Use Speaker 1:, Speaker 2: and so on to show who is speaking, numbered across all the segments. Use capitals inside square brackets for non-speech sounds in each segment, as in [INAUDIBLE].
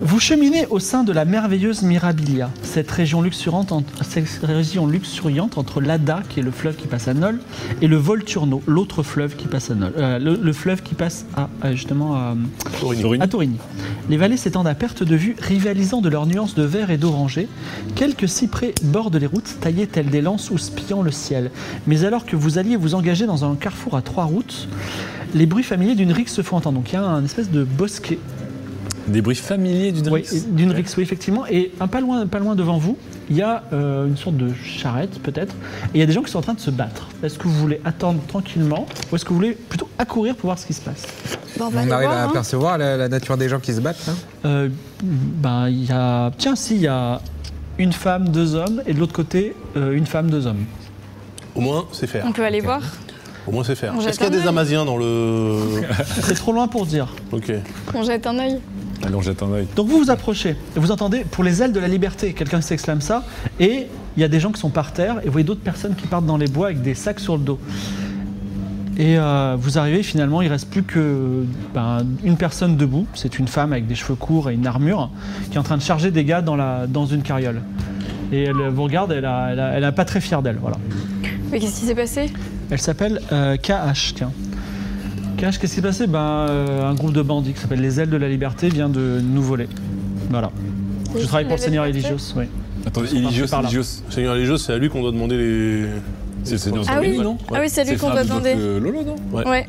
Speaker 1: Vous cheminez au sein de la merveilleuse Mirabilia, cette région luxuriante, en- cette région luxuriante entre l'Adda, qui est le fleuve qui passe à Nol, et le Volturno, l'autre fleuve qui passe à Nol, euh, le, le fleuve qui passe à euh, justement à, à Torigny. Les vallées s'étendent à perte de vue, rivalisant de leurs nuances de vert et d'oranger. Quelques cyprès bordent les routes, taillées telles des lances ou spiant le ciel. Mais alors que vous alliez vous engager dans un carrefour à trois routes, les bruits familiers d'une rixe se font entendre. Donc il y a un espèce de bosquet
Speaker 2: Des bruits familiers du
Speaker 1: oui,
Speaker 2: Drix.
Speaker 1: et d'une rixe, oui, effectivement. Et un pas loin, pas loin devant vous, il y a euh, une sorte de charrette, peut-être. Et il y a des gens qui sont en train de se battre. Est-ce que vous voulez attendre tranquillement ou est-ce que vous voulez plutôt accourir pour voir ce qui se passe
Speaker 3: Bon, on va
Speaker 4: On
Speaker 3: aller
Speaker 4: arrive
Speaker 3: voir,
Speaker 4: à
Speaker 3: hein.
Speaker 4: apercevoir la, la nature des gens qui se battent. hein. là
Speaker 1: Euh, Ben, il y a. Tiens, si, il y a une femme, deux hommes, et de l'autre côté, euh, une femme, deux hommes.
Speaker 5: Au moins, c'est faire.
Speaker 3: On peut aller voir.
Speaker 5: Au moins, c'est faire.
Speaker 3: On jette
Speaker 5: Est-ce qu'il y a
Speaker 3: un
Speaker 5: des
Speaker 3: œil.
Speaker 5: Amaziens dans le.
Speaker 2: [LAUGHS]
Speaker 1: C'est trop loin pour dire.
Speaker 5: ok.
Speaker 3: On jette un œil.
Speaker 2: Allons, jette un œil.
Speaker 1: Donc vous vous approchez, et vous entendez pour les ailes de la liberté, quelqu'un qui s'exclame ça, et il y a des gens qui sont par terre, et vous voyez d'autres personnes qui partent dans les bois avec des sacs sur le dos. Et euh, vous arrivez finalement, il reste plus que ben, une personne debout, c'est une femme avec des cheveux courts et une armure, qui est en train de charger des gars dans, la, dans une carriole. Et elle vous regarde, elle a, elle a- elle a pas très fière d'elle, voilà.
Speaker 3: Mais qu'est-ce qui s'est passé
Speaker 1: Elle s'appelle euh, KH, tiens. KH, qu'est-ce qui s'est passé ben, euh, Un groupe de bandits qui s'appelle les Ailes de la Liberté vient de nous voler. Voilà. Je travaille pour le Seigneur Eligios, oui.
Speaker 2: Attendez,
Speaker 1: parti
Speaker 2: Eligios,
Speaker 1: par là.
Speaker 2: Eligios.
Speaker 5: Seigneur les jeux, c'est à lui qu'on doit demander les.
Speaker 2: C'est le Seigneur
Speaker 3: Ah oui,
Speaker 2: Zolino,
Speaker 1: non
Speaker 3: ah oui c'est lui
Speaker 2: le
Speaker 3: qu'on
Speaker 2: frère
Speaker 3: doit
Speaker 2: de votre,
Speaker 3: demander.
Speaker 2: euh, Lolo, non
Speaker 5: Ouais.
Speaker 3: Ouais.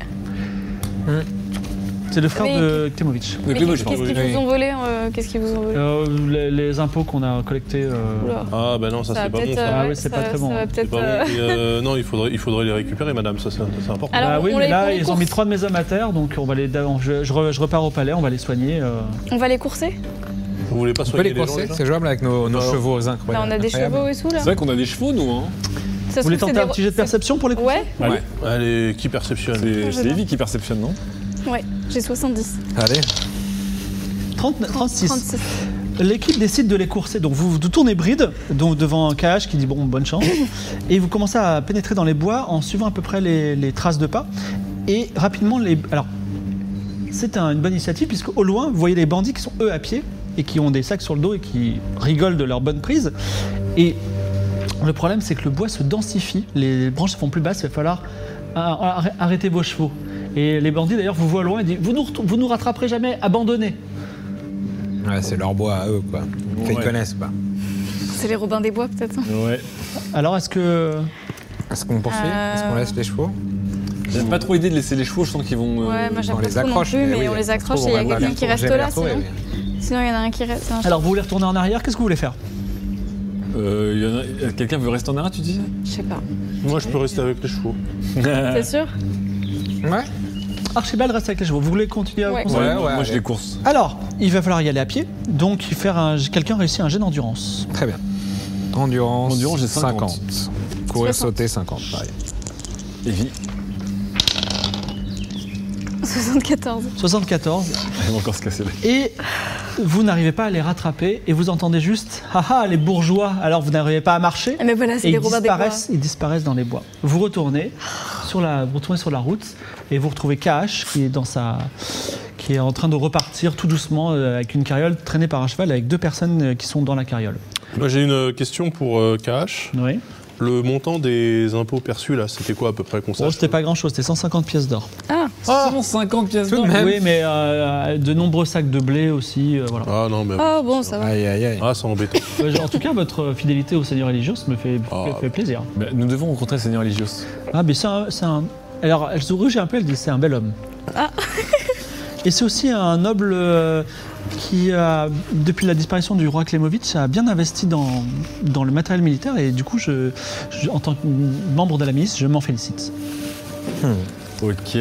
Speaker 1: C'est le frère
Speaker 3: Mais-
Speaker 1: de Klemovic.
Speaker 2: De
Speaker 3: Mais
Speaker 2: Clément,
Speaker 3: qu'est-ce
Speaker 2: je parle.
Speaker 3: qu'ils
Speaker 4: Oui.
Speaker 3: vous ont volé euh, Qu'est-ce qu'ils vous ont volé
Speaker 1: Euh, les, les impôts qu'on a collectés. euh,
Speaker 3: Oula.
Speaker 5: Ah, bah non, ça,
Speaker 3: va
Speaker 5: c'est pas bon.
Speaker 3: peut-être,
Speaker 5: Ça.
Speaker 3: euh,
Speaker 1: Ah
Speaker 3: ouais,
Speaker 1: oui, c'est
Speaker 3: ça-
Speaker 1: pas très bon,
Speaker 3: ça va
Speaker 1: hein.
Speaker 5: C'est
Speaker 3: peut-être,
Speaker 5: pas bon.
Speaker 3: euh,
Speaker 5: Et, euh, non, il faudrait, il faudrait les récupérer, madame, ça, c'est c'est important.
Speaker 3: Alors,
Speaker 1: bah oui,
Speaker 3: on
Speaker 1: mais
Speaker 3: les- on
Speaker 1: là,
Speaker 3: les
Speaker 1: ils ont mis
Speaker 3: course.
Speaker 1: trois de mes hommes à terre, donc on va les, on- je, je re- je repars au palais, on va les soigner. euh.
Speaker 3: On va les courser
Speaker 5: Vous voulez pas
Speaker 4: On peut
Speaker 5: soigner
Speaker 4: les
Speaker 5: les, gens,
Speaker 4: courser,
Speaker 5: déjà
Speaker 4: c'est jouable avec nos, nos
Speaker 5: Non.
Speaker 4: chevaux
Speaker 3: Là,
Speaker 4: incroyables.
Speaker 3: Bah, On a des
Speaker 4: incroyables.
Speaker 3: chevaux et tout là.
Speaker 2: C'est vrai qu'on a des chevaux, nous, hein
Speaker 3: Ça se
Speaker 1: Vous voulez
Speaker 3: trouve,
Speaker 1: tenter
Speaker 3: c'est
Speaker 1: un
Speaker 3: des-
Speaker 1: petit jet de perception pour les coups
Speaker 3: Ouais,
Speaker 2: Ouais.
Speaker 5: Allez, qui perceptionne
Speaker 2: C'est
Speaker 3: j'adore.
Speaker 2: c'est Evie qui perceptionne, non
Speaker 3: ouais, j'ai 70.
Speaker 4: Allez,
Speaker 1: 30 36.
Speaker 3: 36.
Speaker 1: L'équipe décide de les courser, donc vous vous tournez bride donc devant KH qui dit bon, bonne chance, et vous commencez à pénétrer dans les bois en suivant à peu près les, les traces de pas, et rapidement les. Alors, c'est un- une bonne initiative puisque au loin, vous voyez les bandits qui sont eux à pied et qui ont des sacs sur le dos et qui rigolent de leur bonne prise, et le problème c'est que le bois se densifie, les branches se font plus basses, il va falloir a- a- arrêter vos chevaux. Et les bandits d'ailleurs vous voient au loin et disent vous nous, ret- vous nous rattraperez jamais, abandonnez.
Speaker 4: Ouais, c'est leur bois à eux, quoi. Enfin, Ils
Speaker 5: Ouais.
Speaker 4: connaissent pas.
Speaker 3: C'est les Robins des Bois peut-être
Speaker 5: Ouais.
Speaker 1: Alors est-ce que.
Speaker 4: Est-ce qu'on poursuit Est-ce qu'on
Speaker 3: Euh,
Speaker 4: laisse les chevaux
Speaker 2: J'aime pas trop l'idée de laisser les chevaux, je sens qu'ils vont. euh,
Speaker 3: Ouais, moi j'aime
Speaker 4: On
Speaker 3: pas
Speaker 4: les
Speaker 3: trop non
Speaker 4: accroche.
Speaker 3: plus, mais
Speaker 4: oui,
Speaker 3: on les
Speaker 4: ça se
Speaker 3: accroche
Speaker 4: trouve,
Speaker 3: et il y a
Speaker 4: on va
Speaker 3: quelqu'un
Speaker 4: les
Speaker 3: qui reste
Speaker 4: retrouver,
Speaker 3: là
Speaker 4: jamais les
Speaker 3: sinon.
Speaker 4: retrouver,
Speaker 3: Sinon il y en a un qui reste.
Speaker 1: Alors vous voulez retourner en arrière, qu'est-ce que vous voulez faire
Speaker 2: euh, y en a- Quelqu'un veut rester en arrière, tu dis
Speaker 3: Je sais pas.
Speaker 5: Moi, je peux rester avec les chevaux.
Speaker 3: C'est sûr
Speaker 4: oui. Ouais
Speaker 1: Archibald reste avec les chevaux, vous voulez continuer à
Speaker 3: Ouais.
Speaker 1: conserver-
Speaker 4: Ouais,
Speaker 2: Moi,
Speaker 4: ouais,
Speaker 2: je
Speaker 4: allez.
Speaker 2: les course.
Speaker 1: Alors, il va falloir y aller à pied, donc faire un... quelqu'un réussit un jet d'endurance.
Speaker 4: Très bien. Endurance,
Speaker 2: Endurance, j'ai
Speaker 4: 50.
Speaker 2: 50.
Speaker 4: Courir,
Speaker 3: 60.
Speaker 4: sauter, 50. pareil.
Speaker 2: Evie,
Speaker 3: 74.
Speaker 1: 74,
Speaker 2: elle va encore se casser là.
Speaker 1: et vous n'arrivez pas à les rattraper, et vous entendez juste « Haha, les bourgeois, alors vous n'arrivez pas à marcher ?»
Speaker 3: Ah, Mais voilà, c'est
Speaker 1: Et ils
Speaker 3: des Robins des Bois.
Speaker 1: disparaissent, ils disparaissent dans les bois. Vous retournez sur la, vous retournez sur la route et vous retrouvez KH qui est dans sa, qui est en train de repartir tout doucement euh, avec une carriole traînée par un cheval avec deux personnes euh, qui sont dans la carriole.
Speaker 5: Moi, j'ai une question pour euh, KH.
Speaker 1: Oui.
Speaker 5: Le montant des impôts perçus, là, c'était quoi à peu près qu'on
Speaker 1: Oh,
Speaker 5: sache
Speaker 1: c'était pas grand chose, c'était 150 pièces d'or.
Speaker 3: Ah,
Speaker 4: Oh,
Speaker 2: 150 pièces
Speaker 4: Tout de
Speaker 2: d'or
Speaker 4: même.
Speaker 1: Oui, mais euh, de nombreux sacs de blé aussi. euh, voilà.
Speaker 5: Ah non, mais.
Speaker 3: oh bon, ça va.
Speaker 4: Aïe, aïe, aïe.
Speaker 5: Ah,
Speaker 1: [LAUGHS]
Speaker 5: c'est embêtant.
Speaker 1: Euh, genre, en tout cas, votre fidélité au Seigneur religieux me fait,
Speaker 5: Ah.
Speaker 1: fait plaisir.
Speaker 2: Bah, Nous devons rencontrer le Seigneur Eligios.
Speaker 1: Ah, mais c'est un, c'est un- Alors, elle rougit un peu, elle dit c'est un bel homme. [LAUGHS] Et c'est aussi un noble euh, qui, a, depuis la disparition du roi Klemovic, a bien investi dans, dans le matériel militaire. Et du coup, je, je- en tant que membre de la milice, je m'en félicite.
Speaker 2: Ok,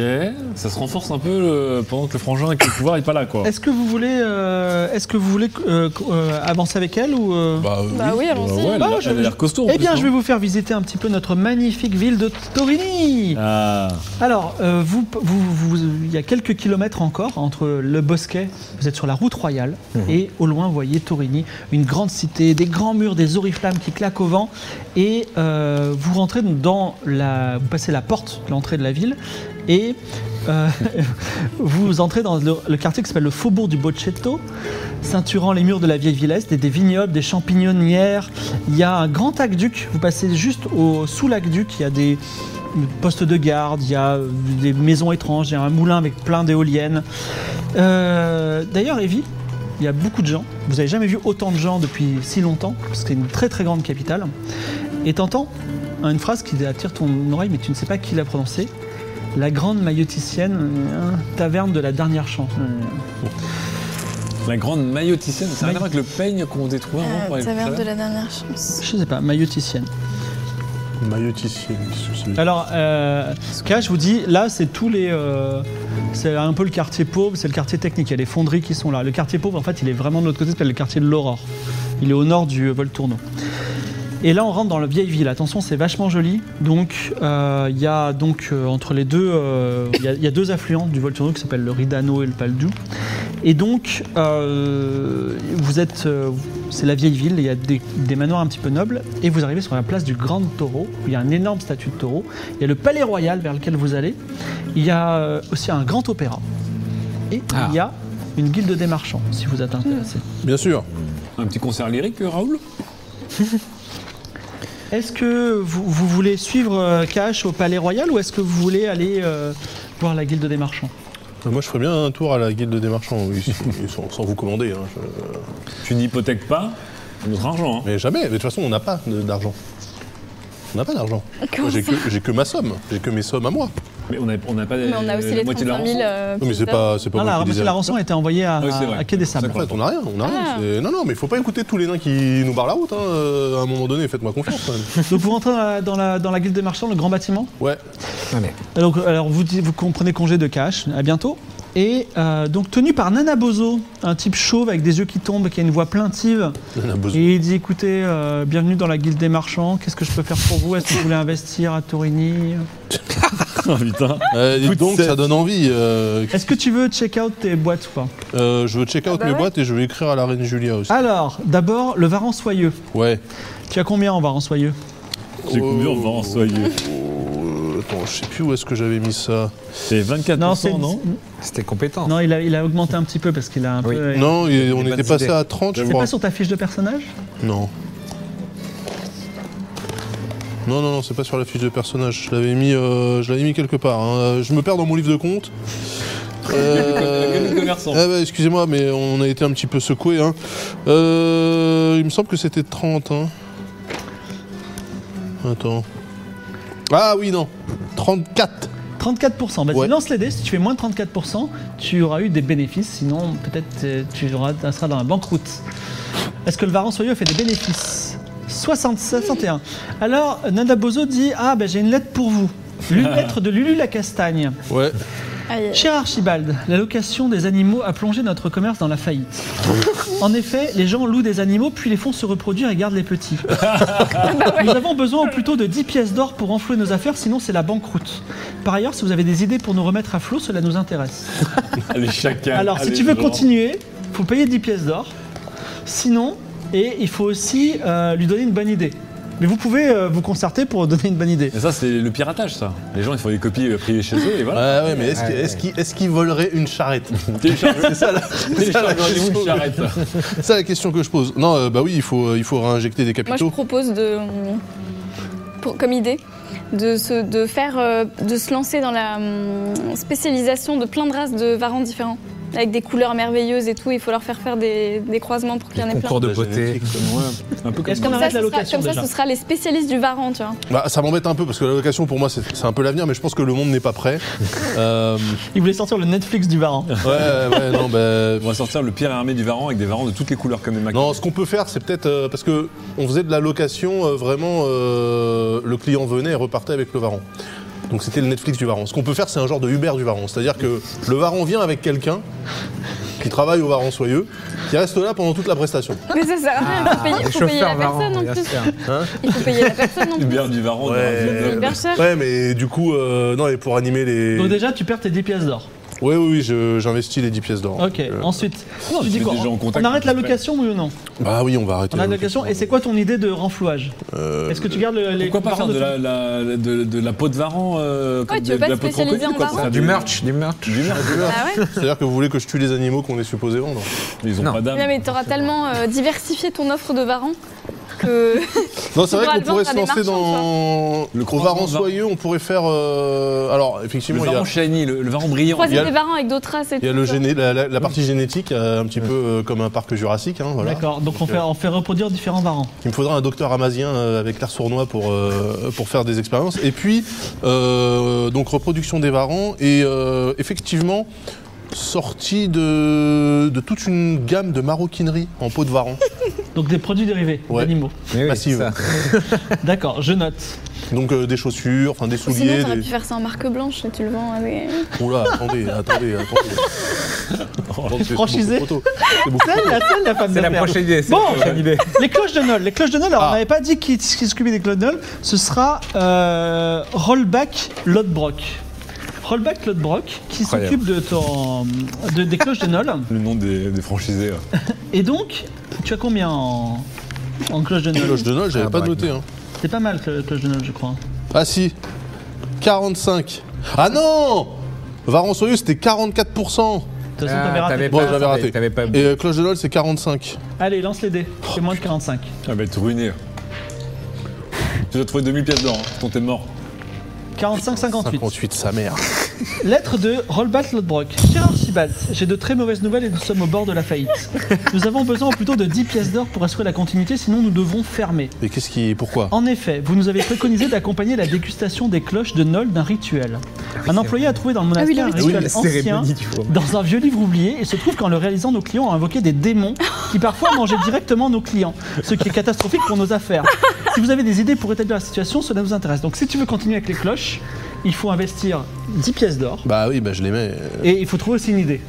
Speaker 2: ça se renforce un peu le- pendant que le frangin avec le pouvoir est pas là quoi.
Speaker 1: Est-ce que vous voulez, euh, est-ce que vous voulez euh, euh, avancer avec elle ou euh,
Speaker 2: Bah,
Speaker 3: Bah oui,
Speaker 2: Bah,
Speaker 3: allons-y.
Speaker 2: ouais, elle,
Speaker 1: Bah,
Speaker 2: a-
Speaker 1: je-
Speaker 2: elle a l'air costaud. en
Speaker 1: Eh
Speaker 2: plus, hein.
Speaker 1: bien,
Speaker 2: non
Speaker 1: je vais vous faire visiter un petit peu notre magnifique ville de Torini.
Speaker 2: Ah,
Speaker 1: Alors, euh, vous, vous- vous- il y a quelques kilomètres encore entre le bosquet, vous êtes sur la route royale, et au loin, vous voyez Torini, une grande cité, des grands murs, des oriflammes qui claquent au vent, et euh, vous rentrez dans la, vous passez la porte de l'entrée de la ville, et euh, [LAUGHS] vous entrez dans le, le quartier qui s'appelle le faubourg du Bocchetto, ceinturant les murs de la vieille villette, des, des vignobles, des champignonnières. Il y a un grand aqueduc, vous passez juste au, sous l'aqueduc, il y a des postes de garde, il y a euh, des maisons étranges, il y a un moulin avec plein d'éoliennes. Euh, D'ailleurs, Evie, il y a beaucoup de gens. Vous n'avez jamais vu autant de gens depuis si longtemps, parce que c'est une très très grande capitale. Et t'entends une phrase qui attire ton oreille, mais tu ne sais pas qui l'a prononcée. La grande mailloticienne, euh, taverne de la dernière chance. Euh,
Speaker 2: la grande mailloticienne, ça n'a rien à voir avec le peigne qu'on détrouvait avant pour
Speaker 3: Euh,
Speaker 2: aller
Speaker 3: Taverne
Speaker 2: plus
Speaker 3: de la
Speaker 2: tard.
Speaker 3: dernière chance.
Speaker 1: Je sais pas, mailloticienne.
Speaker 5: Mailloticier. qu'est-ce que c'est
Speaker 1: Alors, euh, cas, je vous dis, là, c'est tous les. euh, c'est un peu le quartier pauvre, c'est le quartier technique. Il y a les fonderies qui sont là. Le quartier pauvre, en fait, il est vraiment de l'autre côté, c'est le quartier de l'Aurore. Il est au nord du euh, Volturno. Et là, on rentre dans la vieille ville. Attention, c'est vachement joli. Donc, euh, il y a donc euh, entre les deux, euh, il y, a- il y a deux affluents du Volturno qui s'appellent le Ridano et le Paldou. Et donc, euh, vous êtes, euh, c'est la vieille ville. Il y a des, des manoirs un petit peu nobles. Et vous arrivez sur la place du Grand Taureau où il y a une énorme statue de taureau. Il y a le Palais Royal vers lequel vous allez. Il y a euh, aussi un grand opéra. Et
Speaker 4: Ah.
Speaker 1: il y a une guilde des marchands, si vous êtes intéressé.
Speaker 5: Bien sûr.
Speaker 2: Un petit concert lyrique, euh, Raoul
Speaker 1: Est-ce que vous, vous voulez suivre euh, Cash au Palais Royal ou est-ce que vous voulez aller euh, voir la Guilde des Marchands
Speaker 5: Euh, Moi, je ferais bien un tour à la guilde des marchands, oui,
Speaker 1: [LAUGHS]
Speaker 5: sans, sans vous commander. hein, je-
Speaker 2: Tu n'hypothèques pas notre argent. hein.
Speaker 5: Mais jamais. Mais de toute façon, on n'a pas de- d'argent. On n'a pas d'argent. Moi, J'ai que, j'ai que ma somme. J'ai que mes sommes à moi.
Speaker 2: Mais on n'a on n'a pas
Speaker 3: Mais on a aussi les 35 000. euh,
Speaker 5: Non, mais c'est pas, c'est pas
Speaker 1: Non,
Speaker 5: moi
Speaker 1: Ah, la, parce
Speaker 5: qui
Speaker 1: que
Speaker 5: disais.
Speaker 1: la rançon a été envoyée à,
Speaker 2: Oui, c'est vrai.
Speaker 1: à Quai des Sables.
Speaker 5: En fait, on n'a rien, on n'a rien. C'est- Non, non, mais il faut pas écouter tous les nains qui nous barrent la route. hein. Euh, À un moment donné, faites-moi confiance.
Speaker 1: [LAUGHS]
Speaker 5: quand même.
Speaker 1: Donc vous rentrez dans la, dans la- dans la Guilde des Marchands, le grand bâtiment
Speaker 5: Ouais.
Speaker 4: Allez.
Speaker 1: Donc, alors vous, dites- vous comprenez congé de cash, à bientôt. Et euh, donc tenu par Nana Bozo, un type chauve avec des yeux qui tombent, qui a une voix plaintive.
Speaker 5: On a besoin.
Speaker 1: Et il dit écoutez, euh, bienvenue dans la guilde des marchands, qu'est-ce que je peux faire pour vous Est-ce que vous voulez investir à Torini
Speaker 2: Oh putain.
Speaker 5: Euh, dites
Speaker 2: Écoute,
Speaker 5: donc,
Speaker 2: c'est-
Speaker 5: ça donne envie. euh,
Speaker 1: Est-ce que tu veux check out tes boîtes ou pas
Speaker 5: euh, je veux check out
Speaker 3: bah
Speaker 5: mes
Speaker 3: ouais. Ah.
Speaker 5: boîtes et je vais écrire à la reine Julia aussi.
Speaker 1: Alors, d'abord, le varan soyeux.
Speaker 5: Ouais.
Speaker 1: Tu as combien en varan soyeux
Speaker 2: J'ai combien en vent soyeux
Speaker 5: Euh, attends, je sais plus où est-ce que j'avais mis ça.
Speaker 2: C'est 24
Speaker 1: c'est-
Speaker 2: non
Speaker 4: C'était compétent.
Speaker 1: non, il a, il a augmenté un petit peu parce qu'il a un
Speaker 4: Oui.
Speaker 1: peu.
Speaker 5: Non, et on était
Speaker 4: des bonnes
Speaker 5: passé
Speaker 4: idées.
Speaker 5: à 30, je
Speaker 1: C'est
Speaker 5: crois.
Speaker 1: pas sur ta fiche de personnage
Speaker 5: Non. Non, non, non, c'est pas sur la fiche de personnage. Je l'avais mis, euh, je l'avais mis quelque part. hein. Euh, Je me perds dans mon livre de compte.
Speaker 2: Comme le commerçant.
Speaker 1: Euh,
Speaker 5: Ah bah, excusez-moi, mais on a été un petit peu secoué. Hein. Euh, il me semble que c'était 30. Hein. Attends. Ah oui, non. 34.
Speaker 1: 34%. Vas-y,
Speaker 5: Ouais.
Speaker 1: lance les dés. Si tu fais moins de 34%, tu auras eu des bénéfices. Sinon, peut-être euh, tu auras, tu seras dans la banqueroute. Est-ce que le Varan Soyeux fait des bénéfices 60, 61. Alors, Nanda Bozo dit Ah, ben j'ai une lettre pour
Speaker 5: [LAUGHS]
Speaker 1: vous. Une lettre de Lulu la Castagne.
Speaker 5: Ouais.
Speaker 3: Aïe.
Speaker 1: Cher Archibald, la location des animaux a plongé notre commerce dans la faillite. En effet, les gens louent des animaux puis les font se reproduire et gardent les petits. Nous avons besoin au plus tôt de 10 pièces d'or pour renflouer nos affaires, sinon c'est la banqueroute. Par ailleurs, si vous avez des idées pour nous remettre à flot, cela nous intéresse.
Speaker 2: Allez, chacun.
Speaker 1: Alors, si tu veux continuer, faut payer 10 pièces d'or. Sinon, et il faut aussi euh, lui donner une bonne idée. Mais vous pouvez euh, vous concerter pour donner une bonne idée.
Speaker 2: Mais ça, c'est le piratage, ça. Les gens, ils font des copies euh, privées chez eux et
Speaker 5: Ouais,
Speaker 2: voilà.
Speaker 5: ouais, mais est-ce qu'il est-ce qu'il- est-ce qu'il volerait une charrette [LAUGHS] C'est ça, la- c'est ça la
Speaker 2: Téléchargez-vous
Speaker 5: question
Speaker 2: une
Speaker 5: que-
Speaker 2: charrette.
Speaker 5: c'est ça la question que je pose. Non, euh, bah oui, il faut, euh, il faut réinjecter des
Speaker 3: Moi, je
Speaker 5: capitaux.
Speaker 3: propose de, pour- comme idée, de se, de faire, euh, de se lancer dans la hum, spécialisation de plein de races de varans différents, avec des couleurs merveilleuses et tout. Il faut leur faire faire des, des croisements pour qu'il y en ait plein.
Speaker 4: Concours de
Speaker 5: La
Speaker 4: beauté.
Speaker 5: génétique,
Speaker 2: Un peu comme
Speaker 1: Est-ce qu'on
Speaker 3: Comme ça,
Speaker 1: arrête la
Speaker 3: ce sera-
Speaker 1: location
Speaker 3: comme ça,
Speaker 1: déjà
Speaker 3: ce sera les spécialistes du varan, tu [LAUGHS] vois.
Speaker 5: Bah, ça m'embête un peu parce que la location pour moi c'est c'est un peu l'avenir, mais je pense que le monde n'est pas prêt. [LAUGHS] Euh,
Speaker 1: Il voulait sortir le Netflix du Varan.
Speaker 5: ouais, ouais, non, bah,
Speaker 2: On va sortir le pire armé du Varan avec des Varans de toutes les couleurs comme les Mac.
Speaker 5: Non, ce qu'on peut faire, c'est peut-être euh, parce que on faisait de la location euh, vraiment. euh, le client venait et repartait avec le varan. Donc c'était le Netflix du Varan. Ce qu'on peut faire, c'est un genre de Uber du Varan. C'est-à-dire que le Varan vient avec quelqu'un qui travaille au Varan soyeux, qui reste là pendant toute la prestation.
Speaker 3: Mais ça sert à rien, il faut payer, faut payer la personne en plus. Il faut payer la personne en plus.
Speaker 2: Hubert du Varan.
Speaker 5: Ouais.
Speaker 3: Berserk.
Speaker 5: Ouais, mais du coup, euh, non, et pour animer les.
Speaker 1: Donc déjà, tu perds tes 10 pièces d'or.
Speaker 5: Oui, oui, oui, je- j'investis les 10 pièces d'or.
Speaker 1: Ok,
Speaker 5: Euh,
Speaker 1: ensuite,
Speaker 2: Non,
Speaker 1: tu
Speaker 2: tu
Speaker 1: dis
Speaker 2: mets
Speaker 1: Oh, quoi
Speaker 2: des gens en
Speaker 1: on,
Speaker 2: contact,
Speaker 1: arrête
Speaker 2: tu
Speaker 1: la
Speaker 2: fais.
Speaker 1: location, oui ou non
Speaker 5: Bah oui, on va arrêter.
Speaker 1: On arrête la location. Et c'est quoi ton idée de renflouage Est-ce que tu gardes le- les
Speaker 2: Pourquoi pas faire
Speaker 1: comparaisons
Speaker 2: de la, la- de, de la peau de varan euh, comme
Speaker 3: Ouais, tu
Speaker 2: de,
Speaker 3: veux pas
Speaker 2: de la
Speaker 3: te
Speaker 2: peau de
Speaker 3: spécialiser
Speaker 2: crocodile,
Speaker 3: en
Speaker 2: quoi,
Speaker 3: varan
Speaker 2: pour faire
Speaker 4: Du
Speaker 2: du-
Speaker 4: merch, du merch.
Speaker 2: Du merch.
Speaker 3: Ah ouais
Speaker 5: C'est-à-dire que vous voulez que je tue les animaux qu'on est supposé vendre
Speaker 2: Ils ont
Speaker 4: Non.
Speaker 2: pas d'âme.
Speaker 3: Non mais t'auras tellement euh, diversifié ton offre de varan que
Speaker 5: Non, c'est
Speaker 3: Tu
Speaker 5: vrai
Speaker 3: pourras
Speaker 5: qu'on
Speaker 3: le
Speaker 5: pourrait
Speaker 3: vendre à
Speaker 5: se
Speaker 3: des
Speaker 5: lancer dans.
Speaker 2: Le
Speaker 5: Le Au
Speaker 2: croissant
Speaker 5: Varan
Speaker 2: de-
Speaker 5: soyeux, on pourrait faire. euh, Alors,
Speaker 2: Le
Speaker 5: effectivement, il y a.
Speaker 2: varan shiny, le, le varan brillant.
Speaker 5: Il y
Speaker 3: croiser
Speaker 5: a-
Speaker 3: des varans avec d'autres races et tout.
Speaker 5: Il y a le
Speaker 3: ça.
Speaker 5: géné- la, la- la partie génétique, euh, un petit peu euh, comme un parc jurassique. hein, voilà.
Speaker 1: D'accord, donc on fait, on fait reproduire différents varans.
Speaker 5: Il me faudra un docteur amazien euh, avec l'air sournois pour, euh, pour faire des expériences. Et puis, euh, donc reproduction des varans et euh, effectivement, sortie de, de toute une gamme de maroquinerie en peau de
Speaker 3: [LAUGHS]
Speaker 5: varan
Speaker 1: Donc des produits dérivés
Speaker 5: Ouais.
Speaker 1: d'animaux.
Speaker 4: Mais oui,
Speaker 5: massive.
Speaker 4: ça.
Speaker 1: D'accord, je note.
Speaker 5: Donc euh, des chaussures, enfin des
Speaker 3: Sinon
Speaker 5: souliers.
Speaker 3: t'aurais pu
Speaker 5: Des...
Speaker 3: faire ça en marque blanche et tu le vends à des...
Speaker 5: Oula, attendez, attendez, attendez. Attendez, c'est
Speaker 1: franchisé.
Speaker 5: beaucoup trop tôt. C'est beaucoup trop
Speaker 1: C'est la, c'est la femme
Speaker 4: C'est la
Speaker 1: d'affaires.
Speaker 4: prochaine idée. c'est
Speaker 1: Bon. euh,
Speaker 4: la prochaine idée.
Speaker 1: Les cloches de Nol. Les cloches de Nol, alors
Speaker 5: Ah.
Speaker 1: on n'avait pas dit qui, qui s'occupait des cloches de Nol. Ce sera euh, Rollback Lodbrok. Rollback Lodbrok qui
Speaker 4: Incroyable.
Speaker 1: s'occupe de ton, de- des cloches de Nol.
Speaker 2: Le nom des, des franchisés. hein. ouais.
Speaker 1: Et donc, tu as combien en, en cloches de
Speaker 5: tôt.
Speaker 1: Nol
Speaker 5: Cloche de Noël, j'avais
Speaker 4: Ah,
Speaker 5: pas
Speaker 4: bah,
Speaker 5: noté. Hein.
Speaker 1: C'est pas mal, clo- cloches de Nol, je crois.
Speaker 5: Ah si, 45. Ah non Varan Soyuz, c'était 44%.
Speaker 1: De toute façon, t'avais
Speaker 4: Ah,
Speaker 1: raté.
Speaker 4: T'avais
Speaker 5: Bon,
Speaker 4: pas,
Speaker 5: j'avais raté.
Speaker 4: T'avais pas.
Speaker 5: Et euh, Cloche de Lol, c'est 45.
Speaker 1: Allez, lance les dés.
Speaker 4: Oh,
Speaker 1: C'est moins de 45.
Speaker 2: Ah, va être ruiné. Tu dois trouver 2000 pièces d'or, hein, ton t'es mort.
Speaker 1: 45, 58.
Speaker 5: 58, sa mère.
Speaker 1: Lettre de Rollback Lodbrok. Cher Archibald, j'ai de très mauvaises nouvelles et nous sommes au bord de la
Speaker 4: [LAUGHS]
Speaker 1: faillite. Nous avons besoin plutôt de 10 pièces d'or pour assurer la continuité, sinon nous devrons fermer.
Speaker 5: Mais qu'est-ce qui. Pourquoi
Speaker 1: En effet, vous nous avez préconisé d'accompagner la dégustation des cloches de Nol d'un
Speaker 4: Ah
Speaker 1: rituel. Un employé a trouvé dans le monastère
Speaker 3: Ah oui,
Speaker 1: un
Speaker 3: le
Speaker 1: rituel
Speaker 4: la
Speaker 1: ancien
Speaker 4: cérémonie du four.
Speaker 1: dans un vieux livre oublié et se trouve qu'en le réalisant, nos clients ont invoqué des démons qui parfois mangeaient directement nos clients, ce qui est catastrophique pour nos affaires. Si vous avez des idées pour établir la situation, cela nous intéresse. Donc si tu veux continuer avec les cloches, il faut investir 10 pièces d'or
Speaker 5: Bah oui, bah je les mets.
Speaker 1: et il faut trouver aussi une idée.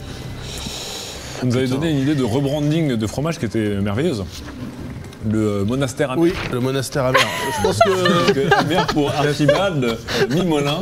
Speaker 2: On nous avait donné une idée de rebranding de fromage qui était merveilleuse. Le euh, monastère à
Speaker 5: Oui, le monastère amer. Je pense que.
Speaker 2: Donc, euh, Albert pour Archibald, Mimolin,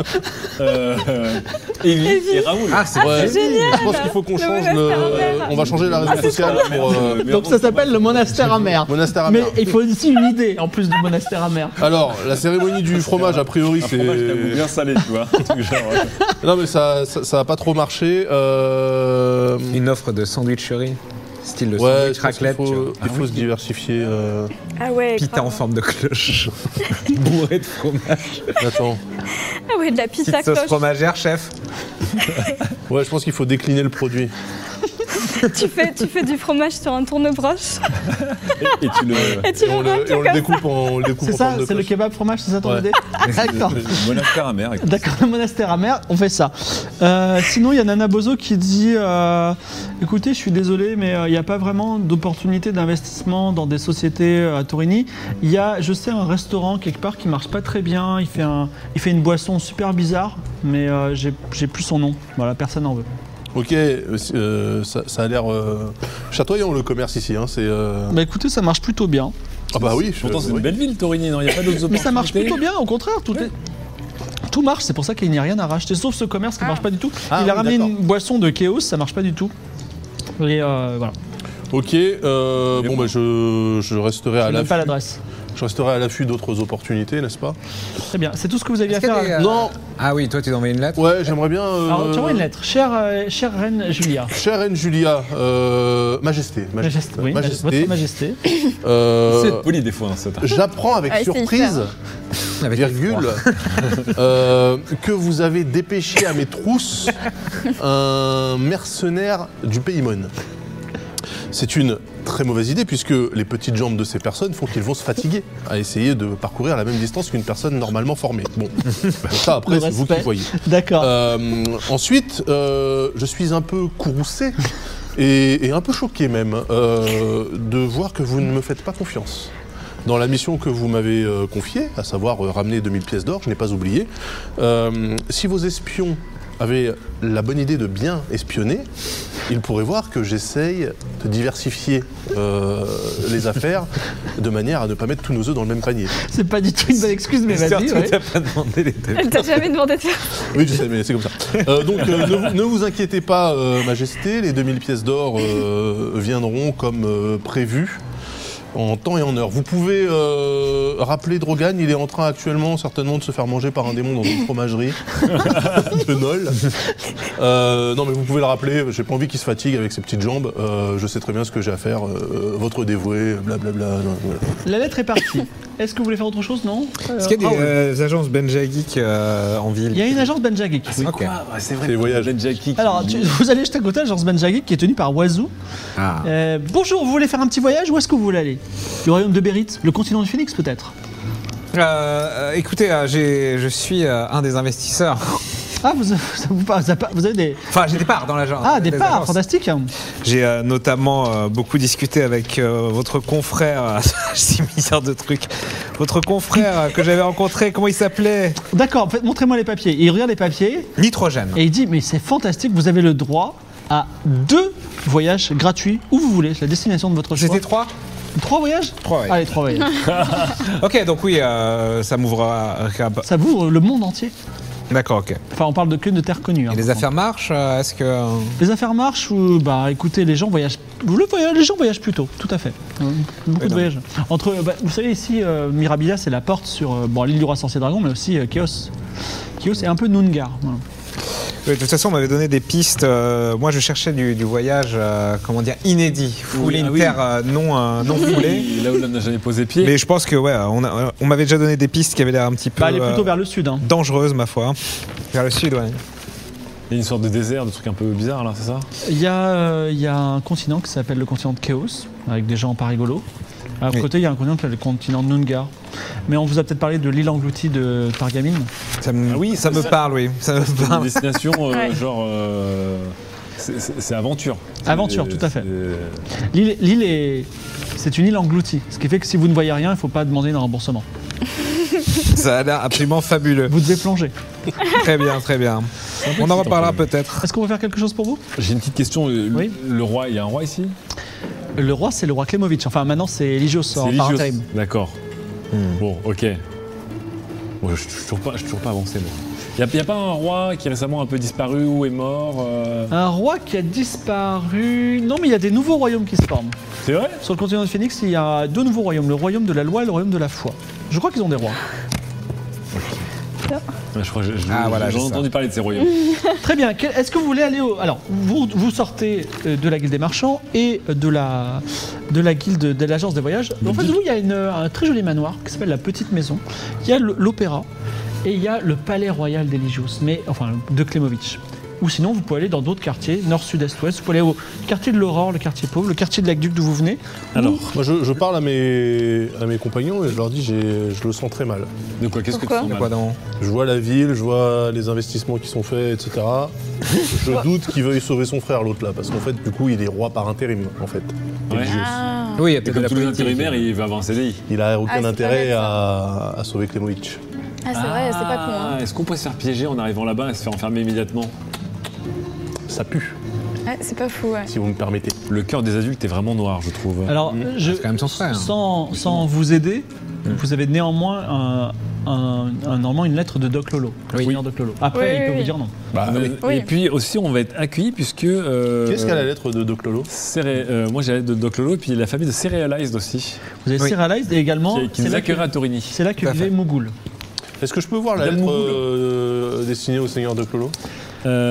Speaker 2: euh, euh, Élie et Raoul.
Speaker 4: Ah, c'est
Speaker 5: Ouais.
Speaker 3: génial
Speaker 5: Je pense qu'il faut qu'on
Speaker 3: Le
Speaker 5: change
Speaker 3: monastère
Speaker 5: le.
Speaker 3: amer.
Speaker 5: On va changer la
Speaker 2: Ah,
Speaker 5: raison
Speaker 2: c'est
Speaker 5: sociale
Speaker 2: ça, la
Speaker 5: pour.
Speaker 2: merde.
Speaker 5: euh,
Speaker 2: Mais
Speaker 1: Donc
Speaker 2: avant,
Speaker 1: ça s'appelle le monastère amer.
Speaker 5: Monastère
Speaker 1: Mais
Speaker 5: amer.
Speaker 1: il faut aussi une idée en plus du monastère amer.
Speaker 5: Alors, la cérémonie du fromage, a priori,
Speaker 2: Un
Speaker 5: c'est.
Speaker 2: fromage qui a goût bien salé, tu vois. [LAUGHS] Un truc genre, euh, ouais.
Speaker 5: Non, mais ça, ça, ça a pas trop marché. Euh...
Speaker 4: Une offre de sandwicherie, style de
Speaker 5: Ouais,
Speaker 4: sandwich
Speaker 5: je pense qu'il
Speaker 4: raclette. tu
Speaker 5: faut,
Speaker 4: vois. Ah
Speaker 5: il faut se diversifier. euh.
Speaker 3: Ah ouais.
Speaker 4: Pita en
Speaker 3: grave.
Speaker 4: forme
Speaker 1: [LAUGHS]
Speaker 4: de cloche, bourré de fromage.
Speaker 5: Attends.
Speaker 3: Ah ouais, de la pizza
Speaker 4: Petite sauce
Speaker 3: cloche.
Speaker 4: fromagère, chef.
Speaker 5: Ouais, je pense qu'il faut décliner le produit.
Speaker 3: Tu fais, tu fais du fromage sur un tournebroche
Speaker 2: Et tu le.
Speaker 3: [LAUGHS] et tu
Speaker 5: Et on
Speaker 3: le vends
Speaker 5: le, et on
Speaker 3: tout
Speaker 5: le
Speaker 3: comme
Speaker 5: découpe en, on le découpe
Speaker 1: C'est
Speaker 5: en
Speaker 1: ça,
Speaker 5: forme de
Speaker 1: c'est le
Speaker 5: cloche.
Speaker 1: kebab fromage, c'est ça ton
Speaker 5: Ouais. [LAUGHS]
Speaker 1: idée D'accord.
Speaker 2: le Monastère amer. écoute.
Speaker 1: D'accord, le monastère amer, on fait ça. Euh, sinon, il y a Nana Bozo qui dit euh, écoutez, je suis désolé, mais euh, il n'y a pas vraiment d'opportunité d'investissement dans des sociétés euh, à Torini. Il y a, je sais, un restaurant quelque part qui marche pas très bien. Il fait, un, il fait une boisson super bizarre, mais euh, j'ai j'ai plus son nom. Voilà, personne n'en veut.
Speaker 5: Ok, euh, ça, ça a l'air euh, chatoyant le commerce ici. Hein, c'est. euh,
Speaker 1: Bah écoutez, ça marche plutôt bien.
Speaker 5: Ah bah oui. je-
Speaker 2: Pourtant, c'est
Speaker 5: oui.
Speaker 2: une belle ville, Torigny, non Il n'y a pas d'autres
Speaker 1: Mais ça marche
Speaker 2: opportunités
Speaker 1: plutôt bien, au contraire, tout est. Tout marche, c'est pour ça qu'il n'y a rien à racheter, sauf ce commerce qui marche pas du tout.
Speaker 5: Ah
Speaker 1: Il a
Speaker 5: oui,
Speaker 1: ramené une
Speaker 5: d'accord.
Speaker 1: boisson de Chaos, ça marche pas du tout. Et euh, voilà,
Speaker 5: Ok, euh,
Speaker 2: Et
Speaker 5: bon
Speaker 2: bon.
Speaker 5: bah je, je resterai
Speaker 1: je
Speaker 5: à
Speaker 1: n'ai
Speaker 5: l'affût.
Speaker 1: pas l'adresse.
Speaker 5: Je resterai à l'affût d'autres opportunités, n'est-ce pas
Speaker 1: Très bien, c'est tout ce que vous aviez à
Speaker 4: Est-ce qu'il y
Speaker 1: faire.
Speaker 4: a des, euh,
Speaker 5: Non.
Speaker 4: Ah oui, toi, tu as envoyé une lettre
Speaker 5: Ouais, j'aimerais bien. euh,
Speaker 1: Alors, tu envoies une lettre. Chère, euh, chère reine Julia,
Speaker 5: Chère reine Julia, euh, majesté,
Speaker 1: majesté,
Speaker 5: majesté,
Speaker 1: oui,
Speaker 5: majesté,
Speaker 1: votre majesté, [LAUGHS]
Speaker 5: euh,
Speaker 2: C'est être poli des fois, hein, cette
Speaker 5: j'apprends avec
Speaker 3: Ah, c'est
Speaker 5: surprise,
Speaker 4: Avec
Speaker 5: virgule,
Speaker 3: [LAUGHS]
Speaker 5: euh, que vous avez dépêché à mes trousses un mercenaire du Paymon. C'est une très mauvaise idée puisque les petites jambes de ces personnes font qu'ils vont se fatiguer à essayer de parcourir la même distance qu'une personne normalement formée.
Speaker 1: [LAUGHS]
Speaker 5: Bon, ça après
Speaker 1: Le
Speaker 5: c'est vous qui
Speaker 1: respect.
Speaker 5: voyez.
Speaker 1: d'accord.
Speaker 5: Euh, ensuite, euh, je suis un peu courroucé et, et un peu choqué même euh, de voir que vous ne me faites pas confiance. Dans la mission que vous m'avez euh, confiée, à savoir euh, ramener 2000 pièces d'or, je n'ai pas oublié, euh, si vos espions avaient la bonne idée de bien espionner, ils pourraient voir que j'essaye de diversifier euh, les affaires de manière à ne pas mettre tous nos œufs dans le même panier.
Speaker 1: C'est pas du tout une bonne excuse, mais
Speaker 2: Esther,
Speaker 1: vas-y.
Speaker 2: toi,
Speaker 1: ouais.
Speaker 2: t'as pas demandé les thèmes.
Speaker 3: Elle t'a jamais demandé de faire.
Speaker 5: Oui, je sais, mais c'est comme ça. Euh, donc, euh, ne, vous- ne vous inquiétez pas, euh, Majesté, les 2000 pièces d'or euh, viendront comme euh, prévu. En temps et en heure. Vous pouvez euh, rappeler Drogan, il est en train actuellement certainement de se faire manger par un démon dans une fromagerie [LAUGHS] de Nol. Euh, non mais vous pouvez le rappeler, j'ai pas envie qu'il se fatigue avec ses petites jambes, Euh, je sais très bien ce que j'ai à faire, Euh, votre dévoué, blablabla. voilà.
Speaker 1: La lettre est partie. Est-ce que vous voulez faire autre chose Non
Speaker 4: Est-ce qu'il y a
Speaker 1: Ah
Speaker 4: des
Speaker 1: ouais.
Speaker 4: euh, agences Benja Geek euh, en ville
Speaker 1: Il y a une agence Benjagik.
Speaker 4: C'est quoi
Speaker 1: Ah, bah,
Speaker 2: C'est vrai.
Speaker 5: C'est les voyages.
Speaker 2: Ben Jackie qui-
Speaker 1: Alors, tu- vous allez juste à côté, l'agence Benjagik qui est tenue par Wazoo.
Speaker 4: Ah.
Speaker 1: Euh, bonjour, vous voulez faire un petit voyage Où est-ce que vous voulez aller Le royaume de Bérite Le continent du Phoenix peut-être
Speaker 4: Euh, euh, écoutez, euh, j'ai- je suis euh, un des investisseurs. [LAUGHS]
Speaker 1: Ah, vous, [LAUGHS] ça vous, parle- ça parle- vous avez des...
Speaker 4: Enfin, j'ai des parts dans l'agence.
Speaker 1: Ah, des parts,
Speaker 4: agences.
Speaker 1: fantastique
Speaker 4: J'ai euh, notamment euh, beaucoup discuté avec euh, votre confrère. euh, [LAUGHS] J'ai milliards de trucs. Votre confrère euh, que j'avais rencontré, comment il s'appelait
Speaker 1: D'accord, en fait, montrez-moi les papiers. Et il regarde les papiers
Speaker 4: Nitrogène.
Speaker 1: et il dit, mais c'est fantastique, vous avez le droit à deux voyages gratuits où vous voulez, c'est la destination de votre choix.
Speaker 4: J'étais trois
Speaker 1: Trois voyages
Speaker 4: Trois, ouais.
Speaker 1: Allez, trois voyages.
Speaker 4: Ok, donc oui, euh, ça m'ouvrera. euh,
Speaker 1: Ça vous, le monde entier.
Speaker 4: D'accord, ok.
Speaker 1: Enfin, on parle de que de terres connues. hein,
Speaker 4: Et les
Speaker 1: par contre.
Speaker 4: affaires marchent euh, Est-ce que. euh,
Speaker 1: Les affaires marchent ou bah écoutez les gens voyagent le voyage- les gens voyagent plutôt tout à fait Hein, beaucoup
Speaker 4: Oui,
Speaker 1: de
Speaker 4: non,
Speaker 1: voyages entre euh, bah, vous savez ici euh, Mirabilia c'est la porte sur euh, bon l'île du roi sorcier dragon mais aussi euh, Chaos Chaos est un peu Nungar voilà.
Speaker 4: De toute façon, on m'avait donné des pistes. euh, moi, je cherchais du, du voyage, euh, comment dire, inédit. Fouler
Speaker 2: Oui, ah
Speaker 4: une
Speaker 2: oui.
Speaker 4: terre euh, non, euh, non foulée.
Speaker 2: Et Là où l'on n'a jamais posé pied.
Speaker 4: Mais je pense que, ouais, on, a- on m'avait déjà donné des pistes qui avaient l'air un petit peu.
Speaker 1: bah, elle est plutôt
Speaker 4: euh,
Speaker 1: vers le sud hein.
Speaker 4: dangereuse ma foi. Vers le sud, ouais.
Speaker 2: Il y a une sorte de désert, de truc un peu bizarre là, c'est ça
Speaker 1: il y a euh, il y a un continent qui s'appelle le continent de Chaos avec des gens pas rigolos à
Speaker 4: Oui.
Speaker 1: côté il y a un continent qui s'appelle le continent de Nungar mais on vous a peut-être parlé de l'île engloutie de Targamine
Speaker 4: Ça me,
Speaker 2: Ah oui,
Speaker 4: ça me
Speaker 2: ça-
Speaker 4: parle, oui. Ça me
Speaker 2: Une
Speaker 4: parle.
Speaker 2: destination
Speaker 3: [LAUGHS]
Speaker 2: euh,
Speaker 3: Ouais.
Speaker 2: genre. euh, c'est- c'est c'est aventure.
Speaker 1: Aventure,
Speaker 2: C'est-
Speaker 1: tout à fait.
Speaker 2: c'est-
Speaker 1: l'île l'île est c'est une île engloutie ce qui fait que si vous ne voyez rien il ne faut pas demander un remboursement
Speaker 4: [LAUGHS] Ça a l'air absolument [LAUGHS] fabuleux.
Speaker 1: vous devez plonger
Speaker 4: Très bien, très bien. On en reparlera peut-être.
Speaker 1: Est-ce qu'on va faire quelque chose pour vous
Speaker 2: J'ai une petite question. euh,
Speaker 1: Oui.
Speaker 2: Le roi, il y a un roi ici
Speaker 1: Le roi, c'est le roi Klemovic. Enfin, maintenant, c'est Eligios en
Speaker 2: Eligios.
Speaker 1: Parentheim.
Speaker 2: D'accord.
Speaker 4: Hmm.
Speaker 2: Bon, ok. Bon, je je suis toujours pas, je suis toujours pas avancé. moi. Il y a- Il n'y a, pas un roi qui est récemment un peu disparu ou est mort euh,
Speaker 1: Un roi qui a disparu. Non, mais il y a des nouveaux royaumes qui se forment.
Speaker 2: C'est vrai
Speaker 1: Sur le continent de Phoenix, il y a deux nouveaux royaumes le royaume de la loi et le royaume de la foi. Je crois qu'ils ont des rois.
Speaker 2: Ouais, Je crois que je- je-
Speaker 4: Ah, voilà,
Speaker 2: j'ai
Speaker 4: c'est
Speaker 2: entendu
Speaker 4: ça.
Speaker 2: parler de ces royaumes.
Speaker 1: Très bien. Quel- Est-ce que vous voulez aller au. Alors, vous, vous sortez euh, de la guilde des marchands et euh, de la, de la guilde de l'agence des voyages. En face de vous, il y a une, euh, un très joli manoir qui s'appelle la Petite Maison. Il y a le- l'opéra et il y a le palais royal d'Eligios, mais enfin de Klemovic. Ou sinon, vous pouvez aller dans d'autres quartiers, nord, sud, est, ouest. Vous pouvez aller au quartier de l'Aurore, le quartier pauvre, le quartier de l'Aqueduc d'où vous venez.
Speaker 2: [LAUGHS] Alors,
Speaker 5: Moi, je, je parle à mes, à mes compagnons et je leur dis j'ai- je le sens très mal.
Speaker 2: de quoi Qu'est-ce que tu
Speaker 3: Pourquoi
Speaker 2: sens
Speaker 4: Quoi
Speaker 2: mal
Speaker 4: donc
Speaker 5: Je vois la ville, je vois les investissements qui sont faits, etc.
Speaker 3: [LAUGHS]
Speaker 5: Je doute qu'il veuille sauver son frère, l'autre là, parce qu'en fait, du coup, il est roi par intérim, en fait.
Speaker 2: Ouais.
Speaker 5: Eligios.
Speaker 3: Ah.
Speaker 4: Oui, il y a
Speaker 2: Et
Speaker 4: peut-être de
Speaker 2: comme
Speaker 4: la
Speaker 2: tous les
Speaker 4: politique.
Speaker 2: intérimaires, il va avoir un CDI.
Speaker 5: Il a
Speaker 3: Ah,
Speaker 5: aucun
Speaker 3: c'est pas
Speaker 5: intérêt
Speaker 3: bête,
Speaker 5: à, à sauver Klemovic.
Speaker 3: Ah, c'est vrai, c'est pas con.
Speaker 2: Ah,
Speaker 3: hein.
Speaker 2: Est-ce qu'on pourrait se faire piéger en arrivant là-bas et se faire enfermer immédiatement
Speaker 5: Ça pue,
Speaker 3: Ouais, c'est pas fou, ouais.
Speaker 5: si vous me permettez.
Speaker 2: Le cœur des adultes est vraiment noir, je trouve.
Speaker 1: Alors, je,
Speaker 4: quand même hein. son frère.
Speaker 1: Sans, sans vous aider, vous avez néanmoins un, un, un- normalement une lettre de Doc Lolo. le
Speaker 4: Oui.
Speaker 1: seigneur Doc Lolo. Après,
Speaker 3: Oui,
Speaker 1: il peut
Speaker 3: oui,
Speaker 1: vous
Speaker 3: oui.
Speaker 1: dire non.
Speaker 2: Bah,
Speaker 5: oui.
Speaker 2: euh,
Speaker 3: Oui.
Speaker 2: Et puis aussi, on va être accueillis puisque. euh,
Speaker 5: Qu'est-ce qu'à la lettre de Doc Lolo
Speaker 2: Céré- euh, moi j'ai la lettre de Doc Lolo, puis la famille de Cerealized aussi,
Speaker 1: Vous avez
Speaker 4: Oui.
Speaker 1: Serialized et également.
Speaker 2: qui, qui
Speaker 1: Oh, c'est
Speaker 2: nous
Speaker 1: là que-
Speaker 2: accueillera à Torini.
Speaker 1: C'est là que
Speaker 4: Tout à
Speaker 1: vivait
Speaker 4: fait.
Speaker 1: Mougoul.
Speaker 5: Est-ce que je peux voir la
Speaker 2: Dame
Speaker 5: lettre
Speaker 2: Mougoul.
Speaker 5: euh, destinée au seigneur Doc Lolo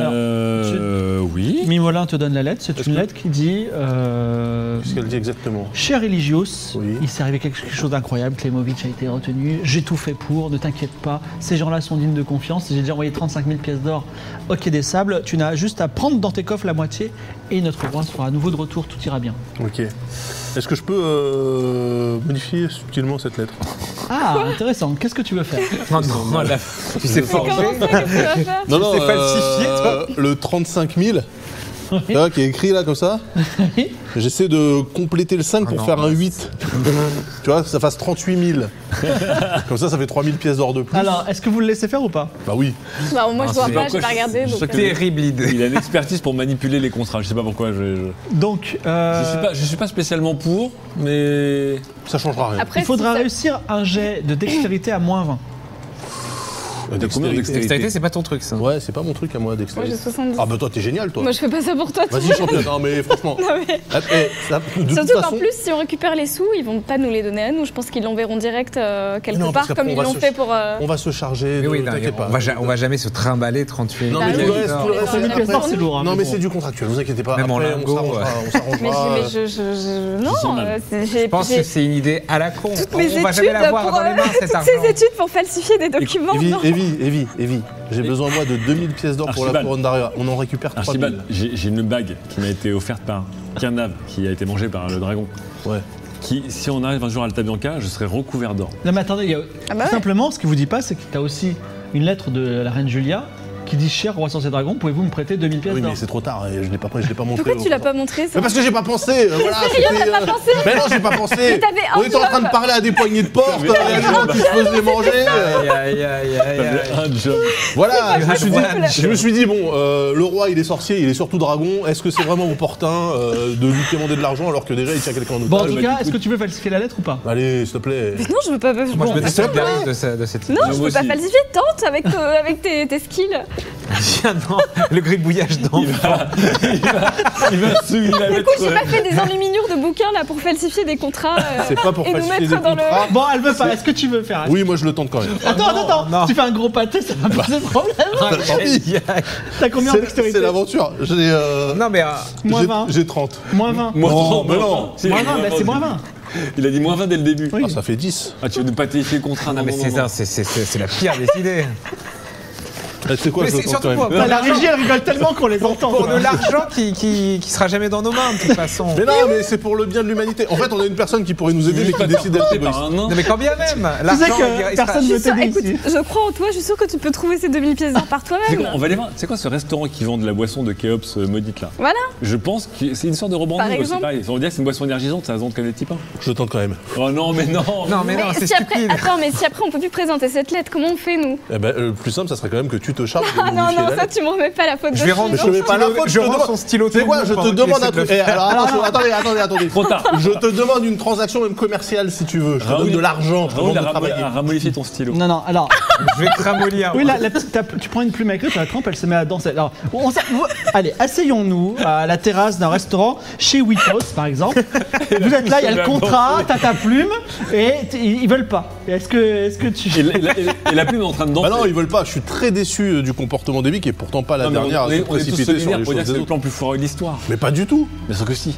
Speaker 2: Euh, Oui.
Speaker 1: Mimolin te donne la lettre. C'est
Speaker 5: Est-ce
Speaker 1: une
Speaker 5: que-
Speaker 1: lettre qui dit euh,
Speaker 5: Qu'est-ce qu'elle dit exactement
Speaker 1: Cher Eligios,
Speaker 5: Oui.
Speaker 1: il s'est arrivé quelque chose d'incroyable. Klemovic a été retenu. J'ai tout fait pour, ne t'inquiète pas. Ces gens-là sont dignes de confiance. J'ai déjà envoyé 35 000 pièces d'or au Quai des Sables. Tu n'as juste à prendre dans tes coffres la moitié et notre roi sera à nouveau de retour. Tout ira bien.
Speaker 5: Ok. Est-ce que je peux euh, modifier subtilement cette lettre
Speaker 4: [LAUGHS]
Speaker 1: Ah, intéressant. Qu'est-ce que tu veux faire
Speaker 4: Non, non, là, tu s'est
Speaker 3: Comment
Speaker 4: forgé.
Speaker 3: ça, qu'est-ce que tu vas faire
Speaker 5: Non,
Speaker 4: Tu sais falsifier, toi
Speaker 5: Le 35 000 là, qui est écrit là comme ça.
Speaker 1: Oui.
Speaker 5: J'essaie de compléter le 5 pour
Speaker 4: Ah non,
Speaker 5: faire un
Speaker 4: ouais.
Speaker 5: 8. tu vois, que ça fasse 38
Speaker 3: [LAUGHS]
Speaker 5: 000. comme ça, ça fait 3 000 pièces d'or de plus.
Speaker 1: Alors, est-ce que vous le laissez faire ou pas
Speaker 5: Bah oui.
Speaker 3: Bah, moi, je vois
Speaker 2: c'est-
Speaker 3: pas, j'ai
Speaker 2: Encore,
Speaker 3: pas
Speaker 2: je-
Speaker 3: regardé.
Speaker 2: je
Speaker 3: donc,
Speaker 2: sais
Speaker 3: euh,
Speaker 2: que-
Speaker 4: Terrible idée.
Speaker 2: Il a une expertise pour manipuler les contrats. Je sais pas pourquoi. Je, je...
Speaker 1: Donc, euh,
Speaker 2: Je suis pas, je suis pas spécialement pour, mais
Speaker 5: Ça changera rien.
Speaker 3: Après,
Speaker 1: il faudra
Speaker 3: si ça-
Speaker 1: réussir un jet de dextérité à moins 20.
Speaker 5: La
Speaker 2: T'as combien de
Speaker 5: Euh, dextérité.
Speaker 2: dextérité
Speaker 4: Dextérité, c'est pas ton truc, ça.
Speaker 5: Ouais, c'est pas mon truc à moi,
Speaker 3: Moi, j'ai
Speaker 5: dextérité.
Speaker 3: 70.
Speaker 5: Ah bah toi, t'es génial, toi.
Speaker 3: Moi, je fais pas ça pour toi. tu
Speaker 5: Vas-y,
Speaker 3: vois.
Speaker 5: champion. Non, mais franchement.
Speaker 3: [LAUGHS] Non, mais-
Speaker 5: Ah, eh, ça- de toute
Speaker 3: Surtout qu'en
Speaker 5: façon,
Speaker 3: plus, si on récupère les sous, ils vont pas nous les donner à nous. Je pense qu'ils l'enverront direct euh, quelque
Speaker 5: Non, parce
Speaker 3: part,
Speaker 5: qu'après,
Speaker 3: comme
Speaker 5: on
Speaker 3: ils
Speaker 5: va
Speaker 3: l'ont
Speaker 5: se-
Speaker 3: fait pour. euh,
Speaker 5: on va se charger.
Speaker 4: Mais
Speaker 5: de-
Speaker 4: oui, non,
Speaker 5: t'inquiète
Speaker 4: on,
Speaker 5: pas.
Speaker 4: va, ja- on va jamais se trimballer 38.
Speaker 5: Non,
Speaker 3: Bah
Speaker 5: mais
Speaker 3: oui.
Speaker 5: tout le reste, tout le
Speaker 3: Mais
Speaker 5: reste,
Speaker 3: ça,
Speaker 5: après-
Speaker 3: c'est
Speaker 1: pièces, c'est lourd. hein,
Speaker 5: Non, mais
Speaker 1: bon.
Speaker 5: c'est du contractuel, vous inquiétez pas.
Speaker 4: Même en
Speaker 5: Après, on
Speaker 4: lingot,
Speaker 5: s'arrangera.
Speaker 4: ouais.
Speaker 5: on
Speaker 3: Mais, je,
Speaker 5: s'arrangera,
Speaker 3: mais
Speaker 5: euh,
Speaker 3: je, je- je- non,
Speaker 2: mal.
Speaker 3: euh, c'est- j'ai
Speaker 4: Je pense que
Speaker 3: j'ai
Speaker 4: c'est une idée à la con.
Speaker 3: toutes
Speaker 4: on
Speaker 3: mes
Speaker 4: on va
Speaker 3: études
Speaker 4: jamais la voir
Speaker 3: pour,
Speaker 4: dans les mains,
Speaker 3: euh,
Speaker 4: cet
Speaker 3: [LAUGHS] toutes
Speaker 4: argent.
Speaker 3: ces études pour falsifier des documents.
Speaker 5: Evie,
Speaker 3: non.
Speaker 5: Evie, Evie, Evie, j'ai besoin moi de 2000 pièces d'or pour la
Speaker 2: Archibald.
Speaker 5: couronne d'Aria. On en récupère 3000.
Speaker 2: Archibald, j'ai j'ai une bague qui m'a été offerte par Kirnav, qui a été mangée par le dragon.
Speaker 5: Ouais.
Speaker 2: Qui, si on arrive un jour à Alta Bianca, je serai recouvert d'or.
Speaker 1: Non, mais attendez, il y a-
Speaker 3: Ah bah
Speaker 1: tout
Speaker 3: ouais.
Speaker 1: simplement, ce qu'il vous dit pas, c'est que tu as aussi une lettre de la reine Julia qui dit Cher roi sans et dragon, pouvez-vous me prêter 2000 pièces
Speaker 5: Oui,
Speaker 1: d'or
Speaker 5: mais c'est trop tard. hein, et Je l'ai pas, je l'ai pas montré.
Speaker 3: Pourquoi tu l'as
Speaker 5: au-
Speaker 3: pas montré ça
Speaker 5: mais parce que j'ai pas pensé. euh,
Speaker 3: [LAUGHS]
Speaker 5: voilà, c'était,
Speaker 3: t'as pas
Speaker 5: euh,
Speaker 3: pensé
Speaker 5: Mais non, j'ai pas
Speaker 3: Mais
Speaker 5: pensé.
Speaker 3: t'avais
Speaker 5: On
Speaker 3: un
Speaker 5: était en train de
Speaker 3: job.
Speaker 5: parler à des poignées de porte,
Speaker 2: T'avais
Speaker 5: euh, il y a des
Speaker 2: un
Speaker 5: gens qui se faisaient manger. euh,
Speaker 4: Aïe, aïe, aïe, aïe,
Speaker 1: euh,
Speaker 4: aïe.
Speaker 2: [LAUGHS] Un job.
Speaker 5: Voilà, je me suis dit,
Speaker 4: possible.
Speaker 5: je me suis dit, bon, euh, le roi il est sorcier, il est surtout dragon. Est-ce que c'est vraiment opportun euh, de lui demander de l'argent alors que déjà il tient quelqu'un en
Speaker 1: Bon, en tout
Speaker 5: otage Bah,
Speaker 1: cas,
Speaker 5: du
Speaker 1: est-ce
Speaker 5: coup-
Speaker 1: que tu veux falsifier la lettre ou pas
Speaker 5: Allez, s'il te plaît.
Speaker 3: Non, je veux pas. je-
Speaker 4: Moi, je
Speaker 3: bon.
Speaker 4: me désolidarise de, ce- de cette idée.
Speaker 3: Non, je
Speaker 2: Moi
Speaker 3: peux pas
Speaker 2: aussi.
Speaker 3: falsifier. Tente avec euh, avec tes
Speaker 4: [LAUGHS]
Speaker 3: tes skills.
Speaker 4: Tiens, non, le gribouillage d'enfant.
Speaker 2: Il va se- il va
Speaker 3: Du
Speaker 2: mettre,
Speaker 3: coup, j'ai
Speaker 2: euh,
Speaker 3: pas fait
Speaker 4: [LAUGHS]
Speaker 3: des enluminures de bouquins là pour falsifier des contrats. euh,
Speaker 5: C'est pas pour
Speaker 3: et nous
Speaker 5: falsifier des
Speaker 3: mettre dans le. [LAUGHS]
Speaker 5: contrats.
Speaker 1: Bon, elle veut pas, est-ce que tu veux faire
Speaker 5: Oui, Ah moi je le tente quand même.
Speaker 1: Attends, attends, attends,
Speaker 4: non.
Speaker 1: tu fais un gros pâté, ça va poser problème.
Speaker 5: Tant
Speaker 4: [LAUGHS]
Speaker 5: pis.
Speaker 1: T'as combien en
Speaker 5: Bah. C'est c'est
Speaker 1: dextérité
Speaker 5: l'aventure. J'ai euh,
Speaker 4: Non, mais. euh,
Speaker 1: Moins
Speaker 5: j'ai-
Speaker 1: 20.
Speaker 5: j'ai 30.
Speaker 1: Moins 20.
Speaker 2: Moins
Speaker 5: Non,
Speaker 2: 30,
Speaker 5: mais
Speaker 2: moins
Speaker 5: non.
Speaker 2: 30. Si,
Speaker 1: Moins 20, bah, c'est moins 20.
Speaker 2: Il a dit moins 20 dès le début.
Speaker 1: Oui.
Speaker 5: Ah, ça fait 10.
Speaker 2: Ah, tu veux nous pâtifier le contrat
Speaker 4: Non, mais c'est ça, c'est- c'est c'est- c'est la pire des idées.
Speaker 2: Eh,
Speaker 5: Ah, C'est quoi
Speaker 4: Mais
Speaker 5: je le
Speaker 4: c'est
Speaker 5: tente
Speaker 4: surtout
Speaker 5: quand
Speaker 4: pour,
Speaker 5: même.
Speaker 4: pour
Speaker 1: Bah, la
Speaker 4: l'argent-
Speaker 1: régie, elle rigole tellement qu'on les entend.
Speaker 4: pour
Speaker 1: quoi.
Speaker 4: de l'argent qui, qui, qui sera jamais dans nos mains, de toute façon.
Speaker 5: Mais non, mais c'est pour le bien de l'humanité. En fait, on a une personne qui pourrait nous aider mais qui décide d'être égoïste.
Speaker 2: par un nain.
Speaker 4: Non, mais quand bien même
Speaker 1: Tu sais
Speaker 4: l'argent, il-
Speaker 1: que
Speaker 4: il sera-
Speaker 1: personne
Speaker 5: Bah,
Speaker 3: Je
Speaker 1: ne
Speaker 3: suis sûre-
Speaker 1: t'aide
Speaker 3: écoute,
Speaker 1: ici.
Speaker 3: je crois en toi, je suis sûr que tu peux trouver ces 2000 pièces d'or
Speaker 4: [LAUGHS]
Speaker 3: par
Speaker 2: C'est quoi, on
Speaker 3: toi-même.
Speaker 2: va aller voir. C'est quoi ce restaurant qui vend de la boisson de Kéops euh, maudite là
Speaker 3: Voilà.
Speaker 2: Je pense que c'est une sorte de
Speaker 3: Par
Speaker 2: rebranding aussi.
Speaker 3: exemple.
Speaker 2: Pareil. On dirait que c'est une boisson énergisante, ça se vend comme des petits pains.
Speaker 5: Je tente quand même.
Speaker 2: Oh non, mais non
Speaker 4: Non, mais non, c'est
Speaker 3: si après,
Speaker 4: stupide.
Speaker 3: attends, mais si après on peut plus présenter cette lettre, comment on fait nous
Speaker 5: Eh ben, le plus simple, ça serait quand même que tu te charges de
Speaker 3: Ah non,
Speaker 5: modifier
Speaker 3: non,
Speaker 5: la
Speaker 3: ça
Speaker 5: lettre.
Speaker 3: tu m'en remets pas la faute de
Speaker 4: Je vais rendre
Speaker 5: Mais
Speaker 3: Chine, hein.
Speaker 5: je
Speaker 4: son
Speaker 3: non
Speaker 5: mets pas la
Speaker 4: stylo-
Speaker 5: faute,
Speaker 4: je
Speaker 5: je te
Speaker 4: rends
Speaker 5: demande-
Speaker 4: son stylo tout
Speaker 5: C'est
Speaker 4: le
Speaker 5: quoi
Speaker 4: monde
Speaker 5: Je
Speaker 4: pendant
Speaker 5: te
Speaker 4: qu'il
Speaker 5: demande
Speaker 4: essaie
Speaker 5: un
Speaker 4: de le
Speaker 5: truc. Eh,
Speaker 4: faire.
Speaker 5: alors, attends, attendez, attendez, attendez.
Speaker 2: Trop tard.
Speaker 5: Je te demande une transaction même commerciale si tu veux. Je te
Speaker 2: Raoul-
Speaker 5: donne de l'argent, je te
Speaker 2: Raoul
Speaker 5: demande de
Speaker 2: a, ramo-
Speaker 5: travailler.
Speaker 2: a ramollifié ton stylo.
Speaker 1: Non, non, alors.
Speaker 4: Je vais te ramollir.
Speaker 1: Ah Oui, la, la petite tape, tu prends une plume à écrire, tu la trempes, elle se met à danser. Alors, on s'a- vous- allez, asseyons-nous à la terrasse d'un restaurant, chez Witos par exemple. Vous êtes là, il y a le contrat, t'as ta plume, et t- ils ils veulent pas. Est-ce que, est-ce que tu.
Speaker 2: Et la, et la- et la- et la plume est en train de danser.
Speaker 5: Bah non, ils veulent pas. Je suis très déçu euh, du comportement d'Evie qui est pourtant pas la
Speaker 2: Non, mais on-
Speaker 5: dernière
Speaker 2: on,
Speaker 5: à se
Speaker 2: est, on est tous
Speaker 5: précipiter sur
Speaker 2: solidaires
Speaker 5: les
Speaker 2: pour
Speaker 5: choses
Speaker 2: dire
Speaker 5: des
Speaker 2: que c'est le
Speaker 5: autres.
Speaker 2: plan plus foireux de l'histoire.
Speaker 5: Mais pas du tout.
Speaker 2: Bien sûr que si.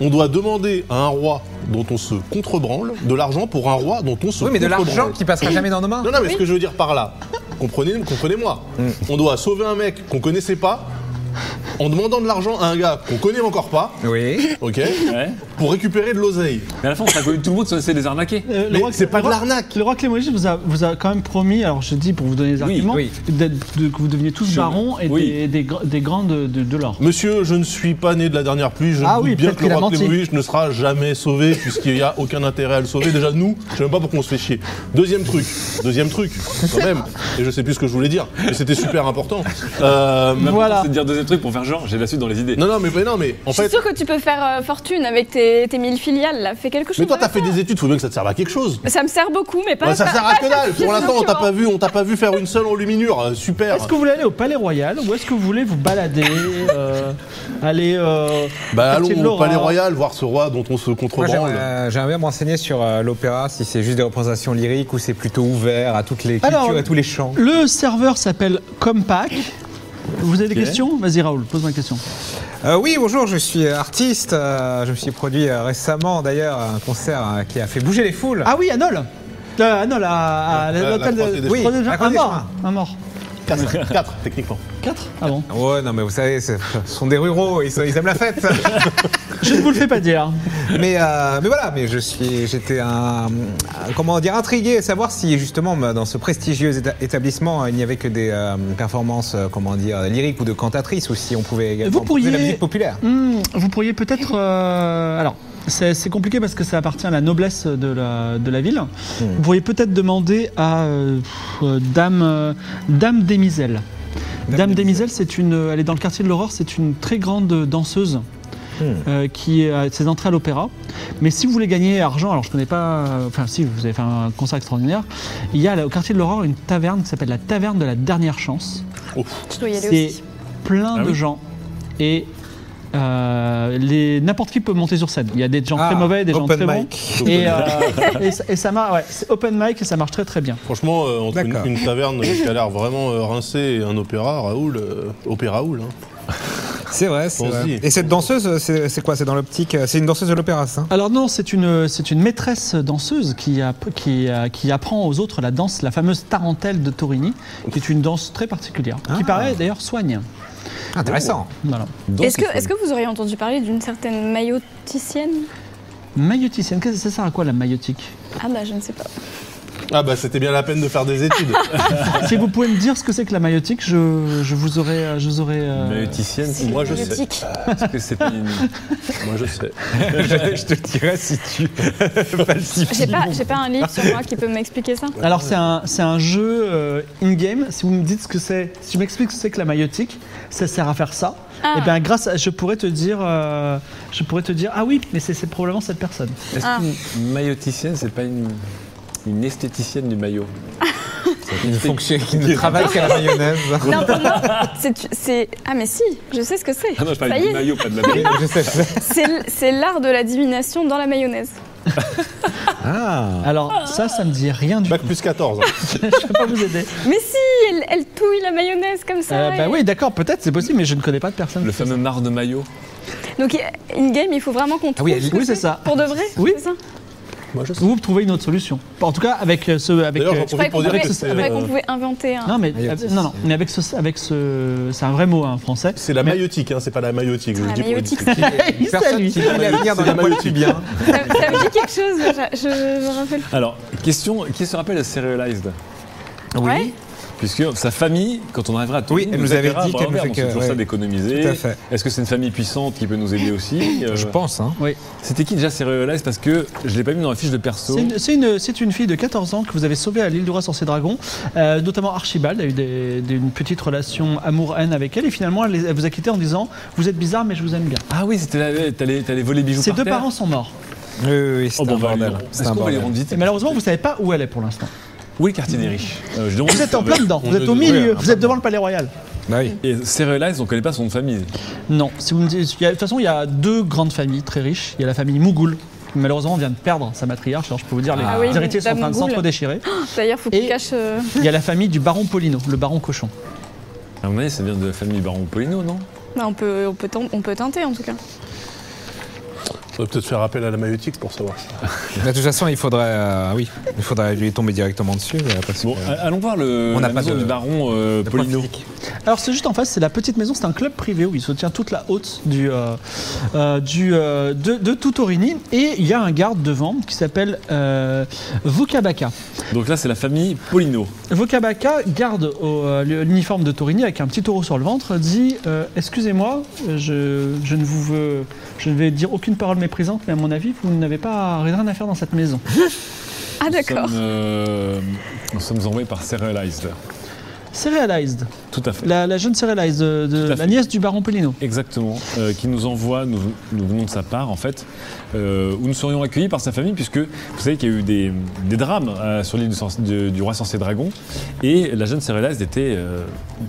Speaker 5: On doit demander à un roi dont on se contrebranle de l'argent pour un roi dont on se
Speaker 4: Oui, mais de l'argent
Speaker 5: contrebranle.
Speaker 4: qui passera jamais dans nos mains.
Speaker 5: Non, non, mais ce que je veux dire par là, comprenez- comprenez-moi,
Speaker 4: Mm.
Speaker 5: on doit sauver un mec qu'on connaissait pas en demandant de l'argent à un gars qu'on connaît encore pas,
Speaker 4: Oui.
Speaker 5: ok,
Speaker 2: Ouais.
Speaker 5: pour récupérer de l'oseille.
Speaker 2: Mais à la fin, on sera connu tout le monde, ça, c'est des arnaqués.
Speaker 1: Euh, le
Speaker 5: Mais
Speaker 1: roi-
Speaker 5: c'est
Speaker 1: le
Speaker 5: pas de
Speaker 1: roi-
Speaker 5: l'arnaque.
Speaker 1: Le roi Clémogis vous a, vous a quand même promis, alors je dis pour vous donner les
Speaker 2: Oui,
Speaker 1: arguments,
Speaker 4: oui.
Speaker 1: d'être- de- que vous deveniez tous barons et
Speaker 2: oui.
Speaker 1: des, des, gr- des grands de, de- de l'or.
Speaker 5: Monsieur, je ne suis pas né de la dernière pluie, je
Speaker 1: Ah
Speaker 5: doute
Speaker 1: oui,
Speaker 5: bien
Speaker 1: peut-être
Speaker 5: que le
Speaker 1: qu'il a
Speaker 5: roi
Speaker 1: menti.
Speaker 5: Clémovitch ne sera jamais sauvé puisqu'il n'y a aucun intérêt à le sauver. Déjà, nous, je sais même pas pourquoi on se fait chier. Deuxième truc, deuxième truc, quand même, et je sais plus ce que je voulais dire, mais c'était super important. Euh,
Speaker 1: Voilà.
Speaker 2: C'est de dire deuxième truc pour faire genre, j'ai la suite dans les idées.
Speaker 5: non, non, mais, mais non, mais en
Speaker 3: Je suis
Speaker 5: fait,
Speaker 3: sûre que tu peux faire euh, fortune avec tes, tes 1000 filiales là. Fais quelque chose.
Speaker 5: mais toi, t'as
Speaker 3: avec
Speaker 5: fait des études, faut bien que ça te serve à quelque chose.
Speaker 3: ça. Ça me sert beaucoup, mais pas.
Speaker 5: Bah, ça
Speaker 3: pas-
Speaker 5: sert
Speaker 3: pas
Speaker 5: à que dalle. Pour
Speaker 3: suffisamment,
Speaker 5: l'instant, on
Speaker 3: tu
Speaker 5: t'a
Speaker 3: vois.
Speaker 5: pas vu, on t'a pas vu faire une seule enluminure. Euh, Super.
Speaker 1: Est-ce que vous voulez aller au Palais Royal ou est-ce que vous voulez vous balader, euh, [LAUGHS] aller euh,
Speaker 5: Bah
Speaker 1: quartier de
Speaker 5: allons au
Speaker 1: l'Aurore
Speaker 5: Palais Royal voir ce roi dont on se
Speaker 4: Moi, j'aimerais
Speaker 5: contrebranle.
Speaker 4: euh, j'aimerais bien me renseigner sur euh, l'opéra, si c'est juste des représentations lyriques ou c'est plutôt ouvert à toutes les
Speaker 1: Alors,
Speaker 4: cultures, à tous les chants.
Speaker 1: Le serveur s'appelle Compac. Vous avez des questions Vas-y Raoul, pose-moi une question.
Speaker 4: Euh, oui, bonjour, je suis euh, artiste. euh, je me suis produit euh, récemment, d'ailleurs, à un concert euh, qui a fait bouger les foules.
Speaker 1: Ah oui, Anol euh, Anol à, à
Speaker 5: Euh, La- la
Speaker 1: l'hôtel
Speaker 5: Croisée
Speaker 1: de...
Speaker 5: des
Speaker 4: Oui, Chemins. la
Speaker 1: un
Speaker 4: Croisée des
Speaker 1: mort,
Speaker 4: Chemins.
Speaker 1: un mort.
Speaker 3: [LAUGHS]
Speaker 5: 4, 4 techniquement.
Speaker 1: Quatre Ah bon [LAUGHS]
Speaker 4: Ouais, non, mais vous savez, c'est- ce sont des ruraux, ils, sont- ils aiment la fête.
Speaker 1: Je ne vous le fais pas dire.
Speaker 4: Mais, euh, mais voilà, mais je suis, j'étais un, un- comment dire, intrigué à savoir si justement bah, dans ce prestigieux éta- établissement il n'y avait que des euh, performances, euh, comment dire, lyriques ou de cantatrices, ou si on pouvait également
Speaker 1: Vous pourriez-
Speaker 4: proposer de la musique populaire.
Speaker 1: Hmm, vous pourriez peut-être. euh, alors, c'est c'est compliqué parce que ça appartient à la noblesse de la, de la ville.
Speaker 4: Hmm.
Speaker 1: Vous pourriez peut-être demander à euh, pff, euh, Dame, euh, Dame Desmiselles. Dame, Desmiselles, c'est une, euh, elle est dans le quartier de l'Aurore, c'est une très grande euh, danseuse. euh, qui a ses entrées à l'opéra. Mais si vous voulez gagner argent, alors je connais pas. euh, Enfin, si vous avez fait un concert extraordinaire, il y a là, au quartier de l'Aurore une taverne qui s'appelle la taverne de la dernière chance.
Speaker 3: Je dois y aller
Speaker 1: C'est
Speaker 3: aussi.
Speaker 1: plein
Speaker 2: Ah
Speaker 1: de
Speaker 2: oui.
Speaker 1: gens et euh, les- n'importe qui peut monter sur scène. Il y a des gens
Speaker 4: Ah,
Speaker 1: très mauvais, des gens
Speaker 4: open
Speaker 1: très bons.
Speaker 4: mic.
Speaker 1: Et, euh, et ça- et ça marche. Ouais, c'est open mic et ça marche très très bien.
Speaker 5: Franchement, euh, entre une,
Speaker 4: D'accord.
Speaker 5: une taverne qui a l'air vraiment euh, rincée et un opéra, Raoul, euh, opéra Raoul. hein.
Speaker 4: C'est vrai, c'est
Speaker 5: On se
Speaker 4: vrai.
Speaker 5: dit.
Speaker 4: Et cette danseuse, c'est c'est quoi C'est dans l'optique, euh, c'est une danseuse de l'opéra, ça
Speaker 1: Alors non, c'est une c'est une maîtresse danseuse qui a- qui a- qui apprend aux autres la danse, la fameuse tarentelle de Torini, qui est une danse très particulière, qui paraît d'ailleurs soigne.
Speaker 4: Intéressant.
Speaker 1: Voilà.
Speaker 3: Est-ce que, est-ce que vous auriez entendu parler d'une certaine mailloticienne
Speaker 1: Mailloticienne, qu'est-ce que ça sert à quoi la maillotique
Speaker 3: Ah bah je ne sais pas.
Speaker 5: Ah bah c'était bien la peine de faire des études.
Speaker 1: Si vous pouvez me dire ce que c'est que la maillotique, je, je vous aurais euh, je vous aurais euh,
Speaker 2: Maïoticienne,
Speaker 5: C'est Moi, je sais.
Speaker 3: Maillotique.
Speaker 2: Est-ce que c'est pas une.
Speaker 5: Moi je sais.
Speaker 4: [LAUGHS] je, je te dirais si tu
Speaker 3: J'ai
Speaker 4: falsifies.
Speaker 3: pas, j'ai pas un livre sur moi qui peut m'expliquer ça.
Speaker 1: Alors c'est un, c'est un jeu euh, in-game, si vous me dites ce que c'est, si tu m'expliques ce que c'est que la maillotique, ça sert à faire ça,
Speaker 3: Ah.
Speaker 1: et bien grâce à, je pourrais te dire, euh, je pourrais te dire, ah oui, mais c'est c'est probablement cette personne.
Speaker 2: Est-ce
Speaker 3: Ah.
Speaker 2: qu'une mailloticienne, c'est pas une. Une esthéticienne du maillot
Speaker 3: [LAUGHS]
Speaker 4: Une fonction qui ne travaille qu'à la mayonnaise.
Speaker 3: Non, pour moi, c'est- c'est. Ah, mais si, je sais ce que c'est.
Speaker 2: Ah non, je
Speaker 3: Ça
Speaker 2: parlais
Speaker 3: y
Speaker 2: du
Speaker 3: est,
Speaker 2: maillot, pas de la maillot.
Speaker 4: je sais, je sais.
Speaker 3: c'est l- c'est l'art de la divination dans la mayonnaise.
Speaker 4: Ah.
Speaker 1: Alors ça, ça me dit rien du tout,
Speaker 5: [LAUGHS] Bac plus 14. hein.
Speaker 1: je peux pas vous aider.
Speaker 3: Mais si, elle, elle touille la mayonnaise comme ça.
Speaker 1: Euh, bah
Speaker 3: et-
Speaker 1: oui, d'accord, peut-être, c'est possible, mais je ne connais pas de personne.
Speaker 2: Le
Speaker 1: qui fait
Speaker 2: fameux marc de maillot.
Speaker 3: Donc, i- in-game, il faut vraiment
Speaker 5: Ah
Speaker 3: qu'on trouve.
Speaker 4: oui, elle-
Speaker 3: ce que
Speaker 1: oui, c'est ça.
Speaker 3: Pour de vrai
Speaker 1: Oui.
Speaker 3: c'est ça
Speaker 1: ça. Vous trouvez une autre solution. En tout cas, avec euh, ce... Avec,
Speaker 5: D'ailleurs j'en
Speaker 1: euh,
Speaker 3: Je
Speaker 5: profite
Speaker 3: croyais qu'on
Speaker 5: pour dire
Speaker 3: pouvait,
Speaker 5: que
Speaker 3: je
Speaker 5: c'est
Speaker 3: croyais qu'on
Speaker 5: euh,
Speaker 3: pouvait inventer un.
Speaker 1: non mais, euh,
Speaker 4: Maillotique.
Speaker 1: non non mais avec ce avec ce c'est un vrai mot hein, français
Speaker 5: c'est la
Speaker 1: Mais-
Speaker 5: maillotique, hein, c'est pas la maillotique. Je
Speaker 3: Ah,
Speaker 5: le
Speaker 3: la
Speaker 5: dis pour les
Speaker 3: maillotique.
Speaker 5: petits.
Speaker 3: [LAUGHS]
Speaker 1: Il
Speaker 4: Personne
Speaker 1: salue.
Speaker 4: qui veut l'avenir dans
Speaker 5: C'est la
Speaker 4: la
Speaker 5: maillotique.
Speaker 4: maillotique bien.
Speaker 3: ça, ça me dit quelque chose, mais je, je, je me rappelle.
Speaker 2: Alors, question qui se rappelle de Serialized
Speaker 3: Ouais.
Speaker 2: Puisque sa famille, quand on arrivera à tout
Speaker 4: Oui, elle nous avait dit qu'elle nous fait que-
Speaker 2: toujours ça
Speaker 4: ouais.
Speaker 2: d'économiser.
Speaker 4: Tout à fait.
Speaker 2: Est-ce que c'est une famille puissante qui peut nous aider aussi Euh,
Speaker 4: Je pense, hein.
Speaker 1: oui
Speaker 2: C'était qui déjà Serialized Parce que je l'ai pas mis dans la fiche de perso.
Speaker 1: C'est une- C'est une, c'est une fille de 14 ans que vous avez sauvée à l'île du roi sur ses dragons, Euh, notamment Archibald a eu des- des- une petite relation amour-haine avec elle et finalement elle, les- elle vous a quitté en disant vous êtes bizarre mais je vous aime bien.
Speaker 2: Ah oui, c'était la- t'allais t'allais voler bijoux
Speaker 1: Ses
Speaker 2: par
Speaker 1: deux
Speaker 2: terre.
Speaker 1: parents sont morts
Speaker 4: Oui, oui, oui, c'est
Speaker 2: Oh
Speaker 4: un
Speaker 2: bon, bah,
Speaker 4: bordel.
Speaker 2: alors,
Speaker 4: C'est
Speaker 2: est-ce
Speaker 4: un
Speaker 2: qu'on va les
Speaker 4: bordel.
Speaker 2: rendre visite
Speaker 1: et malheureusement vous savez pas où elle est pour l'instant.
Speaker 2: Où est le quartier des riches Euh, je demande
Speaker 1: Vous
Speaker 2: si
Speaker 1: êtes
Speaker 2: ça
Speaker 1: en
Speaker 2: va.
Speaker 1: plein dedans, vous êtes au
Speaker 5: Oui,
Speaker 1: milieu,
Speaker 5: un
Speaker 1: vous êtes devant le palais royal.
Speaker 4: Bah oui.
Speaker 2: Et Serialized, on connaît pas son famille.
Speaker 1: Non, si vous me dites, il y a- de toute façon il y a deux grandes familles très riches, il y a la famille Mougoul. qui, Malheureusement, vient de perdre sa matriarche, alors je peux vous dire, les,
Speaker 3: Ah oui,
Speaker 1: héritiers sont en
Speaker 3: Dame
Speaker 1: train de
Speaker 3: Mougoul.
Speaker 1: s'entre-déchirer.
Speaker 3: D'ailleurs, faut qu'on
Speaker 1: Et-
Speaker 3: cache. euh,
Speaker 1: Il y a la famille du baron Polino, le baron cochon.
Speaker 2: À un moment donné, ça vient de la famille Baron Polino, non
Speaker 3: bah, on, peut, on, peut ten- on peut tenter en tout cas.
Speaker 5: Faudrait peut-être faire appel à la maillotique pour savoir
Speaker 3: Euh,
Speaker 5: ça.
Speaker 4: Mais de toute façon, il faudrait, euh, oui, il faudrait lui tomber directement dessus. euh, parce
Speaker 2: Bon,
Speaker 4: que-
Speaker 2: a- allons voir le
Speaker 4: On n'a
Speaker 2: la
Speaker 4: pas
Speaker 2: maison
Speaker 4: de-
Speaker 2: du Baron euh,
Speaker 4: de point
Speaker 2: Polino.
Speaker 4: physique.
Speaker 1: Alors c'est juste en face, c'est la petite maison, c'est un club privé où il se tient toute la haute du, euh, euh, du, euh, de, de Tutorini et il y a un garde devant qui s'appelle euh, Vukabaka.
Speaker 2: Donc là, c'est la famille Polino.
Speaker 1: Vukabaka garde au, euh, l'uniforme de Torini avec un petit taureau sur le ventre, dit euh, excusez-moi, je, je ne vous veux, je ne vais dire aucune parole méprisante, mais à mon avis vous n'avez pas rien à faire dans cette maison.
Speaker 3: Ah,
Speaker 2: Nous
Speaker 3: d'accord.
Speaker 2: sommes, euh, nous sommes envoyés par Serialized.
Speaker 1: Serialized,
Speaker 2: Tout à fait.
Speaker 1: la, la jeune Serialized, de, de-
Speaker 2: Tout
Speaker 1: la
Speaker 2: à fait.
Speaker 1: nièce du baron Pelino.
Speaker 2: Exactement, euh, qui nous envoie, nous, nous venons de sa part en fait, euh, où nous serions accueillis par sa famille, puisque vous savez qu'il y a eu des, des drames euh, sur l'île du, Sans- du- du roi censé dragon, et la jeune Cérélase était euh,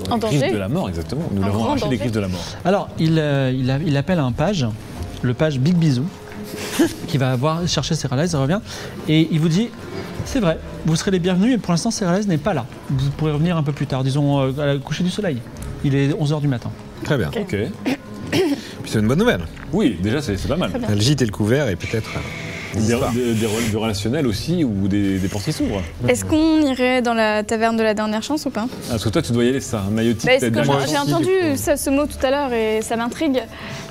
Speaker 2: dans
Speaker 3: En
Speaker 2: les
Speaker 3: danger.
Speaker 2: griffes de la mort, exactement. Nous
Speaker 3: En
Speaker 2: l'avons
Speaker 3: grand
Speaker 2: arraché
Speaker 3: danger.
Speaker 2: des griffes de la mort.
Speaker 1: Alors, il, euh, il, a- il appelle un page, le page Big Bisou, qui va avoir, chercher Serralès, il revient, et il vous dit C'est vrai, vous serez les bienvenus, mais pour l'instant, Serralès n'est pas là. Vous pourrez revenir un peu plus tard, disons euh, à la coucher du soleil. Il est 11h du matin.
Speaker 4: Très bien.
Speaker 2: Ok.
Speaker 4: Puis c'est une bonne nouvelle.
Speaker 2: Oui, déjà c'est c'est pas mal.
Speaker 4: Le gîte et le couvert, et peut-être. euh,
Speaker 2: Des, des- des- du relationnel aussi, ou des, des portes qui s'ouvrent.
Speaker 3: Est-ce qu'on irait dans la taverne de la dernière chance ou pas
Speaker 2: Ah, Parce que toi, tu dois y aller, c'est ça, un maillotique.
Speaker 3: Bah, est-ce
Speaker 2: peut-être
Speaker 3: que
Speaker 2: dans-
Speaker 3: j'ai- J'ai entendu ça- ce mot tout à l'heure et ça m'intrigue.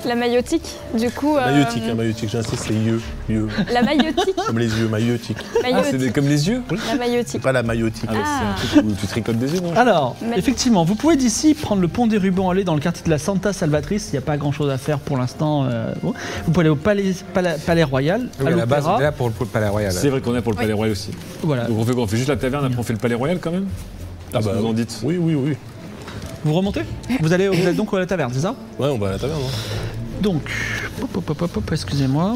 Speaker 3: La maillotique, du coup. euh,
Speaker 5: Maïotique, hein, Ah, maïotique, j'insiste, c'est yeux, yeux,
Speaker 3: La
Speaker 5: [LAUGHS]
Speaker 3: maillotique.
Speaker 5: comme les yeux, maïotique.
Speaker 2: Ah, c'est
Speaker 3: maillotique,
Speaker 2: des- comme les yeux
Speaker 3: La
Speaker 5: C'est
Speaker 3: maillotique.
Speaker 5: pas la maïotique.
Speaker 2: Ah, bah, c'est un truc où tu tricotes des yeux, non
Speaker 1: Alors,
Speaker 3: Mais-
Speaker 1: effectivement, vous pouvez d'ici prendre le pont des Rubans, aller dans le quartier de la Santa Salvatrice. Il n'y a pas grand chose à faire pour l'instant. euh, bon. Vous pouvez aller au Palais, Palais, Palais Royal,
Speaker 4: Oui,
Speaker 1: à
Speaker 4: à la base, on
Speaker 1: l'Opéra.
Speaker 4: est là pour le, pour le Palais Royal.
Speaker 2: C'est vrai qu'on est pour le Palais Royal aussi.
Speaker 1: Voilà.
Speaker 2: Donc on fait quoi On fait juste la taverne, après on fait le Palais Royal quand même Ah bah, vous en dites.
Speaker 5: Oui, oui, oui.
Speaker 1: Vous remontez vous, allez, vous êtes donc à la taverne, c'est ça
Speaker 5: Ouais, on va à la taverne. hein.
Speaker 1: Donc, hop, hop, hop, hop, hop, excusez-moi.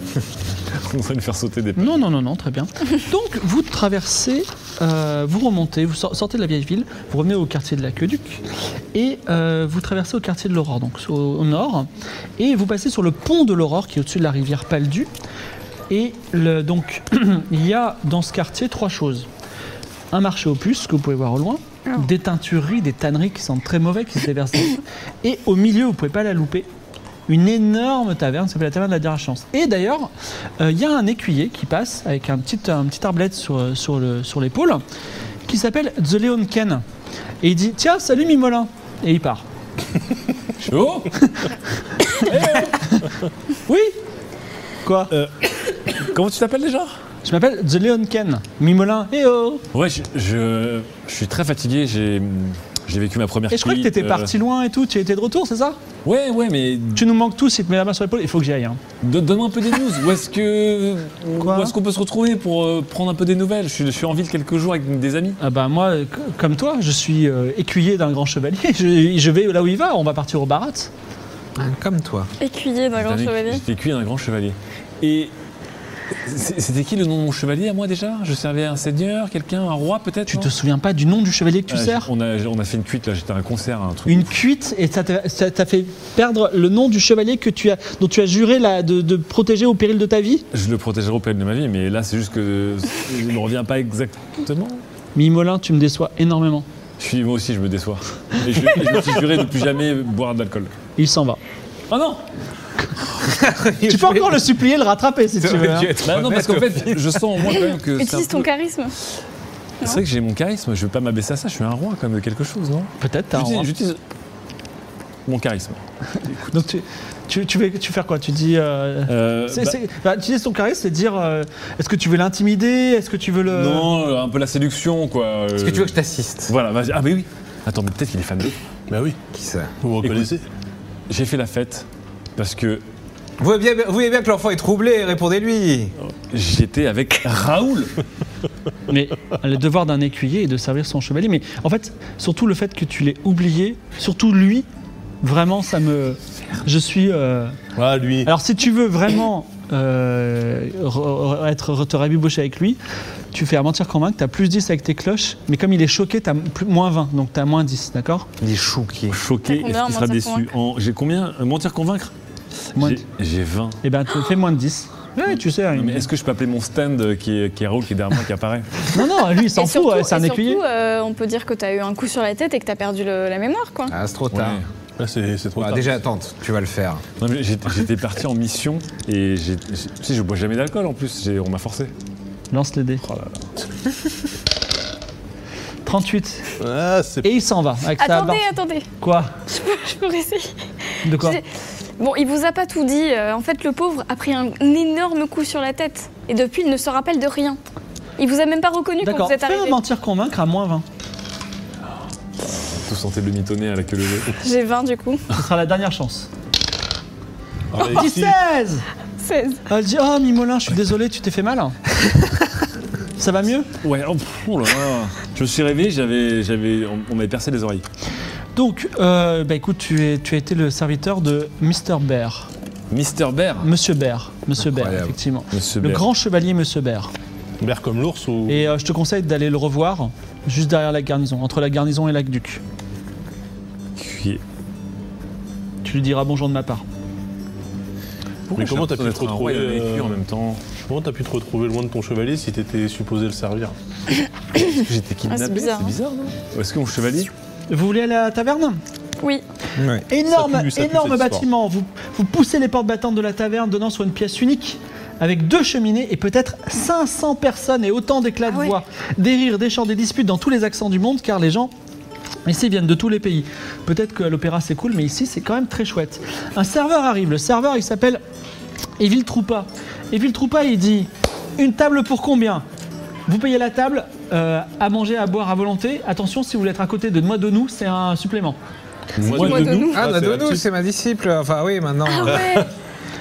Speaker 2: [LAUGHS] On va lui faire sauter des
Speaker 1: Non, non, non, non, très bien. Donc, vous traversez, euh, vous remontez, vous sor- sortez de la vieille ville, vous revenez au quartier de l'aqueduc et euh, vous traversez au quartier de l'Aurore, donc au, au nord, et vous passez sur le pont de l'Aurore qui est au-dessus de la rivière Paldu. Et le- donc, [CLEARS THROAT] il y a dans ce quartier trois choses un marché aux puces que vous pouvez voir au loin, des teintureries, des tanneries qui sentent très mauvais, qui se déversent. et au milieu, vous pouvez pas la louper, une énorme taverne, ça s'appelle la taverne de la dernière chance. Et d'ailleurs, euh, il y a un écuyer qui passe avec un petit, un petit arblette sur, euh, sur le- sur l'épaule, qui s'appelle The Leon Ken. Et il dit Tiens, salut Mimolin Et il part.
Speaker 2: Oh
Speaker 1: Oui Quoi
Speaker 2: [LAUGHS] Comment tu t'appelles déjà
Speaker 1: Je m'appelle The Leon Ken. Mimolin, eh oh
Speaker 2: Ouais, je, je, je suis très fatigué, j'ai j'ai vécu ma première
Speaker 1: Et je crois que
Speaker 2: cuite,
Speaker 1: t'étais
Speaker 2: euh,
Speaker 1: parti loin et tout, tu étais de retour, c'est ça
Speaker 2: Ouais, ouais, mais
Speaker 1: Tu nous manques tous, il te met la main sur l'épaule, il faut que j'y aille. hein.
Speaker 2: don- donne-moi un peu des news. Où est-ce que
Speaker 1: Quoi
Speaker 2: où est-ce qu'on peut se retrouver pour euh, prendre un peu des nouvelles je suis, je suis en ville quelques jours avec des amis.
Speaker 1: Ah bah moi, euh, c- comme toi, je suis euh, écuyer d'un grand chevalier. [LAUGHS] Je, je vais là où il va, on va partir au barat.
Speaker 4: Comme
Speaker 2: [LAUGHS]
Speaker 4: toi.
Speaker 3: Écuyer d'un grand
Speaker 2: J'étais-
Speaker 3: chevalier.
Speaker 2: J'étais cuit d'un grand chevalier. Et c'est- c'était qui le nom de mon chevalier à moi déjà Je servais un seigneur, quelqu'un, un roi peut-être Euh,
Speaker 1: Tu te souviens pas du nom du chevalier que tu sers
Speaker 2: on a, on a fait une cuite là, j'étais à un concert, un truc.
Speaker 1: Une cuite et ça t'a ça t'a fait perdre le nom du chevalier que tu as, dont tu as juré la- de, de protéger au péril de ta vie
Speaker 2: Je le protégerai au péril de ma vie, mais là c'est juste que je ne reviens pas exactement.
Speaker 1: Mimolin, tu me déçois énormément.
Speaker 2: Je suis, moi aussi je me déçois. Et je, et je me suis juré de ne plus jamais boire d'alcool.
Speaker 1: Il s'en va.
Speaker 2: Oh non
Speaker 1: Tu peux encore le supplier, le rattraper [LAUGHS] si tu veux. hein.
Speaker 2: Bah Non, parce qu'en fait je sens au moins quand même que. c'est un
Speaker 3: Utilise ton
Speaker 2: peu-
Speaker 3: charisme.
Speaker 2: C'est vrai que j'ai mon charisme, je ne vais pas m'abaisser à ça, je suis un roi quand même de quelque chose, non
Speaker 1: Peut-être t'as un
Speaker 2: J'utilise-
Speaker 1: roi.
Speaker 2: J'utilise mon charisme.
Speaker 1: Donc tu, tu, tu veux tu veux faire quoi Tu dis. euh,
Speaker 2: Euh,
Speaker 1: c'est-
Speaker 2: bah-
Speaker 1: c'est- bah, utiliser ton charisme, c'est dire euh, est-ce que tu veux l'intimider Est-ce que tu veux le.
Speaker 2: Non, euh, un peu la séduction, quoi.
Speaker 4: euh,
Speaker 2: euh.
Speaker 4: Est-ce que tu veux que je t'assiste
Speaker 2: Voilà, vas-y. Ah, mais oui. Attends, mais peut-être qu'il est fan de.
Speaker 5: Bah oui,
Speaker 4: Qui ça
Speaker 5: vous vous reconnaissez
Speaker 2: J'ai fait la fête parce que
Speaker 4: vous voyez, bien, vous voyez bien que l'enfant est troublé, répondez-lui.
Speaker 2: Oh. j'étais avec Raoul.
Speaker 1: Mais le devoir d'un écuyer est de servir son chevalier. Mais en fait, surtout le fait que tu l'aies oublié, surtout lui, vraiment, ça me. Je suis. euh,
Speaker 5: Ah, lui.
Speaker 1: Alors si tu veux vraiment euh, re- re- être, re- te rabibocher avec lui, tu fais à mentir convaincre, t'as plus 10 avec tes cloches, mais comme il est choqué, t'as plus- moins 20, donc t'as moins 10, d'accord
Speaker 4: Il est choqué.
Speaker 2: Choqué,
Speaker 3: T'as combien
Speaker 2: est-ce
Speaker 3: en
Speaker 2: qu'il sera
Speaker 3: mentir,
Speaker 2: déçu En- J'ai combien Euh, Mentir, convaincre
Speaker 1: Moins
Speaker 2: J'ai-
Speaker 1: de- Mmh.
Speaker 2: J'ai 20.
Speaker 1: Eh ben tu fais moins de 10. Ouais, tu sais, hein,
Speaker 2: Non,
Speaker 1: il-
Speaker 2: mais est-ce que je peux appeler mon stand euh, qui est, qui est Raoul, qui est derrière moi, qui apparaît
Speaker 1: non, non, lui il s'en
Speaker 3: Et
Speaker 1: fout,
Speaker 3: surtout-
Speaker 1: ouais, c'est un
Speaker 3: et surtout,
Speaker 1: écuyer.
Speaker 3: euh, on peut dire que t'as eu un coup sur la tête et que t'as perdu le- la mémoire, quoi.
Speaker 4: Ah, c'est trop
Speaker 2: Ouais.
Speaker 4: tard.
Speaker 5: Là, c'est c'est trop
Speaker 4: Ah,
Speaker 5: tard.
Speaker 4: déjà, tente, tu vas le faire.
Speaker 2: Non, mais J'étais j'étais parti en mission et j'ai- j'ai- tu sais, je bois jamais d'alcool en plus, j'ai- on m'a forcé.
Speaker 3: euh,
Speaker 2: Oh
Speaker 1: Lance les dés. 38.
Speaker 5: Ah, c'est
Speaker 1: Et il s'en va avec sa
Speaker 3: Attendez,
Speaker 1: barre.
Speaker 3: attendez. [LAUGHS]
Speaker 1: Quoi
Speaker 3: Je peux, je peux essayer.
Speaker 1: De quoi
Speaker 3: Bon, il vous a pas tout dit. Euh, En fait, le pauvre a pris un, un énorme coup sur la tête. Et depuis, il ne se rappelle de rien. Il vous a même pas reconnu quand
Speaker 1: D'accord,
Speaker 3: vous êtes
Speaker 1: fais un
Speaker 3: arrivé.
Speaker 1: mentir convaincre à moins 20.
Speaker 2: Tout sentait le mitonner à la queue levée.
Speaker 3: J'ai 20 du coup.
Speaker 1: Ce sera la dernière chance.
Speaker 5: Ah, mais si.
Speaker 1: 16
Speaker 3: 16.
Speaker 1: Elle dit Oh Mimolin, je suis désolé, tu t'es fait mal Ça va mieux
Speaker 2: Ouais, oh, pff, oh là là. Je me suis rêvé, j'avais, j'avais, on, on m'avait percé les oreilles.
Speaker 1: Donc, euh, bah écoute, tu, es, tu as été le serviteur de Mr. Bear.
Speaker 2: Mister Bear.
Speaker 1: Monsieur Bear. Monsieur Bear,
Speaker 4: Incroyable.
Speaker 1: effectivement.
Speaker 2: Monsieur
Speaker 1: le
Speaker 2: Bear.
Speaker 1: grand chevalier Monsieur Bear.
Speaker 5: Vert comme l'ours ou.
Speaker 1: Et euh, je te conseille d'aller le revoir juste derrière la garnison, entre la garnison et l'aqueduc.
Speaker 2: Qui est-
Speaker 1: Tu lui diras bonjour de ma part.
Speaker 5: Mais comment t'as
Speaker 2: J'ai
Speaker 5: pu te
Speaker 2: l'impression d'être un roi
Speaker 5: retrouver
Speaker 2: et un écu
Speaker 5: euh,
Speaker 2: en même temps
Speaker 5: Comment t'as pu te retrouver loin de ton chevalier si t'étais supposé le servir
Speaker 2: J'étais kidnappé,
Speaker 3: Ah, c'est bizarre, hein.
Speaker 2: non Ou Est-ce que mon chevalier
Speaker 1: Vous voulez aller à la taverne
Speaker 3: Oui.
Speaker 4: Ouais.
Speaker 1: Énorme,
Speaker 5: Ça pue, ça pue,
Speaker 1: énorme
Speaker 5: cette
Speaker 1: bâtiment. Vous, vous poussez les portes battantes de la taverne, donnant sur une pièce unique avec deux cheminées et peut-être 500 personnes et autant d'éclats de
Speaker 3: Ah ouais.
Speaker 1: voix, des rires, des chants, des disputes dans tous les accents du monde, car les gens Ici ils viennent de tous les pays. Peut-être que l'opéra c'est cool, mais ici c'est quand même très chouette. Un serveur arrive. Le serveur il s'appelle Evil Troupa. Evil Troupa il dit Une table pour combien Vous payez la table, euh, à manger, à boire à volonté. Attention, si vous voulez être à côté de moi de nous, c'est un supplément.
Speaker 2: Moi,
Speaker 3: moi de nous.
Speaker 4: Ah,
Speaker 2: c'est la
Speaker 4: Nadonou,
Speaker 2: petite.
Speaker 4: c'est ma disciple. Enfin, oui, maintenant. euh,
Speaker 3: Ouais.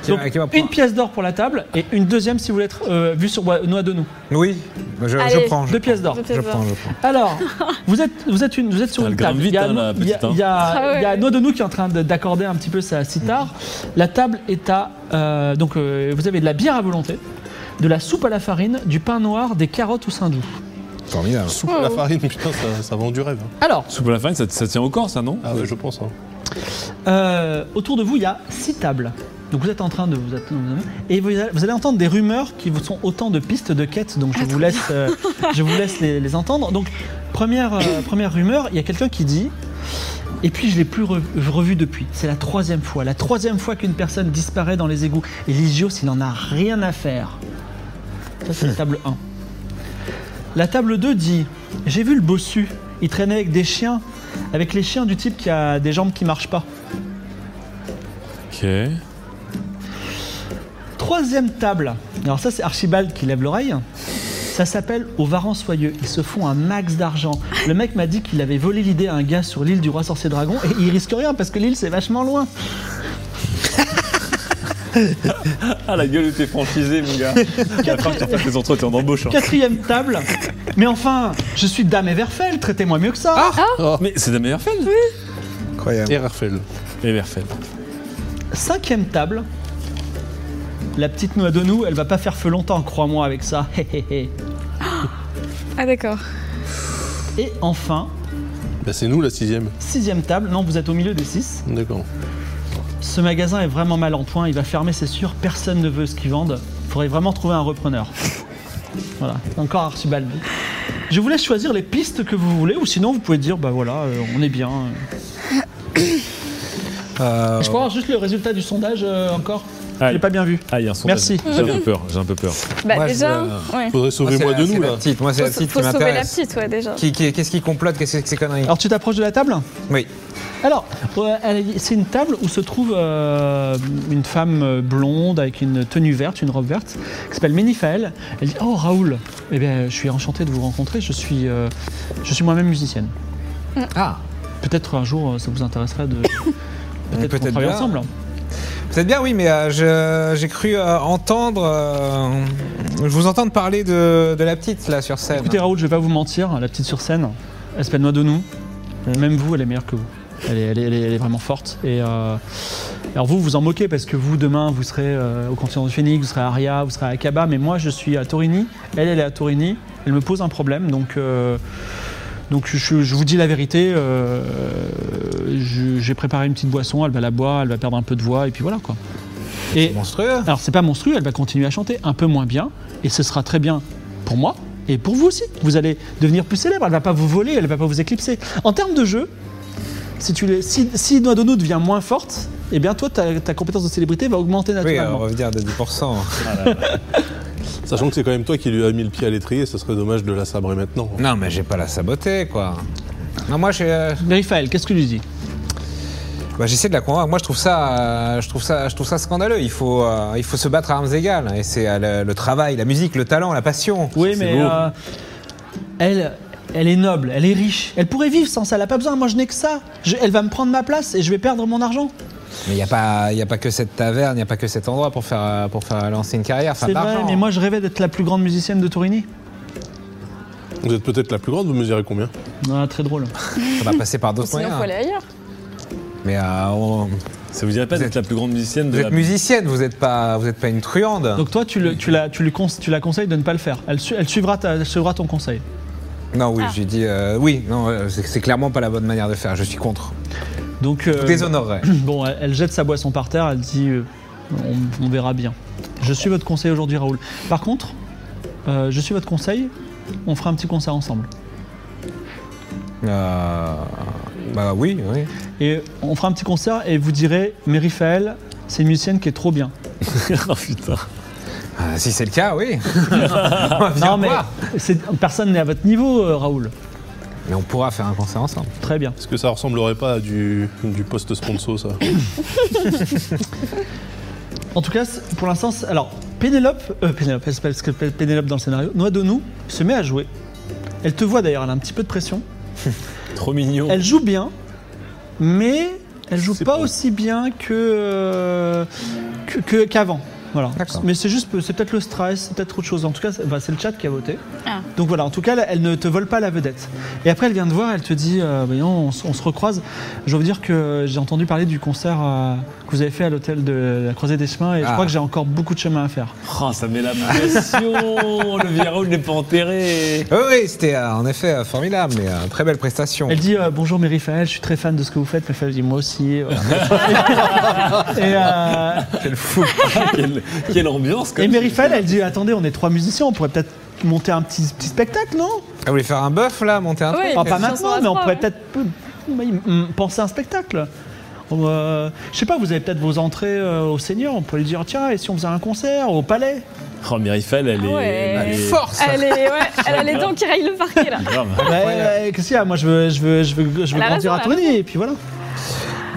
Speaker 4: qui
Speaker 1: Ah Donc,
Speaker 4: va- qui va
Speaker 1: une
Speaker 4: prendre.
Speaker 1: pièce d'or pour la table et une deuxième si vous voulez être euh, vu sur Bois- noix de nous.
Speaker 4: Oui, je, je
Speaker 3: Allez.
Speaker 4: prends. Je
Speaker 1: Deux pièces d'or.
Speaker 3: Je te
Speaker 4: Je
Speaker 3: vois.
Speaker 4: prends, je prends.
Speaker 3: [LAUGHS]
Speaker 1: Alors, vous êtes, vous êtes, une, vous êtes sur
Speaker 2: Elle
Speaker 1: une
Speaker 2: grimpe
Speaker 1: table.
Speaker 2: vite,
Speaker 1: il y a,
Speaker 2: hein, la
Speaker 1: il y a-
Speaker 2: petite, hein.
Speaker 1: il y a-
Speaker 3: Ah ouais.
Speaker 1: il y a Noa de nous qui est en train de- d'accorder un petit peu sa sitar. La table est à. euh, donc, euh, vous avez de la bière à volonté, de la soupe à la farine, du pain noir, des carottes ou saindoux.
Speaker 4: Formidable.
Speaker 5: Soupe à la farine, putain, ça, ça vend du rêve. hein.
Speaker 1: Alors,
Speaker 2: Soupe à la farine, ça, ça tient au corps, ça, non
Speaker 5: Ah ouais, je pense. hein.
Speaker 1: euh, autour de vous, il y a six tables. Donc, vous êtes en train de vous. att- Et vous allez, vous allez entendre des rumeurs qui vous sont autant de pistes de quêtes. Donc, je vous laisse, euh, je vous laisse les, les entendre. Donc, première, euh, première rumeur, il y a quelqu'un qui dit Et puis je l'ai plus re- revu depuis. C'est la troisième fois. La troisième fois qu'une personne disparaît dans les égouts. Et Ligios, il n'en a rien à faire. Ça, c'est la table 1. La table 2 dit J'ai vu le bossu. Il traînait avec des chiens. Avec les chiens du type qui a des jambes qui marchent pas.
Speaker 2: Ok.
Speaker 1: Troisième table. Alors ça, c'est Archibald qui lève l'oreille. Ça s'appelle au Varan Soyeux. Ils se font un max d'argent. Le mec m'a dit qu'il avait volé l'idée à un gars sur l'île du roi sorcier dragon et il risque rien parce que l'île c'est vachement loin.
Speaker 2: Ah, la gueule de tes franchisés, mon [LAUGHS] gars. Il va falloir que tu refasses tes entretiens d'embauche. hein.
Speaker 1: Quatrième table. Mais enfin, je suis Dame Everfell, traitez-moi mieux que ça.
Speaker 2: Mais c'est la meilleure fête
Speaker 4: Incroyable.
Speaker 5: Et Raphaël.
Speaker 2: Et Verfel.
Speaker 1: Cinquième table. La petite noix de nous, elle va pas faire feu longtemps, crois-moi, avec ça. [LAUGHS] Hé, hé, hé.
Speaker 3: Ah d'accord.
Speaker 1: Et enfin,
Speaker 5: Bah, c'est nous la sixième.
Speaker 1: sixième table. Non, vous êtes au milieu des six.
Speaker 5: D'accord.
Speaker 1: Ce magasin est vraiment mal en point, il va fermer, c'est sûr. Personne ne veut ce qu'ils vendent. Faudrait vraiment trouver un repreneur. Voilà, encore Archibald. Je vous laisse choisir les pistes que vous voulez, ou sinon vous pouvez dire, bah voilà, euh, on est bien.
Speaker 4: Euh,
Speaker 1: Je crois avoir juste le résultat du sondage euh, encore.
Speaker 2: Ah,
Speaker 1: Je l'ai pas bien vu.
Speaker 2: Ah, il y a un sondage.
Speaker 1: Merci.
Speaker 2: J'ai un peu peur, j'ai un peu peur.
Speaker 3: Bah
Speaker 4: Moi, je-
Speaker 3: déjà.
Speaker 4: euh,
Speaker 3: Ouais.
Speaker 5: Faudrait sauver
Speaker 4: c'est
Speaker 5: moi
Speaker 4: la-
Speaker 5: de
Speaker 4: c'est
Speaker 5: nous
Speaker 4: la
Speaker 5: là.
Speaker 4: petite. Moi, c'est la
Speaker 3: Faut,
Speaker 4: petite
Speaker 3: faut
Speaker 4: qui
Speaker 3: sauver la
Speaker 4: m'intéresse.
Speaker 3: petite, ouais déjà.
Speaker 4: Qui- qui- Qu'est-ce qui complote Qu'est-ce que c'est que ces conneries
Speaker 1: Alors tu t'approches de la table
Speaker 4: Oui.
Speaker 1: Alors, euh, elle- c'est une table où se trouve euh, une femme euh, blonde avec une tenue verte, une robe verte, qui s'appelle Ménifaël. Elle dit Oh Raoul, eh bien, je suis enchantée de vous rencontrer, je suis, euh, je suis moi-même musicienne.
Speaker 4: Ah,
Speaker 1: Peut-être un jour euh, ça vous intéresserait
Speaker 4: [LAUGHS]
Speaker 1: de. Peut-être
Speaker 4: Peut-être
Speaker 1: qu'on travaille
Speaker 4: bien.
Speaker 1: ensemble.
Speaker 4: Vous êtes bien, oui, mais euh, je- j'ai cru euh, entendre. euh, je vous entendre parler de, de la petite, là, sur scène.
Speaker 1: Écoutez Raoul, je vais pas vous mentir, la petite sur scène, elle s'appelle Noix de nous. Même vous, elle est meilleure que vous. Elle est, elle est- elle est- elle est vraiment forte. Et euh, alors vous, vous en moquez parce que vous, demain, vous serez euh, au continent du Phoenix, vous serez à Aria, vous serez à Akaba, mais moi, je suis à Torini. Elle, elle est à Torini. Elle me pose un problème, donc. euh, donc je, je vous dis la vérité, euh, je- j'ai préparé une petite boisson, elle va la boire, elle va perdre un peu de voix, et puis voilà quoi. Et
Speaker 4: Monstrueux.
Speaker 1: alors c'est pas monstrueux, elle va continuer à chanter un peu moins bien, et ce sera très bien pour moi et pour vous aussi. Vous allez devenir plus célèbre, elle va pas vous voler, elle va pas vous éclipser. En termes de jeu, si, tu les- si, si Noa Dono devient moins forte, eh bien toi, ta, ta compétence de célébrité va augmenter
Speaker 4: Oui, euh, on
Speaker 1: naturellement.
Speaker 4: va dire de 10%.
Speaker 5: Sachant que c'est quand même toi qui lui as mis le pied à l'étrier, ça serait dommage de la sabrer maintenant. hein.
Speaker 4: non, mais j'ai pas la saboter, quoi. Non, moi, j'ai, euh,
Speaker 1: Mais Raphaël, qu'est-ce que tu dis
Speaker 4: bah, j'essaie de la convaincre. Moi, je trouve ça, euh, je trouve ça, je trouve ça scandaleux. Il faut, euh, il faut se battre à armes égales. Et c'est euh, le, le travail, la musique, le talent, la passion.
Speaker 1: Oui,
Speaker 4: C'est
Speaker 1: mais
Speaker 4: beau.
Speaker 1: euh, elle, elle est noble, elle est riche, elle pourrait vivre sans ça, elle a pas besoin, moi je n'ai que ça. Je- elle va me prendre ma place et je vais perdre mon argent.
Speaker 4: Mais il n'y a pas, il y a pas que cette taverne, il n'y a pas que cet endroit pour faire, euh, pour faire lancer une carrière, faire
Speaker 1: C'est
Speaker 4: de
Speaker 1: vrai,
Speaker 4: l'argent.
Speaker 1: mais moi je rêvais d'être la plus grande musicienne de Torini.
Speaker 5: Vous êtes peut-être la plus grande, vous mesurez combien
Speaker 1: Ah, très drôle.
Speaker 4: on va passer par d'autres
Speaker 3: Sinon
Speaker 4: moyens.
Speaker 3: faut aller ailleurs.
Speaker 1: Ah,
Speaker 4: Mais euh, on-
Speaker 2: Ça vous dirait pas d'être la plus grande musicienne de
Speaker 4: vous
Speaker 2: la.
Speaker 4: êtes
Speaker 2: [LAUGHS]
Speaker 4: musicienne, vous n'êtes pas, vous êtes pas une truande.
Speaker 1: Donc toi, tu, le- tu la, tu, lui cons- tu la conseilles de ne pas le faire. Elle, su- elle suivra, ta- elle suivra ton conseil.
Speaker 4: Non,
Speaker 3: Ah.
Speaker 4: oui, j'ai dit euh, oui. Non, euh, c'est c'est clairement pas la bonne manière de faire. Je suis contre.
Speaker 1: Donc, euh,
Speaker 4: Déshonorerait.
Speaker 1: [CLEARS THROAT] bon, elle, elle jette sa boisson par terre, elle dit euh, on, on verra bien. Je suis votre conseil aujourd'hui, Raoul. Par contre, euh, je suis votre conseil, on fera un petit concert ensemble.
Speaker 4: Euh, bah oui, oui.
Speaker 1: Et on fera un petit concert et vous direz Mais Raphaël, c'est une musicienne qui est trop bien.
Speaker 2: oh putain.
Speaker 4: Euh, si c'est le
Speaker 1: [LAUGHS]
Speaker 4: cas, oui. on va venir
Speaker 1: Non, mais
Speaker 4: voir.
Speaker 1: c'est- personne n'est à votre niveau, euh, Raoul.
Speaker 4: Mais on pourra faire un concert ensemble.
Speaker 1: Très bien.
Speaker 5: Est-ce que ça ressemblerait pas à du, du poste sponsor, ça
Speaker 1: En tout cas, c- pour l'instant, c'est- alors Pénélope, euh, Pénélope, elle s'appelle parce que Pé- Pénélope dans le scénario, Noix de nous se met à jouer. Elle te voit d'ailleurs, elle a un petit peu de pression.
Speaker 2: Trop mignon.
Speaker 1: Elle joue bien, mais elle joue
Speaker 5: C'est
Speaker 1: pas
Speaker 5: pas-
Speaker 1: aussi bien que euh, que- que- qu'avant. voilà.
Speaker 4: D'accord.
Speaker 1: Mais c'est juste, peu- c'est peut-être le stress, c'est peut-être autre chose. En tout cas, c'est bah, c'est le chat qui a voté.
Speaker 3: Ah.
Speaker 1: Donc voilà, en tout cas, elle ne te vole pas la vedette. Et après, elle vient te voir, elle te dit, euh, voyons, on, se- on se recroise. Je veux dire que j'ai entendu parler du concert euh, que vous avez fait à l'hôtel de la Croisée des Chemins, et je
Speaker 4: Ah.
Speaker 1: crois que j'ai encore beaucoup de chemin à faire.
Speaker 2: Oh, ça met la pression. le Vieira n'est pas enterré.
Speaker 4: Oui, oui, c'était euh, en effet euh, formidable, mais euh, très belle prestation.
Speaker 1: Elle dit euh, bonjour Mérifaël, je suis très fan de ce que vous faites. Mérifaël dit moi aussi. Voilà. [LAUGHS] et euh,
Speaker 2: Quel fou. Ah, quelle, quelle ambiance.
Speaker 1: et
Speaker 2: comme-
Speaker 1: Mérifaël, elle dit attendez, on est trois musiciens, on pourrait peut-être monter un petit, petit spectacle, non
Speaker 4: Elle voulait faire un bœuf là, monter un
Speaker 3: Oui.
Speaker 4: truc.
Speaker 1: Enfin, pas
Speaker 3: une chanson
Speaker 1: maintenant,
Speaker 3: à
Speaker 1: mais on
Speaker 3: trois,
Speaker 1: pourrait
Speaker 3: ouais.
Speaker 1: peut-être euh, penser à un spectacle. On, euh, je sais pas, vous avez peut-être vos entrées euh, au Seigneur, on pourrait lui dire tiens, et si on faisait un concert au palais
Speaker 2: Oh, Mirifael, elle est.
Speaker 3: Ah ouais.
Speaker 2: elle est-
Speaker 4: Force
Speaker 3: Elle,
Speaker 1: [LAUGHS]
Speaker 3: est- ouais, elle a les dents qui raillent le parquet, là.
Speaker 2: Grave.
Speaker 1: Ouais, ouais, Qu'est-ce qu'il y a Moi, je veux, je veux, je veux, je veux
Speaker 3: Elle a
Speaker 1: grandir
Speaker 3: raison,
Speaker 1: à
Speaker 3: elle a
Speaker 1: Tony, et puis voilà.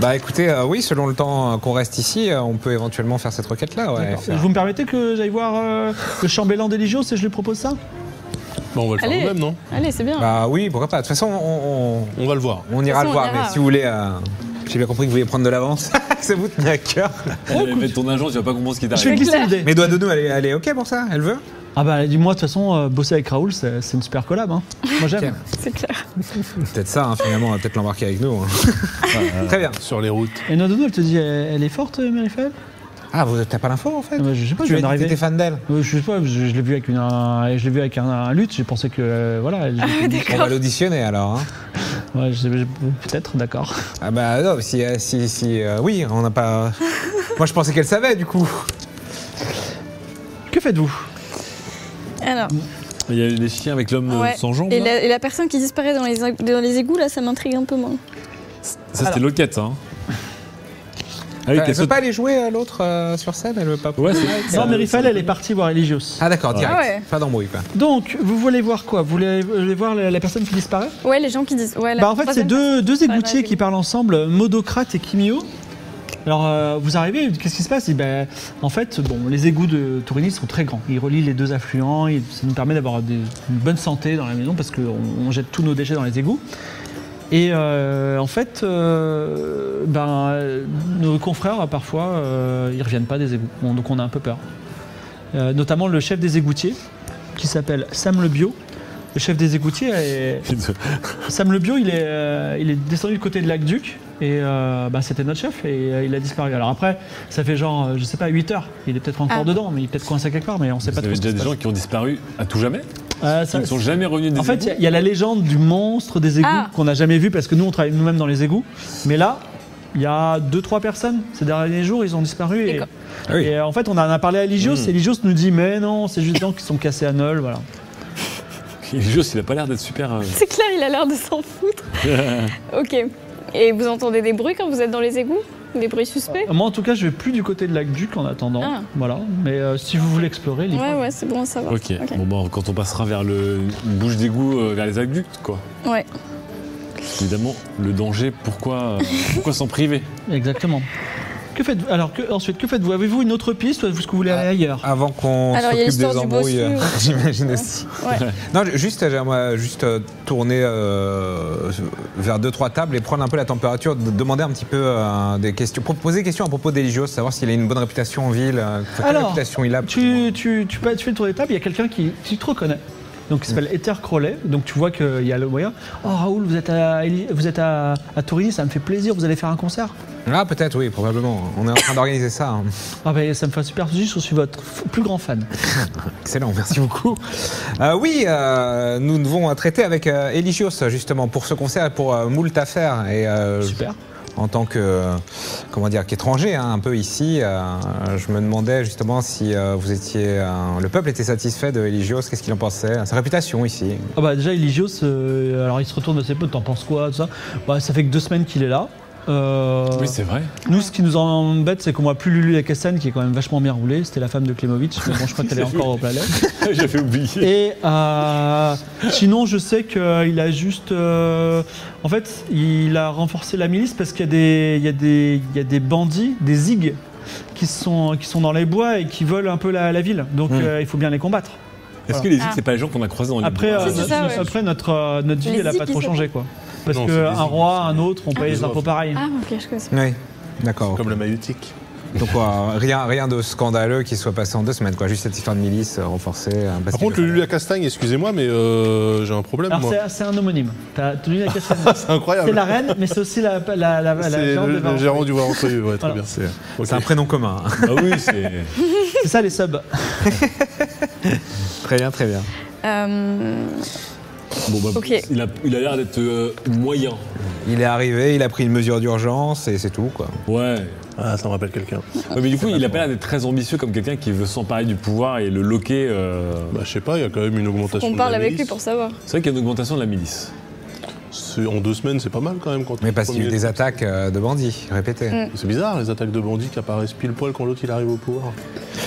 Speaker 4: Bah écoutez, euh, oui, selon le temps euh, qu'on reste ici, euh, on peut éventuellement faire cette requête là. Ouais,
Speaker 1: D'accord.
Speaker 4: Faire-
Speaker 1: Vous me permettez que j'aille voir euh, le chambellan d'Eligios et je lui propose ça
Speaker 5: Bah, on va le faire
Speaker 3: Allez.
Speaker 5: nous-mêmes, non
Speaker 3: Allez, c'est bien.
Speaker 4: Bah oui, pourquoi pas. De toute façon, on, on-
Speaker 5: On va le voir.
Speaker 4: on ira
Speaker 3: façon,
Speaker 4: le
Speaker 3: on
Speaker 4: voir,
Speaker 3: ira,
Speaker 4: mais
Speaker 3: ouais.
Speaker 4: si vous voulez. euh, J'ai bien compris que vous vouliez prendre de l'avance. [LAUGHS] ça vous tenait à cœur.
Speaker 2: Elle avait ton agent, tu vas pas comprendre ce qui
Speaker 1: Je vais
Speaker 2: t'arrive.
Speaker 1: glisser l'idée.
Speaker 4: Mais doigt de nous, elle est, elle est OK pour ça Elle veut
Speaker 1: Ah bah dis-moi de toute façon euh, bosser avec Raoul c'est c'est une super collab hein. Moi j'aime.
Speaker 3: C'est clair.
Speaker 4: Peut-être ça, hein, finalement, on va peut-être l'embarquer avec [LAUGHS] nous. hein. Très bien.
Speaker 5: Sur les routes.
Speaker 1: Et Nodono elle te dit elle, elle est forte euh, Mérifaël
Speaker 4: Ah, vous t'as pas l'info en fait
Speaker 1: Ah bah, Je sais pas, je viens
Speaker 4: Tu as dit que
Speaker 1: d'arriver.
Speaker 4: t'étais fan d'elle.
Speaker 1: Euh, Je sais pas, je, je l'ai vu avec une un, je l'ai vu avec un, un lutte, j'ai pensé que euh, voilà, [LAUGHS]
Speaker 3: Ah,
Speaker 1: elle-
Speaker 4: On va l'auditionner alors. hein.
Speaker 1: ouais, je sais- je- peut-être d'accord.
Speaker 4: Ah bah non, si, euh, si, si euh, oui, on n'a pas.
Speaker 3: [LAUGHS]
Speaker 4: Moi je pensais qu'elle savait du coup.
Speaker 1: Que faites-vous
Speaker 3: Alors,
Speaker 2: Il y a eu des chiens avec l'homme euh,
Speaker 3: ouais.
Speaker 2: sans jambes.
Speaker 3: et,
Speaker 2: là.
Speaker 3: la, et la personne qui disparaît dans les, dans les égouts, là, ça m'intrigue un peu moins.
Speaker 2: Ça, c'était l'autre quête, ça. hein. Ah
Speaker 4: Euh,
Speaker 2: oui, qu'elle
Speaker 4: elle veut
Speaker 2: saute-
Speaker 4: pas aller jouer euh, l'autre euh, sur scène, elle veut pas. euh.
Speaker 2: Ouais, c'est-
Speaker 1: Non Mérifaël elle est partie voir Eligios.
Speaker 4: Ah d'accord, direct.
Speaker 3: Ah ouais.
Speaker 4: Pas d'embrouille quoi.
Speaker 1: Donc vous voulez voir quoi Vous voulez, vous voulez voir la, la personne qui disparaît
Speaker 3: Ouais, les gens qui disent. Ouais, la
Speaker 1: Bah en fait c'est
Speaker 3: troisième
Speaker 1: deux, deux
Speaker 3: Ouais,
Speaker 1: égoutiers
Speaker 3: vas-y.
Speaker 1: qui parlent ensemble, Modocrate et Kimio. Alors euh, vous arrivez, qu'est-ce qui se passe Eh ben, En fait, bon, les égouts de Torini sont très grands. Ils relient les deux affluents, et ça nous permet d'avoir des- une bonne santé dans la maison parce qu'on on jette tous nos déchets dans les égouts. Et euh, en fait, euh, ben, euh, nos confrères parfois, euh, ils reviennent pas des égouts, On- donc on a un peu peur. Euh, notamment le chef des égoutiers, qui s'appelle Sam Le Bio. Le chef des égoutiers est, Sam Le Bio, il est, euh, il est descendu du côté de Lac-Duc et euh, bah, c'était notre chef et euh, il a disparu. Alors après, ça fait genre, euh, je sais pas, 8 heures. Il est peut-être encore
Speaker 3: Ah.
Speaker 1: dedans, mais il est peut-être coincé quelque part, mais on sait
Speaker 2: Vous
Speaker 1: pas
Speaker 2: avez
Speaker 1: trop. ce
Speaker 2: déjà
Speaker 1: qui
Speaker 2: des
Speaker 1: se
Speaker 2: gens qui ont disparu à tout jamais
Speaker 1: passe. Euh,
Speaker 2: Qui
Speaker 1: ça-
Speaker 2: ne sont jamais revenus des
Speaker 1: en fait, il y a-
Speaker 2: égouts
Speaker 1: il y, a la légende du monstre des égouts
Speaker 3: Ah.
Speaker 1: qu'on n'a jamais vu parce que nous, on travaille nous-mêmes dans les égouts. Mais là, il y a 2-3 personnes. Ces derniers jours, ils ont disparu. Et,
Speaker 3: D'accord.
Speaker 4: Ah oui.
Speaker 1: et, euh, en fait, on en a parlé à Eligios
Speaker 2: Hmm.
Speaker 1: et Eligios nous dit Mais non, c'est juste des gens qui sont cassés à nul. Voilà.
Speaker 2: Et Elios, il a pas l'air d'être super. euh,
Speaker 3: C'est clair, il a l'air de s'en [LAUGHS] foutre. ok. Et vous entendez des bruits quand vous êtes dans les égouts Des bruits suspects
Speaker 1: Moi, en tout cas, je vais plus du côté de Lac-Duc en attendant.
Speaker 3: Ah.
Speaker 1: Voilà. Mais euh, si vous voulez explorer, libre.
Speaker 3: Ouais, ouais, c'est bon à savoir.
Speaker 2: Ok. Bon, bon, quand on passera vers le une bouche d'égout, euh, vers les aqueducs, quoi.
Speaker 3: Ouais.
Speaker 2: Évidemment, le danger, pourquoi euh, pourquoi s'en priver
Speaker 1: Exactement. Que faites-vous Alors que, ensuite, que faites-vous Avez-vous une autre piste ou est-ce que vous voulez aller ailleurs
Speaker 4: Avant qu'on
Speaker 3: Alors, il y a
Speaker 4: s'occupe
Speaker 3: l'histoire
Speaker 4: des
Speaker 3: du
Speaker 4: embrouilles, euh,
Speaker 3: bossu.
Speaker 4: j'imagine aussi.
Speaker 3: [LAUGHS] Ouais.
Speaker 4: Non, ju- juste, euh, j'aimerais juste euh, tourner euh, vers deux trois tables et prendre un peu la température, de- demander un petit peu euh, des questions, pro- poser des questions à propos d'Eligios, savoir s'il a une bonne réputation en ville, euh, enfin, quelle
Speaker 1: Alors,
Speaker 4: réputation
Speaker 2: Ah.
Speaker 4: il a.
Speaker 1: tu, tu, tu, peux- tu fais le tour des tables, il y a quelqu'un qui, qui te reconnaît. Donc, il
Speaker 2: Mm.
Speaker 1: s'appelle Ether Crowley. Donc, tu vois qu'il y a le moyen. Oh, Raoul, vous êtes, à, Eli- vous êtes à, à Tourigny, ça me fait plaisir, vous allez faire un concert
Speaker 4: Ah peut-être, oui, probablement. On est en train d'organiser ça. hein.
Speaker 1: Ah, ben, ça me fait super plaisir, je suis votre f- plus grand fan.
Speaker 2: Ah,
Speaker 4: Excellent, merci beaucoup. Euh, oui, euh, nous devons traiter avec euh, Eligios justement pour ce concert et pour euh, moult affaires. Et,
Speaker 2: bah,
Speaker 4: euh,
Speaker 1: Super.
Speaker 4: en tant que euh, comment dire qu'étranger hein, un peu ici euh, je me demandais justement si euh, vous étiez euh, le peuple était satisfait de Eligios qu'est-ce qu'il en pensait sa réputation ici
Speaker 1: Ah bah déjà Eligios, euh, alors il se retourne de ses potes, t'en penses quoi, tout ça Bah ça fait que deux semaines qu'il est là. Euh,
Speaker 2: Oui, c'est vrai.
Speaker 1: nous, ce qui nous embête, c'est qu'on voit plus Lulu la Castagne, qui est quand même vachement bien roulée. C'était la femme de Klemovic, mais bon, je crois qu'elle est encore au palais.
Speaker 2: [LAUGHS] J'avais oublié.
Speaker 1: Et euh, sinon, je sais qu'il a juste. euh, en fait, il a renforcé la milice parce qu'il y, a des- il y, a des- il y a des bandits, des zigs, qui sont, qui sont dans les bois et qui volent un peu la, la ville. Donc, euh, il faut bien les combattre.
Speaker 2: Est-ce que les Zigs, c'est pas les gens qu'on a croisés dans les
Speaker 1: Après, euh,
Speaker 3: c'est
Speaker 1: notre,
Speaker 3: ça, ouais.
Speaker 1: après notre, euh, notre vie,
Speaker 3: Les
Speaker 1: elle n'a
Speaker 3: zigs,
Speaker 1: pas trop
Speaker 3: ils
Speaker 1: changé, quoi. Parce
Speaker 5: Non, c'est les
Speaker 1: qu'un
Speaker 5: zigs,
Speaker 1: roi, un autre, on paye les
Speaker 5: les
Speaker 1: impôts
Speaker 5: autres.
Speaker 1: pareil.
Speaker 3: Ah, ok, je connais pas.
Speaker 4: Oui, d'accord.
Speaker 5: Comme la maïeutique.
Speaker 4: Donc quoi, rien, rien de scandaleux qui soit passé en deux semaines, quoi. Juste cette histoire de milice euh, renforcée. un
Speaker 5: Par contre, Lulu la Castagne, excusez-moi, mais euh, j'ai un problème,
Speaker 1: Alors,
Speaker 5: moi.
Speaker 1: c'est- c'est un homonyme. T'as tenu la Castagne.
Speaker 5: C'est incroyable.
Speaker 1: C'est la reine, mais c'est aussi la, la, la, la- la
Speaker 5: C'est
Speaker 1: gérante des
Speaker 5: le, le
Speaker 1: Varans.
Speaker 5: gérant du Warren Soyeux, ouais, très
Speaker 1: Voilà.
Speaker 5: bien.
Speaker 4: C'est
Speaker 5: Ok.
Speaker 4: c'est un prénom commun. hein.
Speaker 2: Ah oui, c'est.
Speaker 1: C'est ça les subs.
Speaker 4: très bien, très bien.
Speaker 3: Euh,
Speaker 2: Bon, bah,
Speaker 3: Ok.
Speaker 2: il a il a l'air d'être euh, moyen.
Speaker 4: Il est arrivé, il a pris une mesure d'urgence et c'est tout, quoi.
Speaker 2: Ouais.
Speaker 5: Ah, ça me rappelle quelqu'un.
Speaker 2: Ouais, mais du coup, il a pas l'air d'être très ambitieux comme quelqu'un qui veut s'emparer du pouvoir et le loquer. euh,
Speaker 5: Bah, je sais pas, il y a quand même une augmentation.
Speaker 3: on
Speaker 5: de
Speaker 3: parle
Speaker 5: la
Speaker 3: avec
Speaker 5: milice.
Speaker 3: lui pour savoir.
Speaker 2: C'est vrai qu'il y a une augmentation de la milice.
Speaker 5: C'est- En deux semaines, c'est pas mal quand même. Quand
Speaker 4: Mais
Speaker 5: on
Speaker 4: parce qu'il y a eu
Speaker 5: premier-
Speaker 4: des attaques euh, de bandits répétées.
Speaker 3: Mmh.
Speaker 5: C'est bizarre, les attaques de bandits qui apparaissent pile poil quand l'autre il arrive au pouvoir.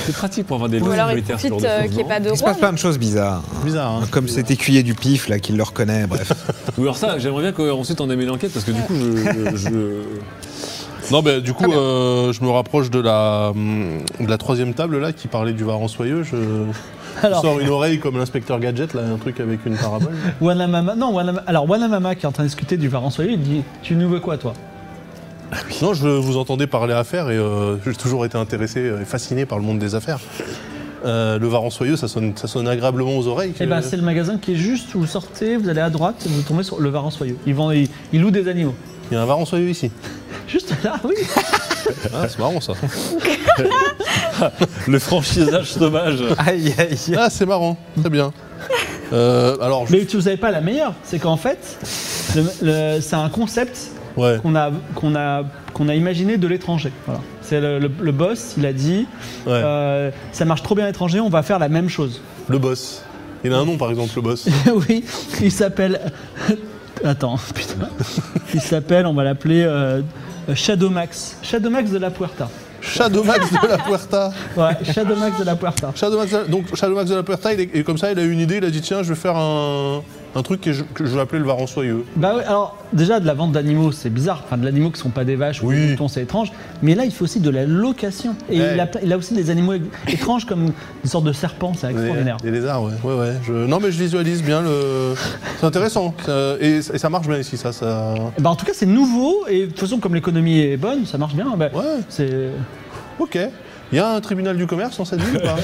Speaker 2: C'est pratique pour avoir des
Speaker 3: Ou
Speaker 2: lois
Speaker 3: alors il
Speaker 2: militaires, ce
Speaker 3: profite
Speaker 2: genre de
Speaker 3: euh,
Speaker 2: choses,
Speaker 3: qu'il n'y ait
Speaker 2: non
Speaker 3: pas de
Speaker 4: Il se passe
Speaker 3: roi.
Speaker 4: plein de choses bizarres.
Speaker 5: Bizarre, hein.
Speaker 4: Comme cet écuyer du pif, là, qui le reconnaît, bref.
Speaker 2: Ou alors ça, j'aimerais bien qu'ensuite on aimait l'enquête parce que du coup,
Speaker 3: [LAUGHS]
Speaker 2: je. je-
Speaker 5: Non, mais
Speaker 3: Ah,
Speaker 5: du coup, euh, je me rapproche de la, hum, de la troisième table là qui parlait du Varan soyeux. Je je
Speaker 1: Alors.
Speaker 5: sors une oreille comme l'inspecteur Gadget, là, un truc avec une
Speaker 1: [LAUGHS]
Speaker 5: parabole.
Speaker 1: Wanamama, non, Wanama- alors Wanamama qui est en train de discuter du Varan Soyeux, il dit Tu nous veux quoi, toi
Speaker 5: non, je vous entendais parler affaires et euh, j'ai toujours été intéressé et fasciné par le monde des affaires. Euh, le Varan soyeux, ça sonne, ça sonne agréablement aux oreilles. que-
Speaker 1: Eh ben, c'est le magasin qui est juste, vous sortez, vous allez à droite, vous tombez sur le Varan Soyeux. Ils, vendent, ils, ils louent des animaux.
Speaker 5: Il y a un Varan soyeux ici.
Speaker 1: Juste là, [LAUGHS] oui
Speaker 5: Ah, c'est marrant ça.
Speaker 2: Le franchisage sauvage.
Speaker 4: Aïe, aïe, aïe.
Speaker 5: [LAUGHS] Ah, c'est marrant, très bien. Euh, alors, je-
Speaker 1: Mais tu, vous savez pas la meilleure, c'est qu'en fait, le- le- c'est un concept
Speaker 5: ouais.
Speaker 1: qu'on a, qu'on a, qu'on a imaginé de l'étranger. Voilà. C'est le, le- le boss, il a dit
Speaker 5: Ouais.
Speaker 1: euh, Ça marche trop bien à l'étranger, on va faire la même chose.
Speaker 5: Le boss. Il a un nom par exemple, le boss.
Speaker 1: [LAUGHS] oui, il s'appelle. [LAUGHS] Attends, putain. Il s'appelle, on va l'appeler euh, Shadowmax. Shadowmax de la Puerta.
Speaker 5: Shadowmax de la Puerta.
Speaker 1: Ouais, Shadowmax de la Puerta.
Speaker 5: Shadowmax de la- donc Shadowmax de la Puerta, il est, et comme ça, il a eu une idée, il a dit tiens, je vais faire un, un truc que je, que je vais appeler le Varan Soyeux.
Speaker 1: Bah ouais, alors déjà de la vente d'animaux, c'est bizarre. Enfin, de l'animaux qui sont pas des vaches ou
Speaker 5: Oui.
Speaker 1: des moutons, c'est étrange. Mais là, il fait aussi de la location. Et
Speaker 5: Ouais.
Speaker 1: il, a, il a aussi des animaux étranges comme une sorte de serpent, c'est extraordinaire.
Speaker 5: Des lézards, ouais. ouais, ouais. Je- non, mais je visualise bien le. C'est intéressant. ça- et, et ça marche bien ici, ça. ça...
Speaker 1: Eh ben, en tout cas, c'est nouveau. Et de toute façon, comme l'économie est bonne, ça marche bien. Bah,
Speaker 5: Ouais.
Speaker 1: C'est
Speaker 5: Ok. Il y a un tribunal du commerce dans cette ville ou pas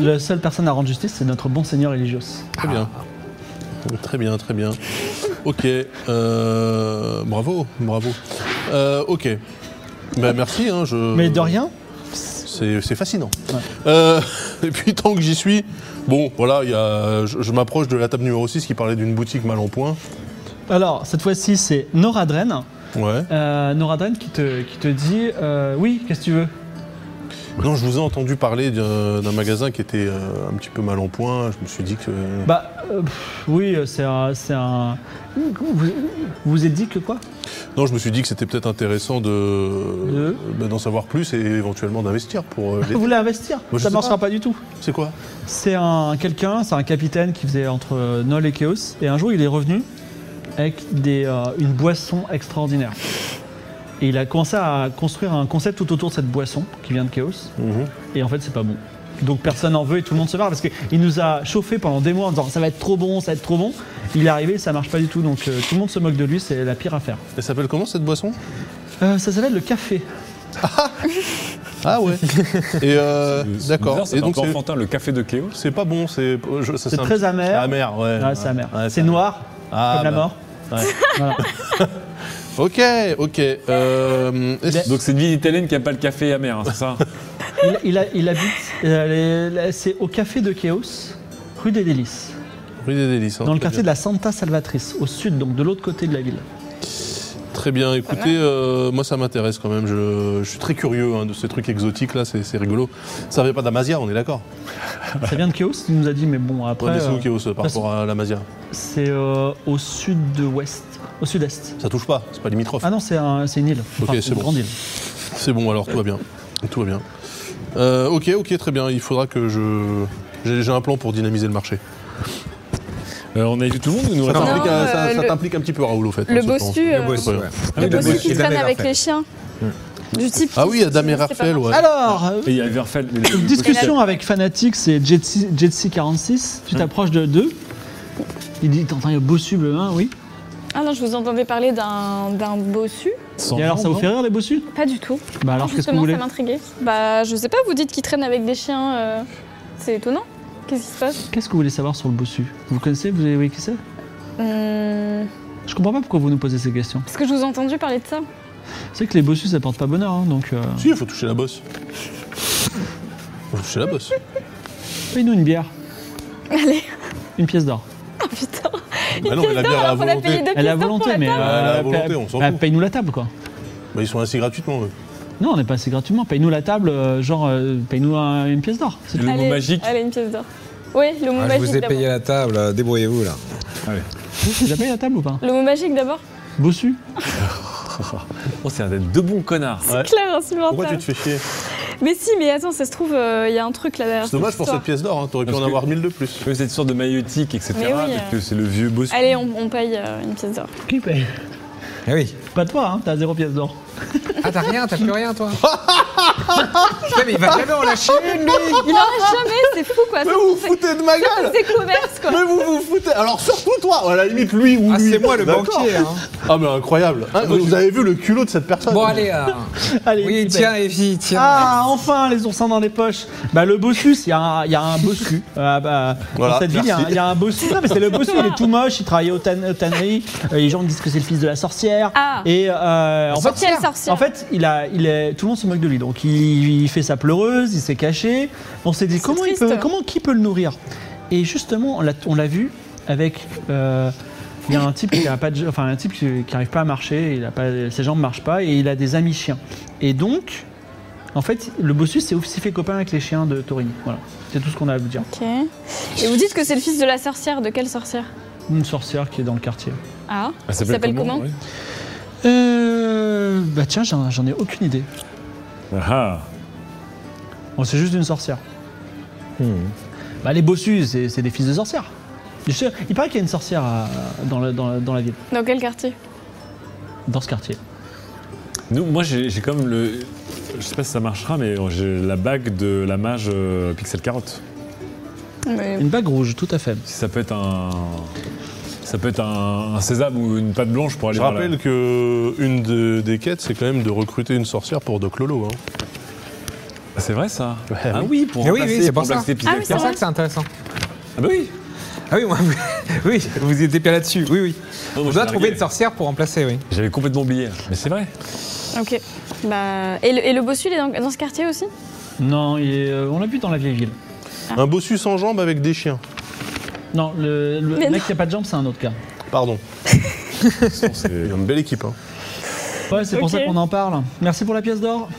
Speaker 1: la seule personne à rendre justice, c'est notre bon seigneur Eligios.
Speaker 5: Très bien. Très bien, très bien. Ok. euh, bravo, bravo. Euh, ok. Ben, merci. hein, je...
Speaker 1: Mais de rien.
Speaker 5: C'est c'est fascinant. Euh, [LAUGHS] et puis tant que j'y suis, bon, voilà, il y a, je, je m'approche de la table numéro 6 qui parlait d'une boutique mal en point.
Speaker 1: Alors cette fois-ci, c'est Nora Dren.
Speaker 5: Ouais.
Speaker 1: Euh, Nora Dren qui te, qui te dit euh, oui, qu'est-ce que tu veux
Speaker 5: Non, je vous ai entendu parler d'un d'un magasin qui était euh, un petit peu mal en point. Je me suis dit que.
Speaker 1: Bah euh, pff, oui, euh, c'est un, c'est un. Vous vous êtes dit que quoi
Speaker 5: Non, je me suis dit que c'était peut-être intéressant de
Speaker 1: De
Speaker 5: bah, d'en savoir plus et éventuellement d'investir pour euh,
Speaker 1: [LAUGHS]
Speaker 5: les-
Speaker 1: Vous voulez investir
Speaker 5: je
Speaker 1: Ça
Speaker 5: sais
Speaker 1: ne marchera
Speaker 5: pas.
Speaker 1: pas du tout.
Speaker 5: C'est quoi
Speaker 1: C'est un quelqu'un, c'est un capitaine qui faisait entre euh, Nol et Chaos. Et un jour, il est revenu avec des, euh, une boisson extraordinaire. Et il a commencé à construire un concept tout autour de cette boisson qui vient de Chaos.
Speaker 5: Mhm.
Speaker 1: Et en fait, c'est pas bon. Donc personne n'en veut et tout le monde se barre parce qu'il nous a chauffé pendant des mois en disant ça va être trop bon, ça va être trop bon. Il est arrivé, ça marche pas du tout. Donc euh, tout le monde se moque de lui, c'est la pire affaire.
Speaker 5: Elle s'appelle comment cette boisson
Speaker 1: Euh, ça s'appelle le café. [LAUGHS]
Speaker 5: Ah ouais. et euh, d'accord.
Speaker 2: C'est
Speaker 5: Et
Speaker 2: donc
Speaker 5: donc c'est-
Speaker 2: enfantin, le café de Chaos.
Speaker 5: c'est pas bon. C'est je- ça,
Speaker 1: C'est
Speaker 5: un
Speaker 1: très
Speaker 5: petit-
Speaker 1: amer.
Speaker 5: c'est Amer, ouais.
Speaker 1: Ah, c'est amer.
Speaker 5: Ouais,
Speaker 1: c'est noir,
Speaker 5: Ah,
Speaker 1: comme la
Speaker 5: bah.
Speaker 1: mort.
Speaker 5: Ok, ok. euh, est-ce-
Speaker 2: Donc c'est une ville italienne qui n'a pas le café amer, hein, c'est ça
Speaker 1: Il, il a- il habite, euh, les- la- c'est au café de Chaos, rue des Délices,
Speaker 5: Rue des Délices. hein,
Speaker 1: dans le
Speaker 5: très
Speaker 1: quartier de
Speaker 5: bien.
Speaker 1: la Santa Salvatrice, au sud, donc de l'autre côté de la ville.
Speaker 5: Très bien, écoutez, euh, moi ça m'intéresse quand même. Je, je suis très curieux hein, de ces trucs exotiques là, c'est c'est rigolo. Ça vient pas d'Amazia, on est d'accord
Speaker 1: Ça vient de Chaos, il nous a dit, mais bon,
Speaker 5: Ouais,
Speaker 1: après,
Speaker 5: mais c'est
Speaker 1: euh,
Speaker 5: nous qui est au- par
Speaker 1: parce-
Speaker 5: rapport à l'Amazia.
Speaker 1: c'est euh, au sud de ouest. au sud-est.
Speaker 5: Ça touche pas, c'est pas limitrophe.
Speaker 1: Ah non, c'est un- c'est une île.
Speaker 5: Ok, c'est
Speaker 1: une
Speaker 5: bon.
Speaker 1: grande île.
Speaker 5: C'est bon, alors tout va bien. Tout va bien. Euh, ok, ok, très bien. Il faudra que je. J'ai j'ai un plan pour dynamiser le marché.
Speaker 2: Euh, on a vu tout le monde ou nous
Speaker 5: Ça
Speaker 2: reste-
Speaker 5: t'implique
Speaker 3: Non,
Speaker 5: un,
Speaker 3: euh,
Speaker 5: ça- ça
Speaker 3: le-
Speaker 5: t'implique un petit peu, Raoul, au fait.
Speaker 3: Le
Speaker 5: en ce temps.
Speaker 3: bossu, euh,
Speaker 4: Le boss,
Speaker 5: ouais.
Speaker 4: ouais.
Speaker 3: le
Speaker 2: le
Speaker 3: bossu
Speaker 2: boss.
Speaker 3: qui
Speaker 4: Adam
Speaker 3: traîne
Speaker 4: et
Speaker 3: avec
Speaker 4: Raphaël.
Speaker 3: les chiens. Du type.
Speaker 5: Ah
Speaker 3: qui-
Speaker 5: oui, Adam
Speaker 3: qui
Speaker 5: et
Speaker 3: sait pas
Speaker 5: Raphaël,
Speaker 3: marcher.
Speaker 5: ouais.
Speaker 1: Alors, euh,
Speaker 2: Et il y a Verfel. mais le-
Speaker 1: discussion avec Fanatics et Jetsi, Jetsi 46.
Speaker 5: Hum.
Speaker 1: Tu t'approches de deux. Il dit T'entends, il y a Bossu bleu 1, oui.
Speaker 3: Ah non, je vous entendais parler d'un d'un bossu.
Speaker 2: Sans
Speaker 1: Et alors, ça vous
Speaker 2: nom,
Speaker 1: fait rire, les Bossus
Speaker 3: Pas du tout.
Speaker 1: Bah alors, qu'est-ce que vous
Speaker 3: Justement,
Speaker 1: voulez
Speaker 3: ça m'intriguait. Bah, je sais pas, vous dites qu'ils traînent avec des chiens. euh, C'est étonnant. Qu'est-ce qui se passe
Speaker 1: Qu'est-ce que vous voulez savoir sur le Bossu Vous connaissez Vous savez qui c'est
Speaker 3: Hum,
Speaker 1: Je comprends pas pourquoi vous nous posez ces questions.
Speaker 3: Parce que je vous ai entendu parler de ça.
Speaker 1: C'est que les Bossus, ça porte pas bonheur, hein, donc. euh,
Speaker 5: Si, il faut toucher la bosse. Faut toucher la bosse.
Speaker 1: Paye-nous une bière.
Speaker 3: Allez.
Speaker 1: Une pièce d'or.
Speaker 3: Ah putain.
Speaker 5: Ah non, mais la bière à
Speaker 3: Alors qu'on a payé
Speaker 5: volonté.
Speaker 3: deux
Speaker 1: Elle a
Speaker 3: pièces d'or pour
Speaker 1: volonté,
Speaker 3: la
Speaker 1: mais.
Speaker 3: table.
Speaker 5: Elle a
Speaker 1: euh,
Speaker 5: Ah, volonté,
Speaker 1: pa-
Speaker 5: on s'en
Speaker 1: bah,
Speaker 5: fout.
Speaker 1: Paye-nous la table, quoi.
Speaker 5: Bah, ils sont ainsi gratuitement, eux.
Speaker 1: Non, on n'est pas assez gratuitement. Paye-nous la table, euh, genre, euh, paye-nous un- une pièce d'or. C'est tout.
Speaker 2: Le mot
Speaker 3: Allez,
Speaker 2: magique.
Speaker 3: Allez, une pièce d'or. Oui, le mot
Speaker 4: Ah, je
Speaker 3: magique
Speaker 4: vous ai
Speaker 3: d'abord.
Speaker 4: payé la table, euh, débrouillez-vous là.
Speaker 1: Tu l'as payé la table ou pas
Speaker 3: Le mot magique d'abord.
Speaker 1: Bossu
Speaker 2: Oh, c'est un des deux bons connards.
Speaker 5: Ouais.
Speaker 3: Claire, hein,
Speaker 5: Pourquoi tu
Speaker 3: insupportable.
Speaker 5: te fais chier
Speaker 3: Mais si, mais attends, ça se trouve, euh, il y a un truc là derrière.
Speaker 5: C'est dommage pour
Speaker 3: histoire.
Speaker 5: cette pièce d'or, hein. t'aurais pu
Speaker 2: Parce
Speaker 5: en
Speaker 2: que-
Speaker 5: avoir mille de plus.
Speaker 2: Eux, cette sorte de maïotique, etc.
Speaker 3: Mais oui,
Speaker 2: parce
Speaker 3: euh.
Speaker 2: que c'est le vieux boss.
Speaker 3: Allez, on, on paye euh, une pièce d'or.
Speaker 1: Qui paye
Speaker 4: Eh oui.
Speaker 1: Pas toi, hein, t'as zéro pièce d'or. [LAUGHS]
Speaker 4: Ah, t'as rien, t'as plus rien toi Putain, mais il va jamais en lâcher une lui
Speaker 3: Il en a jamais, c'est fou quoi.
Speaker 5: Mais
Speaker 3: Ça,
Speaker 5: vous vous
Speaker 3: c'est-
Speaker 5: foutez de ma
Speaker 3: ça,
Speaker 5: gueule
Speaker 3: C'est commerce quoi.
Speaker 5: Mais vous vous foutez Alors surtout toi À la limite, lui ou
Speaker 4: Ah,
Speaker 5: lui.
Speaker 4: c'est moi le
Speaker 5: D'accord.
Speaker 4: banquier hein.
Speaker 5: Ah, mais incroyable Hein, Vous avez vu le culot de cette personne
Speaker 4: Bon, allez, euh,
Speaker 1: Allez,
Speaker 4: oui,
Speaker 1: qui
Speaker 4: tiens,
Speaker 1: paye
Speaker 4: Evie, tiens.
Speaker 1: Ah, enfin, les oursins dans les poches. Bah, le bossus, il y, a un- il y a un bossu. Ah, bah,
Speaker 5: Voilà,
Speaker 1: dans cette ville, il y a un-
Speaker 5: merci.
Speaker 1: il y, a un bossu. Non, mais c'est le bossu, il est tout moche, il travaillait au, tan- au tannerie. Euh, les gens disent que c'est le fils de la sorcière.
Speaker 3: Ah.
Speaker 1: Et euh, en, fait,
Speaker 3: Quelle sorcière
Speaker 1: en fait, il a, il est, tout le monde se moque de lui. Donc, il, il fait sa pleureuse, il s'est caché. On s'est dit,
Speaker 3: C'est
Speaker 1: comment, il
Speaker 3: triste.
Speaker 1: peut, comment qui peut le nourrir Et justement, on l'a- on l'a vu avec. euh, il y a un type qui a pas de, enfin un type qui, qui arrive pas à marcher, il a pas, ses jambes marchent pas et il a des amis chiens. Et donc, en fait, le bossu s'est aussi fait copain avec les chiens de Torini. Voilà, c'est tout ce qu'on a à vous dire.
Speaker 3: Ok. Et vous dites que c'est le fils de la sorcière. De quelle sorcière
Speaker 1: Une sorcière qui est dans le quartier.
Speaker 3: Ah.
Speaker 2: Elle
Speaker 3: Il s'appelle comment
Speaker 2: ouais
Speaker 1: Euh, bah tiens, j'en j'en ai aucune idée.
Speaker 2: Ah,
Speaker 1: Bon, c'est juste une sorcière. Bah, les bossus, c'est c'est des fils de sorcières. Je sais- Il paraît qu'il y a une sorcière à- dans, la, dans la- dans la ville,
Speaker 3: Dans quel quartier
Speaker 1: dans ce quartier.
Speaker 2: Nous, moi, j'ai j'ai comme le. Je sais pas si ça marchera, mais j'ai la bague de la mage euh, Pixel Carotte.
Speaker 3: Mais-
Speaker 1: Une bague rouge, tout à fait.
Speaker 2: Si ça peut être un. Ça peut être un, un sésame ou une pâte blanche pour aller
Speaker 5: Je
Speaker 2: voir la-
Speaker 5: rappelle que une de- des quêtes, c'est quand même de recruter une sorcière pour Doc Lolo. Hein.
Speaker 2: C'est vrai ça
Speaker 5: Ouais,
Speaker 2: Ah oui, pour
Speaker 4: Mais oui,
Speaker 2: remplacer-
Speaker 4: oui, c'est pour
Speaker 2: pour
Speaker 4: ça.
Speaker 2: remplacer Pixel
Speaker 3: Ah oui, c'est
Speaker 4: C'est pour
Speaker 2: Carotte.
Speaker 4: ça que c'est intéressant.
Speaker 2: Ah bah oui
Speaker 4: Ah oui, moi, [LAUGHS] oui, vous étiez bien là-dessus. Oui, oui.
Speaker 2: Non, moi,
Speaker 4: On
Speaker 2: j'ai
Speaker 4: doit trouver
Speaker 2: largué.
Speaker 4: une sorcière pour remplacer, oui.
Speaker 2: J'avais complètement oublié. Mais c'est vrai.
Speaker 3: Ok. Bah, et, le, et le bossu, il est dans, dans ce quartier aussi
Speaker 1: Non, il est- euh, on l'a vu dans la vieille ville.
Speaker 3: Ah.
Speaker 5: Un bossu sans jambes avec des chiens.
Speaker 1: Non, le, le
Speaker 3: Mais
Speaker 1: mec
Speaker 3: non.
Speaker 1: qui a pas de jambes, c'est un autre cas.
Speaker 5: Pardon.
Speaker 2: C'est-
Speaker 5: Il y a une belle équipe. Hein.
Speaker 1: Ouais, c'est pour
Speaker 3: Ok.
Speaker 1: ça qu'on en parle. Merci pour la pièce d'or.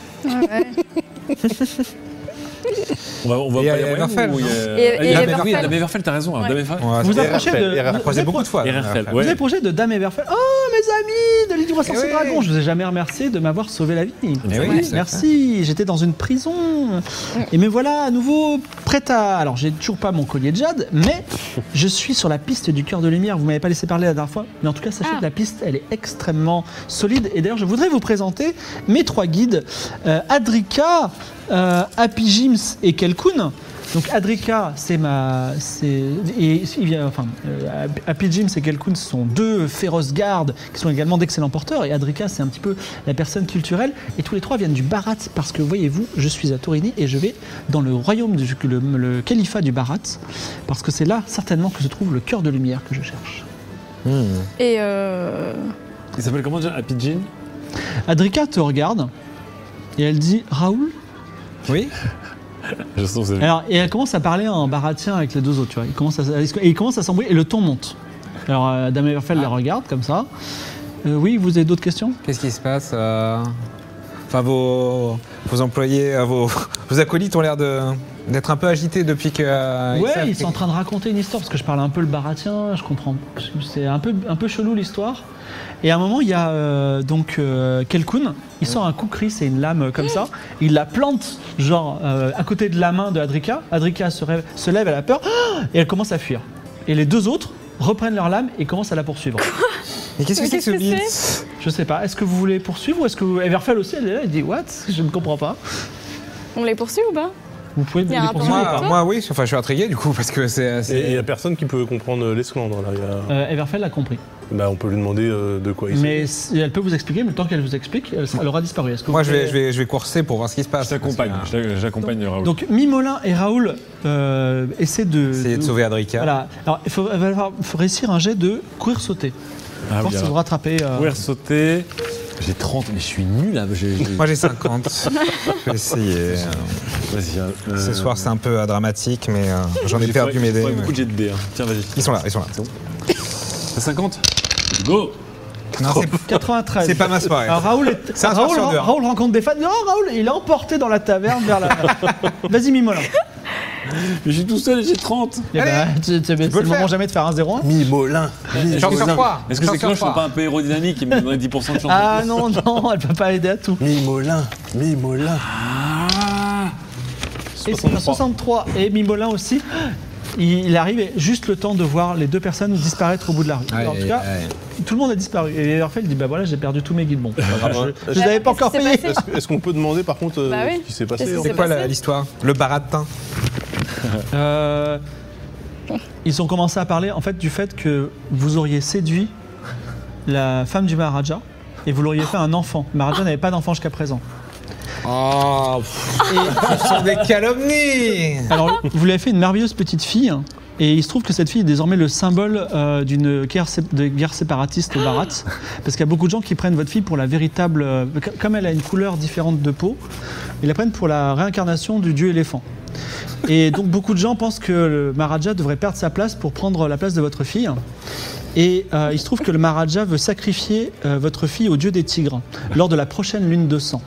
Speaker 2: On va, on va
Speaker 4: Et
Speaker 2: pas
Speaker 4: il y a
Speaker 2: Erwan
Speaker 4: Everfell,
Speaker 2: ou il y a-
Speaker 3: Et- et
Speaker 2: Ah, il y a
Speaker 4: Everfell.
Speaker 2: Everfell. Ah, mais Everfell, t'as raison. hein, Dame Everfell.
Speaker 4: On va-
Speaker 1: Vous
Speaker 4: on
Speaker 1: approchez de.
Speaker 5: RFL,
Speaker 1: vous-
Speaker 4: va croiser
Speaker 1: vous
Speaker 4: beaucoup de fois.
Speaker 2: RFL,
Speaker 4: RFL.
Speaker 2: ouais.
Speaker 1: Vous avez projet de Dame Everfell. Oh, mes amis de l'île du Roi Sorcier
Speaker 4: Eh oui.
Speaker 1: Dragon, je vous ai jamais remercié de m'avoir sauvé la vie.
Speaker 4: Eh oui,
Speaker 1: Oui,
Speaker 4: c'est
Speaker 1: merci, j'étais dans une prison. Et me voilà à nouveau prête à. Alors, j'ai toujours pas mon collier de jade, mais je suis sur la piste du cœur de lumière. Vous m'avez pas laissé parler la dernière fois, mais en tout cas, sachez
Speaker 3: Ah.
Speaker 1: que la piste, elle est extrêmement solide. Et d'ailleurs, je voudrais vous présenter mes trois guides euh, Adrika, euh, Happy Jims et Kelkun. Donc Adrika, c'est ma, c'est et il vient, enfin, euh, Happy Jim et Kelkun sont deux féroces gardes qui sont également d'excellents porteurs. Et Adrika, c'est un petit peu la personne culturelle. Et tous les trois viennent du Barat parce que voyez-vous, je suis à Torini et je vais dans le royaume du le, le califat du Barat parce que c'est là certainement que se trouve le cœur de lumière que je cherche.
Speaker 3: Et euh...
Speaker 2: Il s'appelle comment déjà Happy Jean
Speaker 1: Adrika te regarde et elle dit Raoul.
Speaker 4: Oui.
Speaker 2: Je
Speaker 4: Ah,
Speaker 2: sens que c'est-
Speaker 1: Alors, et elle commence à parler en baratien avec les deux autres, tu vois. Ils commencent à, et ils commencent à s'embrouiller et le ton monte. Alors, euh, Dame Everfell la regarde comme ça. Euh, oui, vous avez d'autres questions
Speaker 4: Qu'est-ce qui se passe [LAUGHS] euh, Enfin, vos, vos employés, euh, vos, vos acolytes ont l'air de, D'être un peu agité depuis que. euh,
Speaker 1: Ouais,
Speaker 4: savent
Speaker 1: ils sont en train de raconter une histoire parce que je parle un peu le baratien, je comprends. C'est un peu, un peu chelou l'histoire. Et à un moment, il y a euh, donc euh, Kelkun, il sort un kukri, c'est une lame euh, comme ça, il la plante, genre euh, à côté de la main de Adrika. Adrika se, rêve- se lève, elle a peur [GASPS] Ah et elle commence à fuir. Et les deux autres reprennent leur lame et commencent à la
Speaker 3: [LAUGHS]
Speaker 1: poursuivre.
Speaker 4: Mais qu'est-ce que
Speaker 3: Mais
Speaker 4: c'est que ce
Speaker 3: qu'est-ce que
Speaker 4: beat
Speaker 1: Je sais pas, est-ce que vous voulez poursuivre ou est-ce que vous. Everfell aussi, elle est là, elle dit What Je ne comprends pas.
Speaker 3: On les poursuit ou pas
Speaker 1: Vous pouvez
Speaker 3: Il y
Speaker 1: les
Speaker 3: a un
Speaker 1: poursuivre ou
Speaker 4: moi,
Speaker 1: pas
Speaker 4: moi, oui, enfin, je suis intrigué du coup, parce que c'est.
Speaker 5: Et il
Speaker 4: c'est-
Speaker 5: n'y a personne qui peut comprendre l'esclandre. Là. Il y a-
Speaker 1: Euh, Everfell l'a compris.
Speaker 5: Bah, on peut lui demander euh, de quoi il
Speaker 1: Mais c- elle peut vous expliquer, mais le temps qu'elle vous explique, elle, elle aura disparu. Est-ce que
Speaker 4: Moi,
Speaker 1: vous
Speaker 4: je vais,
Speaker 1: pouvez-
Speaker 4: je, vais, je vais courser pour voir ce qui se
Speaker 2: Je
Speaker 4: passe.
Speaker 2: t'accompagne,
Speaker 4: Parce que,
Speaker 2: je t'a- j'accompagne Raoul.
Speaker 1: Donc Mimolin et Raoul euh, essaient de.
Speaker 4: euh, Essayer de sauver Adrika.
Speaker 1: Voilà. Alors il faut, il va falloir- il faut réussir un jet de courir sauter.
Speaker 2: ah,
Speaker 1: Force
Speaker 2: oui,
Speaker 1: de vous
Speaker 2: alors.
Speaker 1: rattraper. euh,
Speaker 2: Courir, sauter. J'ai 30, mais je suis nul là. j'ai- j'ai-
Speaker 4: Moi, j'ai 50. je vais essayer. euh,
Speaker 2: Vas-y, euh,
Speaker 4: Ce soir, c'est un peu euh, dramatique, mais euh, j'en ai
Speaker 2: il
Speaker 4: perdu
Speaker 2: faudrait-
Speaker 4: mes
Speaker 2: il
Speaker 4: dés.
Speaker 2: faudrait
Speaker 4: mais-
Speaker 2: beaucoup de jets de dés. hein. Tiens, vas-y.
Speaker 4: Ils sont là, ils sont là. c'est bon.
Speaker 2: T'as 50 Go
Speaker 4: Non, c'est-
Speaker 1: 93.
Speaker 4: C'est pas ma soirée.
Speaker 1: Alors, Raoul, est-
Speaker 4: C'est un soir
Speaker 1: Raoul,
Speaker 4: sur deux, hein.
Speaker 1: Raoul rencontre des fans. Non, Raoul, il est emporté dans la taverne vers
Speaker 4: [LAUGHS]
Speaker 1: la. Vas-y, Mimolin.
Speaker 2: Mais je suis tout seul et j'ai 30
Speaker 1: Eh ben, tu- tu- C'est le
Speaker 4: le
Speaker 1: moment
Speaker 4: faire.
Speaker 1: jamais de faire un 0
Speaker 5: Mimolin.
Speaker 4: J'en suis quoi
Speaker 2: Est-ce que
Speaker 4: J'en
Speaker 2: ces
Speaker 4: suis
Speaker 2: cloches
Speaker 4: quoi
Speaker 2: sont pas un peu aérodynamiques et me donneraient 10% de chance
Speaker 1: Ah non, non, elle peut pas aider à tout.
Speaker 5: Mimolin. Mimolin.
Speaker 2: Ah,
Speaker 1: Et c'est un 63. Et Mimolin aussi. Il arrive et juste le temps de voir les deux personnes disparaître au bout de la rue.
Speaker 4: Aïe,
Speaker 1: Alors, en tout
Speaker 4: aïe,
Speaker 1: cas,
Speaker 4: aïe.
Speaker 1: tout le monde a disparu. Et Raphaël dit Bah voilà, j'ai perdu tous mes guides. Bon, c'est pas grave, je ne les avais pas encore
Speaker 3: bah, Qu'est-ce qui
Speaker 1: payés.
Speaker 3: s'est passé
Speaker 5: Est-ce est-ce qu'on peut demander par contre euh,
Speaker 3: Bah oui.
Speaker 5: ce qui s'est passé
Speaker 3: Qu'est-ce qui
Speaker 5: en
Speaker 3: s'est
Speaker 4: C'est
Speaker 5: fait
Speaker 4: quoi
Speaker 3: passé
Speaker 4: la- l'histoire Le baratin
Speaker 1: Euh, ils ont commencé à parler en fait du fait que vous auriez séduit la femme du Maharaja et vous l'auriez fait un enfant. Le Maharaja n'avait pas d'enfant jusqu'à présent.
Speaker 4: Oh, ce sont des calomnies
Speaker 1: [LAUGHS] Alors, vous l'avez fait une merveilleuse petite fille. hein, Et il se trouve que cette fille est désormais le symbole euh, d'une guerre, sé- de guerre séparatiste au Barat. Parce qu'il y a beaucoup de gens qui prennent votre fille pour la véritable. euh, co- comme elle a une couleur différente de peau, ils la prennent pour la réincarnation du dieu éléphant. Et donc beaucoup de gens pensent que le Maharaja devrait perdre sa place pour prendre la place de votre fille. Et euh, il se trouve que le Maharaja veut sacrifier euh, votre fille au dieu des tigres lors de la prochaine lune de sang.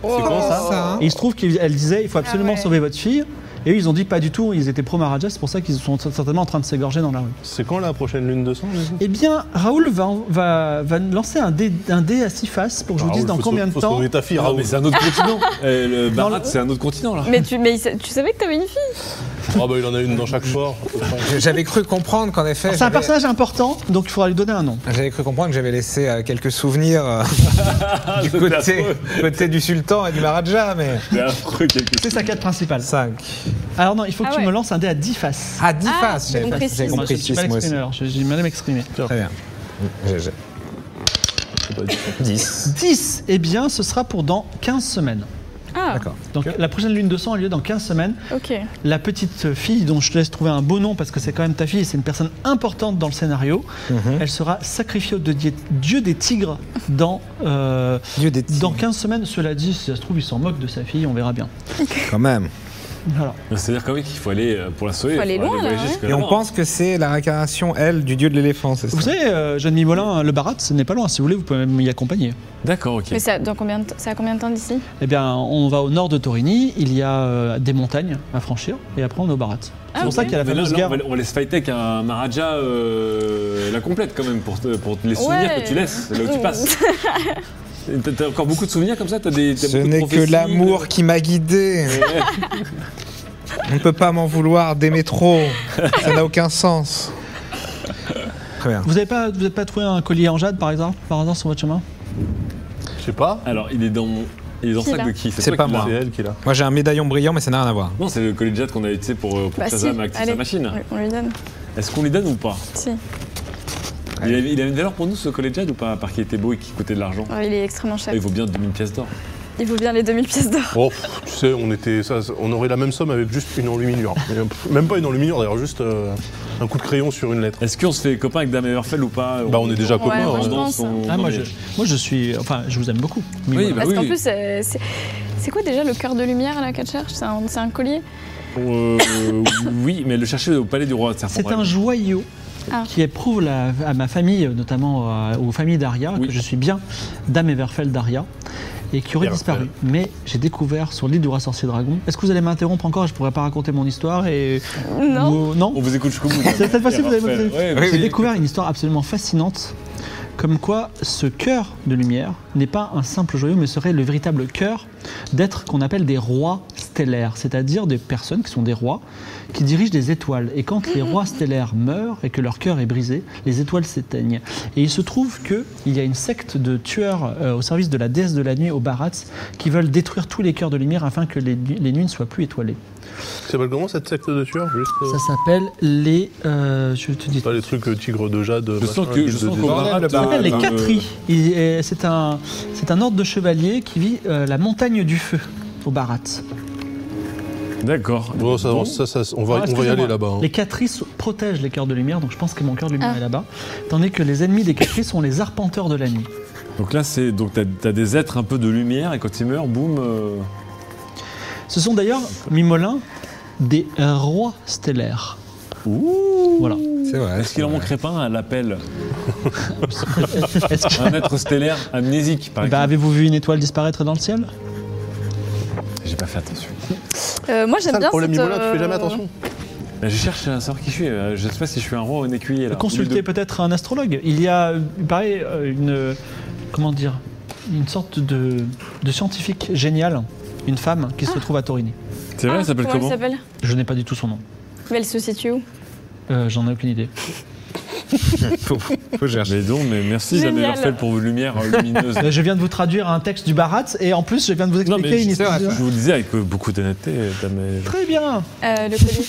Speaker 4: C'est
Speaker 5: comment
Speaker 1: Ah,
Speaker 5: ça
Speaker 1: Et il se trouve qu'elle disait il faut absolument
Speaker 3: Ah ouais.
Speaker 1: sauver votre fille. Et eux, ils ont dit pas du tout, ils étaient pro-Maharaja, c'est pour ça qu'ils sont certainement en train de s'égorger dans la rue.
Speaker 5: C'est quand la prochaine lune de sang Jésus
Speaker 1: Eh bien, Raoul va, va, va lancer un dé, un dé à six faces pour que je vous
Speaker 5: Raoul,
Speaker 1: dise dans
Speaker 5: Ah faut
Speaker 1: combien
Speaker 5: sauver-
Speaker 1: de
Speaker 5: faut
Speaker 1: temps.
Speaker 5: sauver ta fille,
Speaker 2: Non,
Speaker 5: Raoul.
Speaker 2: Ah, mais c'est un autre
Speaker 5: [LAUGHS]
Speaker 2: continent. Eh, le Barat,
Speaker 1: le-
Speaker 2: c'est un autre continent là.
Speaker 3: Mais, tu, mais il sa- tu savais que t'avais une fille
Speaker 5: Ah bah il en a une dans chaque fort.
Speaker 4: Ah, J'avais cru comprendre qu'en effet.
Speaker 1: C'est un
Speaker 4: j'avais-
Speaker 1: personnage important, donc il faudra lui donner un nom.
Speaker 4: J'avais cru comprendre que j'avais laissé euh, quelques souvenirs
Speaker 2: [LAUGHS]
Speaker 4: euh, du côté, côté du sultan et du maharaja, mais.
Speaker 2: C'est affreux quelque
Speaker 1: C'est sa quête principale.
Speaker 4: 5.
Speaker 1: Alors non, il faut que
Speaker 3: Ah
Speaker 1: tu
Speaker 3: ouais.
Speaker 1: me lances un dé à 10 faces.
Speaker 4: Ah, 10
Speaker 3: Ah,
Speaker 4: faces
Speaker 3: j'ai
Speaker 4: J'avais
Speaker 3: compris
Speaker 4: pas-
Speaker 1: Moi,
Speaker 4: j'avais
Speaker 3: six.
Speaker 1: je
Speaker 4: compris
Speaker 1: ne suis
Speaker 4: six,
Speaker 1: pas
Speaker 4: moi
Speaker 1: l'exprimer,
Speaker 4: aussi.
Speaker 1: alors je- j'ai mal à m'exprimer.
Speaker 4: Très bien. GG. 10.
Speaker 1: 10, eh bien, ce sera pour dans 15 semaines.
Speaker 3: Ah,
Speaker 4: D'accord.
Speaker 1: Donc la prochaine lune de sang a lieu dans 15 semaines.
Speaker 3: ok.
Speaker 1: La petite fille dont je te laisse trouver un beau nom parce que c'est quand même ta fille et c'est une personne importante dans le scénario, elle sera sacrifiée au dieu dieu des tigres dans, euh,
Speaker 4: Dieu des
Speaker 1: dans 15 semaines. Cela dit, si ça se trouve, il s'en moque de sa fille, on verra bien.
Speaker 4: Quand même.
Speaker 1: Voilà.
Speaker 2: Euh, C'est-à-dire quand même qu'il faut aller euh, pour la sauver.
Speaker 3: Faut aller loin, là,
Speaker 2: voyager
Speaker 3: ouais.
Speaker 2: jusque
Speaker 4: Et on
Speaker 2: loin.
Speaker 4: pense que c'est la réincarnation, elle, du dieu de l'éléphant, c'est ça
Speaker 1: Vous savez, euh, Jeanne Mimolin, le barat, ce n'est pas loin. Si vous voulez, vous pouvez même y accompagner.
Speaker 2: D'accord, ok.
Speaker 3: Mais ça, dans combien de temps- ça a combien de temps d'ici
Speaker 1: Eh bien, on va au nord de Torini, il y a euh, des montagnes à franchir et après on est au barat. C'est
Speaker 3: Ah,
Speaker 1: pour
Speaker 3: ok.
Speaker 1: ça qu'il y a la
Speaker 2: Mais là,
Speaker 1: fameuse
Speaker 2: là,
Speaker 1: guerre.
Speaker 2: on, va, on va laisse fight avec un Maharaja euh, la complète quand même pour, te- pour te- les souvenirs
Speaker 3: Ouais.
Speaker 2: que tu laisses là
Speaker 3: [LAUGHS]
Speaker 2: où tu passes. T'as- T'as encore beaucoup de souvenirs comme ça T'as des. t'as
Speaker 4: Ce
Speaker 2: beaucoup de
Speaker 4: n'est que
Speaker 2: prophéties, euh.
Speaker 4: l'amour qui m'a guidé. On ne peut pas m'en vouloir d'aimer
Speaker 2: [LAUGHS]
Speaker 4: trop. Ça n'a aucun sens. Très bien.
Speaker 1: Vous n'avez pas, vous avez pas trouvé un collier en jade par hasard, par hasard sur votre chemin
Speaker 5: Je sais pas.
Speaker 2: de- Alors il est dans mon. Il est dans le
Speaker 3: Qui,
Speaker 2: sac
Speaker 3: là
Speaker 2: de qui
Speaker 4: C'est
Speaker 2: toi
Speaker 4: pas
Speaker 2: qui l'as
Speaker 4: moi.
Speaker 5: C'est elle qui l'a.
Speaker 4: Moi j'ai un médaillon brillant mais ça n'a rien à voir.
Speaker 2: Non, c'est le collier de jade qu'on a utilisé pour, euh, pour
Speaker 3: Bah,
Speaker 2: que
Speaker 3: si,
Speaker 2: Shazam active
Speaker 3: allez.
Speaker 2: sa machine.
Speaker 3: On lui donne.
Speaker 2: Est-ce qu'on lui donne ou pas
Speaker 3: Si.
Speaker 2: il avait, il avait une valeur pour nous ce collier de jade ou pas Par qu'il était beau et qu'il coûtait de l'argent
Speaker 3: Ouais, il est extrêmement cher.
Speaker 2: Ah, Il vaut bien 2000 pièces d'or.
Speaker 3: Il vaut bien les 2000 pièces
Speaker 2: Ah
Speaker 3: d'or.
Speaker 5: Oh, pff, tu sais, on, était, ça, ça- on aurait la même somme avec juste une enluminure. Mais, pff, Même pas une enluminure d'ailleurs, juste euh, un coup de crayon sur une lettre.
Speaker 2: Est-ce qu'on se fait copain avec Dame Everfell ou pas
Speaker 5: Bah, on est déjà copains,
Speaker 3: moi,
Speaker 2: on
Speaker 3: je
Speaker 2: danse,
Speaker 3: pense. hein.
Speaker 2: on-
Speaker 1: Ah,
Speaker 2: non,
Speaker 1: moi,
Speaker 2: mais-
Speaker 1: je, moi je suis. Enfin, je vous aime beaucoup. mais
Speaker 2: Oui,
Speaker 1: voilà.
Speaker 2: bah
Speaker 3: Parce qu'en
Speaker 2: oui.
Speaker 3: plus, euh, c'est c'est quoi déjà le cœur de lumière là qu'elle cherche C'est un, c'est un collier
Speaker 2: Euh, oui, mais le chercher au palais du roi de Serpent.
Speaker 1: C'est un joyau
Speaker 3: Ah.
Speaker 1: qui éprouve la- à ma famille, notamment euh, aux familles d'Aria,
Speaker 2: Oui.
Speaker 1: que je suis bien Dame Everfell d'Aria. et qui aurait
Speaker 5: Bien,
Speaker 1: disparu.
Speaker 5: bien.
Speaker 1: Mais j'ai découvert sur l'île du roi sorcier dragon. Est-ce que vous allez m'interrompre encore Je pourrais pas raconter mon histoire et
Speaker 3: Non.
Speaker 1: Ou- non.
Speaker 2: On vous
Speaker 1: [LAUGHS]
Speaker 2: écoute jusqu'au bout.
Speaker 1: Cette cette fois-ci, vous avez
Speaker 2: Raphaël,
Speaker 1: votre-
Speaker 2: ouais,
Speaker 4: Oui,
Speaker 1: J'ai
Speaker 4: oui.
Speaker 1: découvert une histoire absolument fascinante, comme quoi ce cœur de lumière n'est pas un simple joyau, mais serait le véritable cœur d'êtres qu'on appelle des rois stellaires, c'est-à-dire des personnes qui sont des rois, qui dirigent des étoiles. Et quand les rois stellaires meurent et que leur cœur est brisé, les étoiles s'éteignent. Et il se trouve qu'il y a une secte de tueurs euh, au service de la déesse de la nuit au Baratz qui veulent détruire tous les cœurs de lumière afin que les, nu- les nuits ne soient plus étoilées.
Speaker 5: Ça s'appelle comment cette secte de tueurs Juste, euh,
Speaker 1: Ça s'appelle les... euh, je te dis
Speaker 5: pas les trucs euh, tigre de jade.
Speaker 2: Je sens que je sens qu'au Barat,
Speaker 4: le
Speaker 2: euh,
Speaker 4: Barat,
Speaker 1: s'appelle les
Speaker 2: dans le-
Speaker 1: Catri. Il est- C'est un, c'est un ordre de chevaliers qui vit euh, la montagne du feu au Barat.
Speaker 2: D'accord.
Speaker 5: Bon, ça,
Speaker 2: Bon.
Speaker 5: ça, ça,
Speaker 1: Ah,
Speaker 5: on va, on va y
Speaker 1: excusez-moi.
Speaker 5: aller là-bas. hein.
Speaker 1: Les Catris protègent les cœurs de lumière, donc je pense que mon cœur de lumière
Speaker 3: Ah.
Speaker 1: est là-bas. Tandis que les ennemis des Catris sont les arpenteurs de la nuit.
Speaker 2: Donc là, c'est donc t'as t'as des êtres un peu de lumière et quand ils meurent, boum. euh,
Speaker 1: Ce sont d'ailleurs, Mimolin, des euh, rois stellaires. Voilà.
Speaker 4: C'est vrai.
Speaker 2: Est-ce qu'il en
Speaker 4: c'est vrai.
Speaker 2: manquerait pas un à l'appel
Speaker 1: Est-ce que-
Speaker 2: Un être stellaire amnésique, par
Speaker 1: Bah,
Speaker 2: exemple.
Speaker 1: avez-vous vu une étoile disparaître dans le ciel
Speaker 2: J'ai pas
Speaker 1: [LAUGHS]
Speaker 2: fait attention.
Speaker 3: Euh, moi,
Speaker 5: C'est
Speaker 3: j'aime
Speaker 5: ça
Speaker 3: bien
Speaker 5: le problème,
Speaker 3: cette,
Speaker 5: Nicolas, tu fais jamais
Speaker 3: euh,
Speaker 5: attention.
Speaker 2: Bah, je cherche à savoir qui je suis. euh, Je sais pas si je suis un roi ou un écuyer. là.
Speaker 1: Consultez
Speaker 2: Ou
Speaker 1: Euh, peut-être un astrologue. Il y a, euh, il paraît, euh, une. euh, Comment dire Une sorte de, de scientifique génial, une femme qui se trouve à Torini.
Speaker 2: les deux. C'est vrai,
Speaker 3: Ah,
Speaker 2: ça s'appelle
Speaker 3: comment
Speaker 2: comment
Speaker 3: elle s'appelle
Speaker 1: Je n'ai pas du tout son nom.
Speaker 3: Mais Elle se situe où
Speaker 1: Euh, J'en ai aucune
Speaker 3: [LAUGHS]
Speaker 1: idée.
Speaker 4: Faut, [LAUGHS] faut chercher.
Speaker 2: Mais donc, mais merci
Speaker 3: Génial.
Speaker 2: Jamel Orfel pour vos lumières
Speaker 1: [LAUGHS]
Speaker 2: euh, lumineuses.
Speaker 1: Euh, je viens de vous traduire un texte du Barat et en plus je viens de vous expliquer
Speaker 2: je-
Speaker 1: une
Speaker 2: c'est
Speaker 1: histoire.
Speaker 2: vrai, Je vous le disais avec euh, beaucoup d'honnêteté, euh, Jamel.
Speaker 1: Très bien.
Speaker 5: [LAUGHS]
Speaker 3: Euh, Le collier.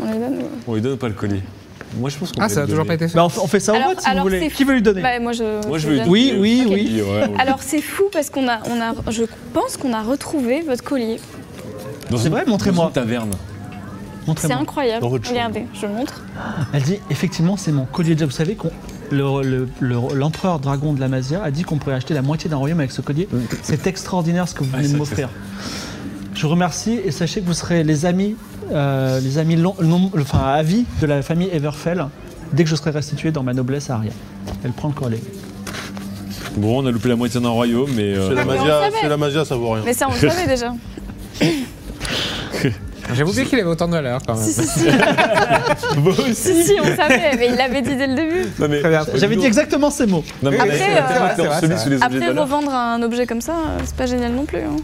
Speaker 3: On la donne ou-
Speaker 2: on lui donne ou pas le collier Moi, je pense qu'on
Speaker 4: Ah,
Speaker 2: peut
Speaker 4: ça a
Speaker 2: lui
Speaker 4: toujours pas
Speaker 2: donner.
Speaker 4: été fait.
Speaker 1: Bah, on, fait- on fait ça
Speaker 3: Alors-
Speaker 1: au vote si vous
Speaker 3: alors
Speaker 1: voulez.
Speaker 3: c'est-
Speaker 1: Qui veut lui donner
Speaker 3: Bah, moi, je.
Speaker 2: Moi, je
Speaker 3: te
Speaker 2: veux euh,
Speaker 3: donne.
Speaker 1: Oui, oui,
Speaker 3: Ok.
Speaker 1: oui.
Speaker 2: Ouais, ouais.
Speaker 3: Alors c'est fou parce qu'on a, on a, je pense qu'on a retrouvé votre collier.
Speaker 2: Dans
Speaker 1: C'est
Speaker 2: une-
Speaker 1: vrai, montrez-moi.
Speaker 2: dans une taverne.
Speaker 3: C'est
Speaker 1: Montrez-moi.
Speaker 3: incroyable.
Speaker 5: Dans votre chambre.
Speaker 3: Regardez, je montre.
Speaker 1: Elle dit effectivement c'est mon collier de diable. Vous savez qu'on l'empereur le, l'empereur dragon de la Mazia a dit qu'on pourrait acheter la moitié d'un royaume avec ce collier. C'est extraordinaire ce que vous venez
Speaker 2: c'est
Speaker 1: de
Speaker 2: vrai que c'est
Speaker 1: m'offrir. Je vous remercie et sachez que vous serez les amis, euh, les amis long- nom- enfin, à vie de la famille Everfell dès que je serai restitué dans ma noblesse à Aria. Elle prend le collier.
Speaker 4: Euh,
Speaker 2: Bon, on a loupé la moitié d'un royaume, mais. euh,
Speaker 5: C'est la
Speaker 2: [LAUGHS]
Speaker 3: mais on
Speaker 5: magia,
Speaker 3: savait.
Speaker 5: c'est la magia, ça vaut rien.
Speaker 3: Mais ça, on le savait déjà.
Speaker 4: J'avais oublié qu'il avait autant de valeur quand même.
Speaker 3: Si, si, si. si, si, on savait, mais il l'avait dit dès le début.
Speaker 2: non, mais-
Speaker 4: Très bien.
Speaker 1: J'avais dit exactement ces mots.
Speaker 2: Non, mais
Speaker 4: Après,
Speaker 2: on a-
Speaker 3: euh,
Speaker 2: on a été
Speaker 4: c'est vrai,
Speaker 2: enseveli
Speaker 4: c'est
Speaker 2: sous les objets de
Speaker 3: Après,
Speaker 2: valeur.
Speaker 3: revendre un objet comme ça, euh, c'est pas génial non plus. hein.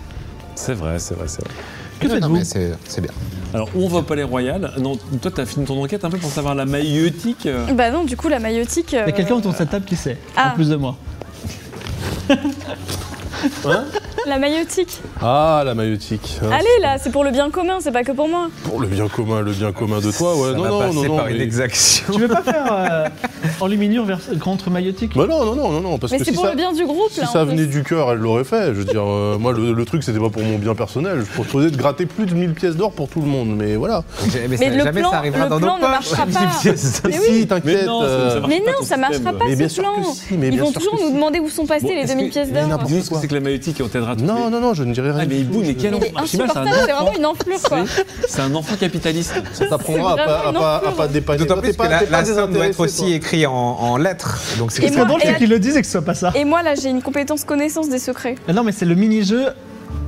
Speaker 2: C'est vrai, c'est vrai, c'est vrai.
Speaker 1: Que
Speaker 4: Non,
Speaker 1: faites-vous
Speaker 4: mais c'est c'est bien.
Speaker 2: Alors, on va au Palais Royal. Non, toi, t'as fini ton enquête un peu pour savoir la maïotique. euh,
Speaker 3: Bah non, du coup, la maïotique. euh,
Speaker 1: Il y a quelqu'un autour de
Speaker 4: euh,
Speaker 1: cette table qui sait,
Speaker 3: Ah.
Speaker 1: en plus de moi.
Speaker 3: La maïotique.
Speaker 5: Ah, la maïotique. hein.
Speaker 3: Allez, là, c'est pour le bien commun, c'est pas que pour moi.
Speaker 5: Pour le bien commun, le bien commun de toi, ouais.
Speaker 4: Ça
Speaker 5: non,
Speaker 4: va
Speaker 5: non,
Speaker 4: passer
Speaker 5: non, non.
Speaker 4: par une
Speaker 5: mais-
Speaker 4: exaction.
Speaker 1: Tu veux pas faire euh, enluminure vers- contre maïotique
Speaker 5: Bah non, non, non, non, non, parce
Speaker 3: Mais
Speaker 5: que
Speaker 3: c'est
Speaker 5: si
Speaker 3: pour
Speaker 5: ça,
Speaker 3: le bien du groupe,
Speaker 5: si
Speaker 3: là.
Speaker 5: ça
Speaker 3: en plus.
Speaker 5: venait du cœur, elle l'aurait fait. Je veux dire, euh, moi, le, le truc, c'était pas pour mon bien personnel. Je proposais de gratter plus de 1000 pièces d'or pour tout le monde, mais voilà.
Speaker 4: J'ai- Mais,
Speaker 3: [LAUGHS] Mais
Speaker 4: ça-
Speaker 3: le
Speaker 4: jamais
Speaker 3: plan-
Speaker 4: ça arrivera
Speaker 3: le
Speaker 4: dans
Speaker 3: plan
Speaker 4: nos
Speaker 3: ne
Speaker 4: poches. [LAUGHS]
Speaker 3: marchera pas. Mais oui.
Speaker 5: si, t'inquiète.
Speaker 2: Mais non, ça- ça
Speaker 5: euh,
Speaker 2: marche
Speaker 3: Mais
Speaker 2: pas
Speaker 3: non,
Speaker 2: ton
Speaker 3: ça marchera
Speaker 2: système.
Speaker 3: pas
Speaker 5: Mais bien
Speaker 3: ce
Speaker 5: sûr
Speaker 3: plan.
Speaker 5: que si, mais
Speaker 3: Ils
Speaker 5: bien
Speaker 3: vont
Speaker 5: sûr
Speaker 3: toujours
Speaker 5: que
Speaker 3: nous
Speaker 5: si.
Speaker 3: demander où sont passées
Speaker 2: Bon,
Speaker 3: les
Speaker 2: est-ce que-
Speaker 3: 2000 pièces
Speaker 5: mais
Speaker 3: d'or.
Speaker 5: n'importe
Speaker 2: Dis-nous ce que
Speaker 5: quoi.
Speaker 2: c'est que la maïotique et on t'aidera tout
Speaker 5: Non, non, non, je ne dirai rien.
Speaker 2: Ah, mais
Speaker 5: du tout,
Speaker 2: Ibou, mais
Speaker 5: je-
Speaker 2: quel
Speaker 3: Il est
Speaker 2: enfant Chimère, c'est
Speaker 3: insupportable, c'est
Speaker 2: un
Speaker 3: vraiment
Speaker 2: enfant.
Speaker 3: une enflure, quoi.
Speaker 2: C'est un enfant
Speaker 5: [LAUGHS]
Speaker 2: capitaliste.
Speaker 5: Ça t'apprendra à
Speaker 3: C'est
Speaker 5: pas, à, pas,
Speaker 3: vraiment une
Speaker 5: à pas
Speaker 3: enflure.
Speaker 5: dépasser.
Speaker 4: D'autant
Speaker 5: T'es
Speaker 4: plus que
Speaker 5: pas-
Speaker 4: la,
Speaker 5: t'es pas
Speaker 4: la somme doit être
Speaker 5: désintéressé,
Speaker 4: aussi
Speaker 5: toi.
Speaker 4: écrite en, en lettres. Donc
Speaker 3: Et
Speaker 4: c'est
Speaker 1: Ce
Speaker 3: moi-
Speaker 1: serait drôle,
Speaker 3: et-
Speaker 1: c'est qu'ils le disent et que ce soit pas ça.
Speaker 3: Et moi, là, j'ai une compétence connaissance des secrets.
Speaker 1: Ah Non, mais c'est le mini-jeu,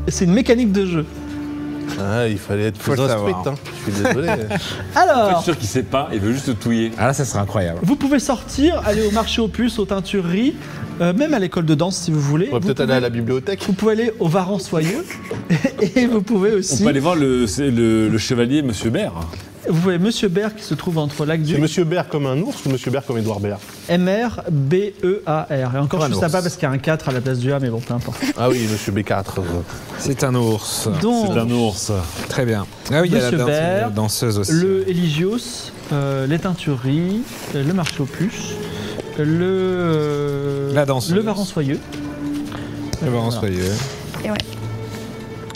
Speaker 1: c'est une mécanique de jeu.
Speaker 5: Ah, il fallait être
Speaker 4: hein. Faut
Speaker 5: plus
Speaker 4: le savoir.
Speaker 5: instruite, hein. Je suis
Speaker 4: [LAUGHS]
Speaker 5: désolé.
Speaker 2: Je suis
Speaker 1: Alors,
Speaker 2: sûr qu'il sait pas, il veut juste te touiller.
Speaker 4: Ah là, ça serait incroyable.
Speaker 1: vous pouvez sortir, aller au marché aux puces, aux teintureries, euh, même à l'école de danse si vous voulez.
Speaker 5: On va
Speaker 1: vous,
Speaker 5: peut-être
Speaker 1: pouvez,
Speaker 5: aller à la bibliothèque.
Speaker 1: vous pouvez aller au Varan Soyeux [LAUGHS] et vous pouvez
Speaker 2: On
Speaker 1: aussi.
Speaker 2: peut aller voir le, c'est le, le chevalier Monsieur Baird.
Speaker 1: Vous pouvez Monsieur Baird qui se trouve entre lac
Speaker 5: C'est
Speaker 1: du
Speaker 5: Monsieur Baird comme un ours ou Monsieur Baird comme Édouard Baird
Speaker 1: M-R-B-E-A-R. E Et encore, je
Speaker 4: Un
Speaker 1: suis sympa
Speaker 4: ours.
Speaker 1: parce qu'il y a un 4 à la place du A, mais bon, peu importe.
Speaker 5: Ah oui, Monsieur B4.
Speaker 4: C'est un ours.
Speaker 1: Donc,
Speaker 2: C'est un ours.
Speaker 4: Très bien. Ah oui, il y a la
Speaker 1: Monsieur
Speaker 4: danse-
Speaker 1: Baird,
Speaker 4: la danseuse aussi.
Speaker 1: Le Eligios, euh, les teintureries, euh, le marché aux puces, euh, le. euh,
Speaker 4: La danseuse.
Speaker 1: Le varan soyeux.
Speaker 4: Le Baron
Speaker 1: Voilà.
Speaker 4: Soyeux.
Speaker 3: Et ouais.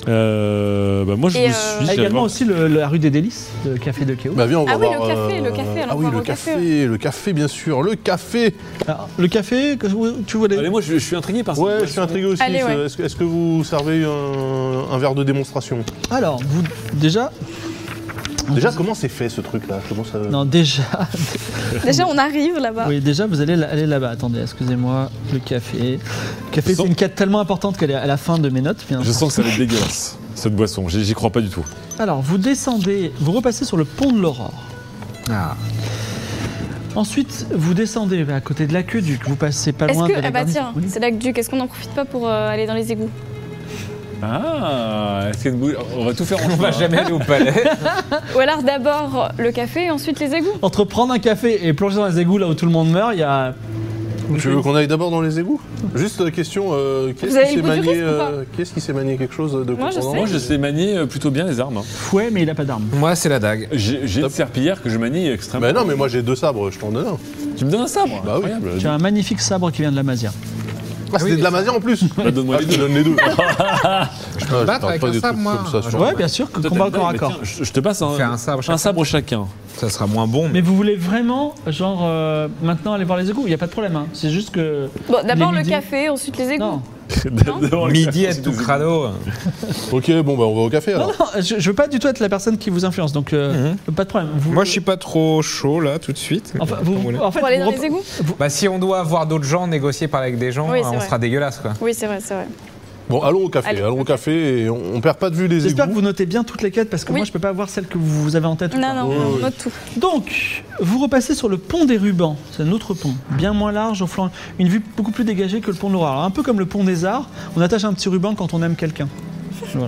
Speaker 2: Euh, bah moi, je
Speaker 3: Et
Speaker 2: me
Speaker 3: euh,
Speaker 2: suis.
Speaker 1: Ah,
Speaker 2: j'allais
Speaker 1: également
Speaker 2: voir.
Speaker 1: aussi le- la rue des délices, le café de Kéo.
Speaker 5: Bah viens, on va
Speaker 3: Ah oui,
Speaker 5: voir.
Speaker 3: le café,
Speaker 5: euh,
Speaker 3: le café, alors
Speaker 5: Ah oui,
Speaker 3: on va
Speaker 5: le
Speaker 3: au café.
Speaker 5: café, le café, bien sûr, le café.
Speaker 1: Alors, le café, que je- tu voulais.
Speaker 2: Allez, moi, je, je suis intrigué par ça.
Speaker 5: Ouais, je suis intrigué aussi.
Speaker 3: Allez, ouais.
Speaker 5: Est-ce que, est-ce que vous servez un, un verre de démonstration
Speaker 1: Alors, vous, déjà,
Speaker 5: Déjà, comment c'est fait ce truc-là Comment ça-
Speaker 1: Non, déjà, [LAUGHS]
Speaker 3: Déjà, on arrive là-bas.
Speaker 1: oui, déjà vous allez aller là-bas. Attendez, excusez-moi, le café. Le café,
Speaker 2: Sans-
Speaker 1: c'est une quête tellement importante qu'elle est à la fin de mes notes. bien
Speaker 2: Je sens que ça va être dégueulasse, cette boisson. J'y j'y crois pas du tout.
Speaker 1: Alors, vous descendez, vous repassez sur le pont de l'Aurore.
Speaker 4: Ah.
Speaker 1: Ensuite, vous descendez à côté de l'aqueduc, vous passez pas
Speaker 3: Est-ce
Speaker 1: loin
Speaker 3: que.
Speaker 1: de la
Speaker 3: Ah bah
Speaker 1: garnison.
Speaker 3: tiens,
Speaker 1: Oui.
Speaker 3: c'est l'aqueduc, est-ce qu'on n'en profite pas pour euh, aller dans les égouts
Speaker 2: Ah, est-ce qu'il y a une boule On va tout faire
Speaker 5: [LAUGHS]
Speaker 2: en
Speaker 4: On va jamais aller au palais.
Speaker 3: Ou alors d'abord le café et ensuite les égouts
Speaker 1: Entre prendre un café et plonger dans les égouts là où tout le monde meurt, il y a.
Speaker 5: Tu veux qu'on aille d'abord dans les égouts Juste euh, question, euh,
Speaker 3: Vous
Speaker 5: qu'est-ce
Speaker 3: avez
Speaker 5: qui
Speaker 3: le
Speaker 5: s'est
Speaker 3: goût du
Speaker 5: manié,
Speaker 3: risque ou pas
Speaker 5: euh, qu'est-ce qui s'est manié quelque chose de
Speaker 3: Moi, je
Speaker 5: concordant
Speaker 2: Moi, je sais manier euh, plutôt bien les armes. hein.
Speaker 1: Fouet, mais il a pas d'arme.
Speaker 4: Moi, c'est la dague.
Speaker 2: J'ai j'ai une
Speaker 5: Top.
Speaker 2: serpillière que je manie extrêmement.
Speaker 5: Bah non, mais moi j'ai deux sabres, je t'en donne un.
Speaker 2: Tu me donnes un sabre
Speaker 5: Bah oui.
Speaker 2: Incroyable.
Speaker 1: Tu as un magnifique sabre qui vient de la Masia.
Speaker 5: Ah, c'était
Speaker 4: oui,
Speaker 5: de la masière en plus
Speaker 2: Bah, donne-moi
Speaker 5: Ah,
Speaker 2: les
Speaker 5: je te
Speaker 2: deux.
Speaker 5: donne les deux. je parle
Speaker 4: battre avec
Speaker 5: pas
Speaker 4: un
Speaker 5: des
Speaker 4: sabre,
Speaker 5: trucs
Speaker 4: moi.
Speaker 5: comme ça,
Speaker 4: Je
Speaker 5: sur-
Speaker 1: Ouais, bien sûr, que
Speaker 2: Toi,
Speaker 1: combat
Speaker 2: t'as-
Speaker 1: corps à
Speaker 2: mais
Speaker 1: corps.
Speaker 2: tiens, je, je te passe un,
Speaker 4: Fais un sabre chacun.
Speaker 2: un sabre chacun.
Speaker 4: Ça sera moins bon, mais.
Speaker 1: Mais vous voulez vraiment, genre, euh, maintenant aller voir les égouts Il n'y a pas de problème, hein. c'est juste que.
Speaker 3: Bon, d'abord
Speaker 1: Il est
Speaker 3: le
Speaker 1: midi.
Speaker 3: café, ensuite les égouts.
Speaker 1: Non,
Speaker 2: Devant le
Speaker 4: Midi
Speaker 2: café,
Speaker 4: est tout crado.
Speaker 5: Ok, bon, bah on va au café
Speaker 1: non,
Speaker 5: alors.
Speaker 1: non, je, je veux pas du tout être la personne qui vous influence, donc euh, pas de problème. Vous-
Speaker 4: Moi, je suis pas trop chaud là tout de suite.
Speaker 1: Enfin, vous- en fait,
Speaker 3: Pour aller dans
Speaker 1: vous
Speaker 3: les
Speaker 1: rep-
Speaker 3: égouts
Speaker 4: Bah, si on doit voir d'autres gens, négocier, parler avec des gens,
Speaker 3: Oui,
Speaker 4: euh,
Speaker 3: c'est
Speaker 4: on
Speaker 3: vrai.
Speaker 4: sera dégueulasse quoi.
Speaker 3: Oui, c'est vrai, c'est vrai.
Speaker 5: Bon, allons au café,
Speaker 3: Allez.
Speaker 5: allons au café et on, on perd pas de vue les
Speaker 1: J'espère que
Speaker 5: égouts.
Speaker 1: vous notez bien toutes les quêtes parce que
Speaker 3: Oui.
Speaker 1: moi je peux pas avoir celles que vous vous avez en tête. ou
Speaker 3: Non,
Speaker 1: pas.
Speaker 3: non, on note tout.
Speaker 1: Donc, vous repassez sur le pont des rubans. C'est un autre pont, bien moins large, au flanc, une vue beaucoup plus dégagée que le pont de l'Aurore. Alors, Un peu comme le pont des Arts, on attache un petit ruban quand on aime quelqu'un.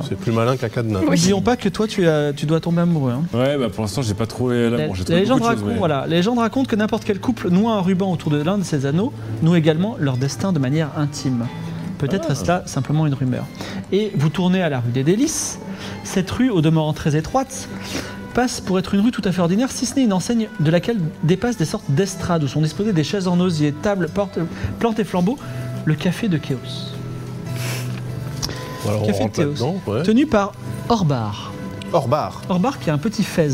Speaker 5: C'est plus malin qu'un cadenas.
Speaker 3: [LAUGHS]
Speaker 1: N'oublions pas que toi tu, as- tu dois tomber amoureux. hein.
Speaker 2: Ouais, bah pour l'instant, j'ai pas trouvé
Speaker 1: La-
Speaker 2: l'amour. J'ai
Speaker 1: la
Speaker 2: trouvé
Speaker 1: légende
Speaker 2: beaucoup de choses,
Speaker 1: raconte,
Speaker 2: mais-
Speaker 1: voilà, la légende raconte que n'importe quel couple noue un ruban autour de l'un de ses anneaux, noue également leur destin de manière intime. Peut-être
Speaker 2: Ah.
Speaker 1: est-ce là simplement une rumeur. Et vous tournez à la rue des Délices. Cette rue, au demeurant très étroite, passe pour être une rue tout à fait ordinaire, si ce n'est une enseigne de laquelle dépassent des sortes d'estrades où sont disposées des chaises en osier, tables, portes, plantes et flambeaux, le café de Chaos
Speaker 5: Alors on
Speaker 1: Café
Speaker 5: rentre
Speaker 1: Théos.
Speaker 5: là-dedans. Ouais.
Speaker 1: tenu par Orbar.
Speaker 5: Hors bar.
Speaker 1: Orbar qui a un petit fez.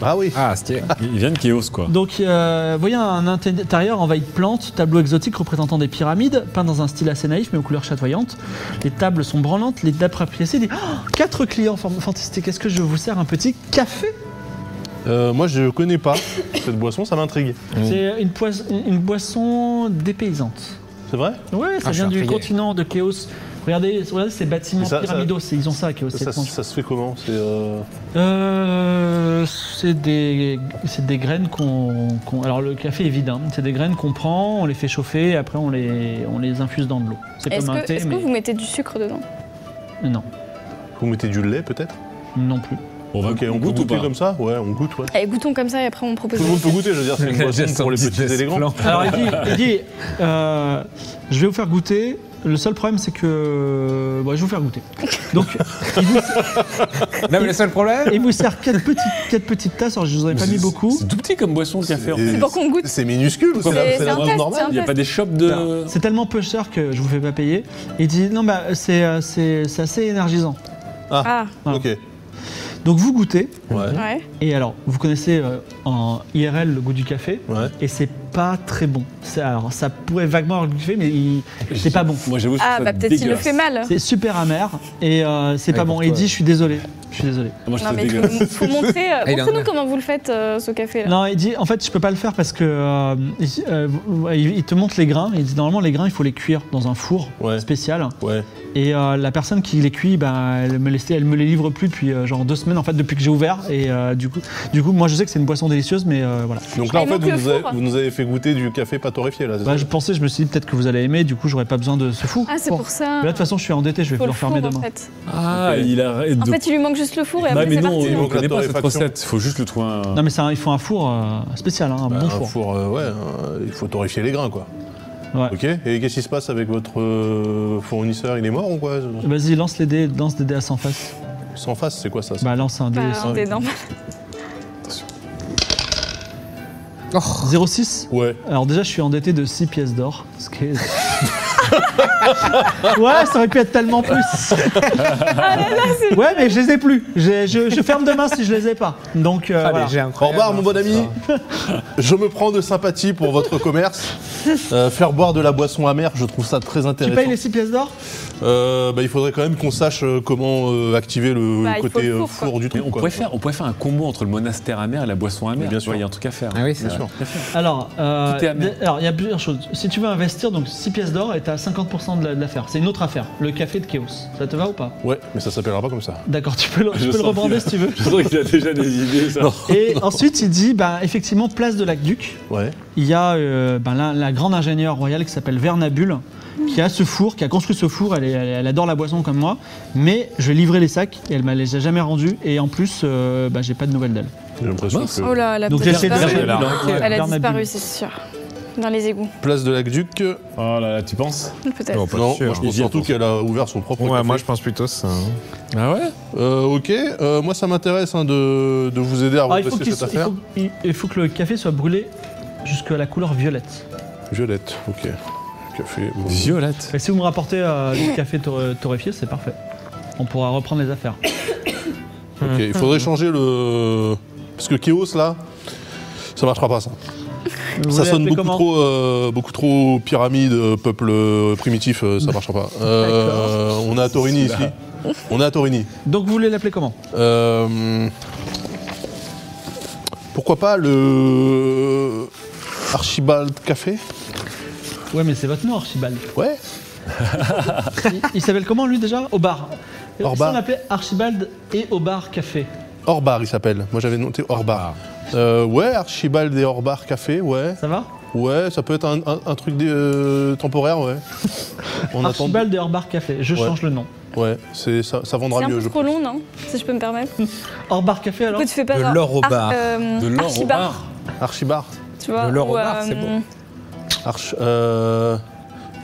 Speaker 5: Ah oui.
Speaker 4: Ah, c'était.
Speaker 2: Ils viennent Chaos, quoi.
Speaker 1: Donc, euh, voyez un intérieur envahi de plantes, tableau exotique représentant des pyramides, peint dans un style assez naïf mais aux couleurs chatoyantes. Les tables sont branlantes, les dappes rapiécées. Des... Oh, quatre clients fan- fantastiques. Est-ce que je vous sers un petit café
Speaker 5: Euh, moi je connais pas cette boisson, ça m'intrigue.
Speaker 1: C'est une, pois- une boisson dépaysante.
Speaker 5: C'est vrai
Speaker 1: Ouais, ça
Speaker 4: Ah, je suis
Speaker 1: vient du
Speaker 4: intrigué.
Speaker 1: continent de Chaos. Regardez, regardez ces bâtiments
Speaker 5: Et ça- ça-
Speaker 1: pyramidaux, c'est- ils ont ça à Chaos. c'est
Speaker 5: ça,
Speaker 1: étrange.
Speaker 5: ça se fait comment C'est euh,
Speaker 1: Euh, c'est des, c'est des graines qu'on, qu'on- Alors le café est vide, hein. c'est des graines qu'on prend, on les fait chauffer, et après on les, on les infuse dans de l'eau. C'est
Speaker 3: Est-ce
Speaker 1: comme un
Speaker 3: que,
Speaker 1: thé,
Speaker 3: est-ce que
Speaker 1: mais
Speaker 3: vous mettez du sucre dedans
Speaker 1: non,
Speaker 5: Vous mettez du lait peut-être
Speaker 1: non plus.
Speaker 2: On va
Speaker 5: Ok, on goûte
Speaker 2: ou pas
Speaker 5: comme ça Ouais, on
Speaker 3: [LAUGHS]
Speaker 5: goûte, ouais.
Speaker 3: Allez, goûtons comme ça et après on propose.
Speaker 5: Tout le monde peut goûter, je veux dire, [LAUGHS]
Speaker 2: [LAUGHS]
Speaker 5: c'est une
Speaker 4: Déjà
Speaker 5: boisson pour les
Speaker 4: sorti
Speaker 5: petits et les grands.
Speaker 4: plan.
Speaker 1: Alors il dit, il dit, euh, je vais vous faire goûter. Le seul problème, c'est que, bon, je vais vous faire goûter. Donc,
Speaker 4: Non, mais le seul problème.
Speaker 1: il vous sert quatre petites, quatre petites tasses. Alors, je vous en ai pas mis beaucoup.
Speaker 2: C'est tout petit comme boisson, le café. en fait.
Speaker 5: Et
Speaker 3: pour qu'on goûte.
Speaker 5: C'est minuscule, c'est la-
Speaker 3: c'est
Speaker 5: c'est la
Speaker 3: un
Speaker 5: dose
Speaker 3: test,
Speaker 5: normale.
Speaker 3: c'est
Speaker 2: Il n'y a pas des shops de.
Speaker 1: C'est tellement peu cher que je vous fais pas payer. Il dit, non, bah, c'est, euh, c'est, c'est assez énergisant.
Speaker 3: Ah,
Speaker 5: Ok,
Speaker 1: Donc, vous goûtez.
Speaker 5: ouais.
Speaker 3: ouais.
Speaker 1: Et alors, vous connaissez euh, en IRL le goût du café
Speaker 5: Ouais.
Speaker 1: et c'est pas très bon. C'est- Alors, ça pourrait vaguement avoir le goût du café, mais il- c'est pas bon.
Speaker 2: Moi, j'avoue, je trouve
Speaker 3: Ah,
Speaker 2: ça
Speaker 3: bah peut-être il le
Speaker 2: dégueulasse.
Speaker 3: fait mal.
Speaker 1: C'est super amer et euh, c'est pas
Speaker 4: pour
Speaker 1: bon. Il
Speaker 4: toi.
Speaker 1: dit, je suis désolé, je suis désolé.
Speaker 2: Moi, je
Speaker 3: Non,
Speaker 2: trouve ça
Speaker 3: mais faut,
Speaker 2: dégueulasse.
Speaker 3: faut montrer. euh,
Speaker 4: Ah, [LAUGHS] il a un
Speaker 3: Montrez-nous
Speaker 4: air.
Speaker 3: comment vous le faites, euh, ce café-là.
Speaker 1: Non, il dit, en fait, je peux pas le faire parce que euh, il, euh, il- il te montre les grains. Il dit, normalement, les grains, il faut les cuire dans un four
Speaker 5: Ouais.
Speaker 1: spécial.
Speaker 5: Ouais.
Speaker 1: Et euh, la personne qui les cuit, bah, elle, me les, elle me les livre plus depuis euh, genre deux semaines en fait, depuis que j'ai ouvert. Et euh, du coup, du coup, moi, je sais que c'est une boisson délicieuse, mais euh, voilà.
Speaker 5: Donc là,
Speaker 3: Et
Speaker 5: en fait,
Speaker 3: donc,
Speaker 5: vous
Speaker 3: le
Speaker 5: nous, avez,
Speaker 3: four
Speaker 5: vous nous avez fait goûter du café pas torréfié, là. c'est
Speaker 1: Bah,
Speaker 5: ça
Speaker 1: je pensais, je me suis dit peut-être que vous allez aimer, du coup j'aurais pas besoin de ce fou.
Speaker 3: Ah, c'est pour ça.
Speaker 1: Mais là de toute façon je suis endetté, je vais
Speaker 3: Faut le
Speaker 1: pouvoir fermer
Speaker 3: four,
Speaker 1: demain.
Speaker 3: en fait.
Speaker 2: Ah, il arrête
Speaker 3: En
Speaker 2: de.
Speaker 3: fait, il lui manque juste le four et
Speaker 2: Bah,
Speaker 3: après
Speaker 2: mais
Speaker 3: c'est
Speaker 2: non,
Speaker 3: parti. Ah,
Speaker 2: on
Speaker 5: Donc, la
Speaker 2: connaît pas cette
Speaker 5: torréfaction.
Speaker 2: recette. Faut juste le trouver. un-
Speaker 1: Non mais c'est un- il faut un four euh, spécial, hein, un
Speaker 5: Bah,
Speaker 1: bon
Speaker 5: un
Speaker 1: four.
Speaker 5: four, euh, ouais, euh, il faut torréfier les grains, quoi.
Speaker 1: Ouais.
Speaker 5: Ok Et qu'est-ce qui se passe avec votre euh, fournisseur Il est mort ou quoi
Speaker 1: Vas-y lance les dés, lance des dés à 100 faces.
Speaker 5: Sans face, c'est quoi ça
Speaker 1: Bah lance un dé.
Speaker 3: Bah, on est dans-
Speaker 1: 06
Speaker 5: Ouais.
Speaker 4: Oh,
Speaker 1: Alors déjà je suis endetté de 6 pièces d'or, ce qui est [LAUGHS] Ouais, ça aurait pu être tellement
Speaker 3: [LAUGHS]
Speaker 1: plus.
Speaker 3: Ah,
Speaker 1: ouais, mais je les ai plus. J'ai- Je, je ferme demain si je les ai pas. Donc, euh,
Speaker 4: Ah,
Speaker 1: voilà.
Speaker 4: mais j'ai
Speaker 5: Au
Speaker 4: incroyable,
Speaker 5: revoir, mon
Speaker 4: hein,
Speaker 5: bon
Speaker 4: c'est
Speaker 5: ami.
Speaker 4: ça.
Speaker 5: Je me prends de sympathie pour votre
Speaker 2: [LAUGHS]
Speaker 5: commerce. Euh, faire boire de la boisson amère, je trouve ça très
Speaker 1: tu
Speaker 5: intéressant.
Speaker 1: payes les 6 pièces d'or
Speaker 5: Euh, bah, il faudrait quand même qu'on sache euh, comment euh, activer le
Speaker 3: Bah, il faut
Speaker 5: côté
Speaker 3: le
Speaker 5: euh,
Speaker 3: four, quoi.
Speaker 5: four du
Speaker 2: Mais
Speaker 5: truc.
Speaker 2: on
Speaker 5: quoi.
Speaker 2: pourrait, faire, on pourrait faire un combo entre le monastère amer et la boisson amère.
Speaker 5: Mais bien
Speaker 2: tu
Speaker 5: sûr.
Speaker 2: vois, Il y a un truc à faire.
Speaker 4: Ah oui, c'est
Speaker 5: Bien sûr.
Speaker 1: Alors, euh,
Speaker 2: Tout est amer.
Speaker 1: d- alors, il y a plusieurs choses. Si tu veux investir, donc 6 pièces d'or et t'as 50% de la- de l'affaire. C'est une autre affaire, le café de Chaos. Ça te va ou pas
Speaker 5: Ouais, mais ça s'appellera pas comme
Speaker 2: [LAUGHS]
Speaker 5: ça.
Speaker 1: D'accord, tu peux le, tu
Speaker 2: Je
Speaker 1: peux le
Speaker 2: sens
Speaker 1: rebrander
Speaker 2: qu'il
Speaker 1: si tu veux.
Speaker 2: Je sens qu'il a déjà des idées, ça.
Speaker 1: Et ensuite, il dit, bah, effectivement, place de l'Aqueduc,
Speaker 5: Ouais.
Speaker 1: il y a euh, ben, la, la grande ingénieure royale qui s'appelle Vernabule, qui a ce four, qui a construit ce four, elle, est- elle- elle adore la boisson comme moi, mais je vais livrer les sacs et elle ne les a jamais rendus, et en plus, euh, bah, j'ai pas de nouvelles d'elle.
Speaker 5: J'ai l'impression
Speaker 2: Mince.
Speaker 5: que.
Speaker 3: Oh là, elle a
Speaker 1: Donc
Speaker 3: peut-être
Speaker 1: j'essaie de
Speaker 3: disparu.
Speaker 2: faire- Elle a-
Speaker 3: Elle a
Speaker 1: Vernabule.
Speaker 3: disparu, c'est sûr. Dans les égouts,
Speaker 5: Place de l'Aqueduc. euh,
Speaker 2: Oh là là, tu penses
Speaker 3: peut-être.
Speaker 4: Non, Oh, pas
Speaker 5: non,
Speaker 2: hein.
Speaker 4: sûr.
Speaker 5: moi je pense
Speaker 2: J'y ai
Speaker 5: surtout
Speaker 2: pensé.
Speaker 5: qu'elle a ouvert son propre.
Speaker 4: Ouais,
Speaker 5: café.
Speaker 4: moi je pense plutôt ça. hein.
Speaker 2: Ah ouais
Speaker 5: Euh, ok, euh, moi ça m'intéresse hein, de, de vous aider à
Speaker 1: Alors, Ah, il, faut
Speaker 5: redresser
Speaker 1: qu'il
Speaker 5: cette
Speaker 1: so- il
Speaker 5: affaire.
Speaker 1: faut- il- il faut que le café soit brûlé jusqu'à la couleur violette.
Speaker 5: Violette, ok. Café. bon.
Speaker 2: Violette.
Speaker 1: Et si vous me rapportez euh, du café torré- torréfié, c'est parfait. On pourra reprendre les affaires. Mmh.
Speaker 5: Ok, il faudrait changer le. Parce que Chaos là, ça marchera pas ça.
Speaker 1: Vous
Speaker 5: Ça
Speaker 1: voulez
Speaker 5: sonne
Speaker 1: appeler
Speaker 5: beaucoup
Speaker 1: comment
Speaker 5: trop, euh, beaucoup trop pyramide, euh, peuple euh, primitif, euh, ça marchera pas. Euh, on est à Torini ici. On est à Torini.
Speaker 1: Donc vous voulez l'appeler comment
Speaker 5: Euh, pourquoi pas le Archibald Café
Speaker 1: Ouais, mais c'est votre nom, Archibald.
Speaker 5: Ouais.
Speaker 1: il il s'appelle comment lui déjà Au bar.
Speaker 5: Au
Speaker 1: Si
Speaker 5: bar.
Speaker 1: on l'appelait Archibald et au bar café.
Speaker 5: Orbar il s'appelle. Moi j'avais noté Orbar. Euh, ouais, Archibald et Orbar Café, ouais.
Speaker 1: Ça va
Speaker 5: Ouais, ça peut être un, un- un truc dé- euh, temporaire, ouais. On attend.
Speaker 1: Archibald de Orbar Café, je
Speaker 5: Ouais.
Speaker 1: change le nom.
Speaker 5: Ouais, c'est ça, ça vendra
Speaker 3: C'est un
Speaker 5: mieux.
Speaker 3: peu
Speaker 5: je
Speaker 3: trop
Speaker 5: pense.
Speaker 3: long, non Si je peux me permettre.
Speaker 1: Orbar Café alors
Speaker 3: Pourquoi tu fais pas
Speaker 4: De
Speaker 3: genre
Speaker 4: l'or au
Speaker 3: Ar-
Speaker 4: bar.
Speaker 3: euh,
Speaker 2: De l'or au
Speaker 3: Archibald,
Speaker 2: bar.
Speaker 5: Archibald.
Speaker 3: Tu vois,
Speaker 4: De l'or au
Speaker 3: ou,
Speaker 4: bar, c'est
Speaker 3: euh,
Speaker 4: bon.
Speaker 5: Arch- euh,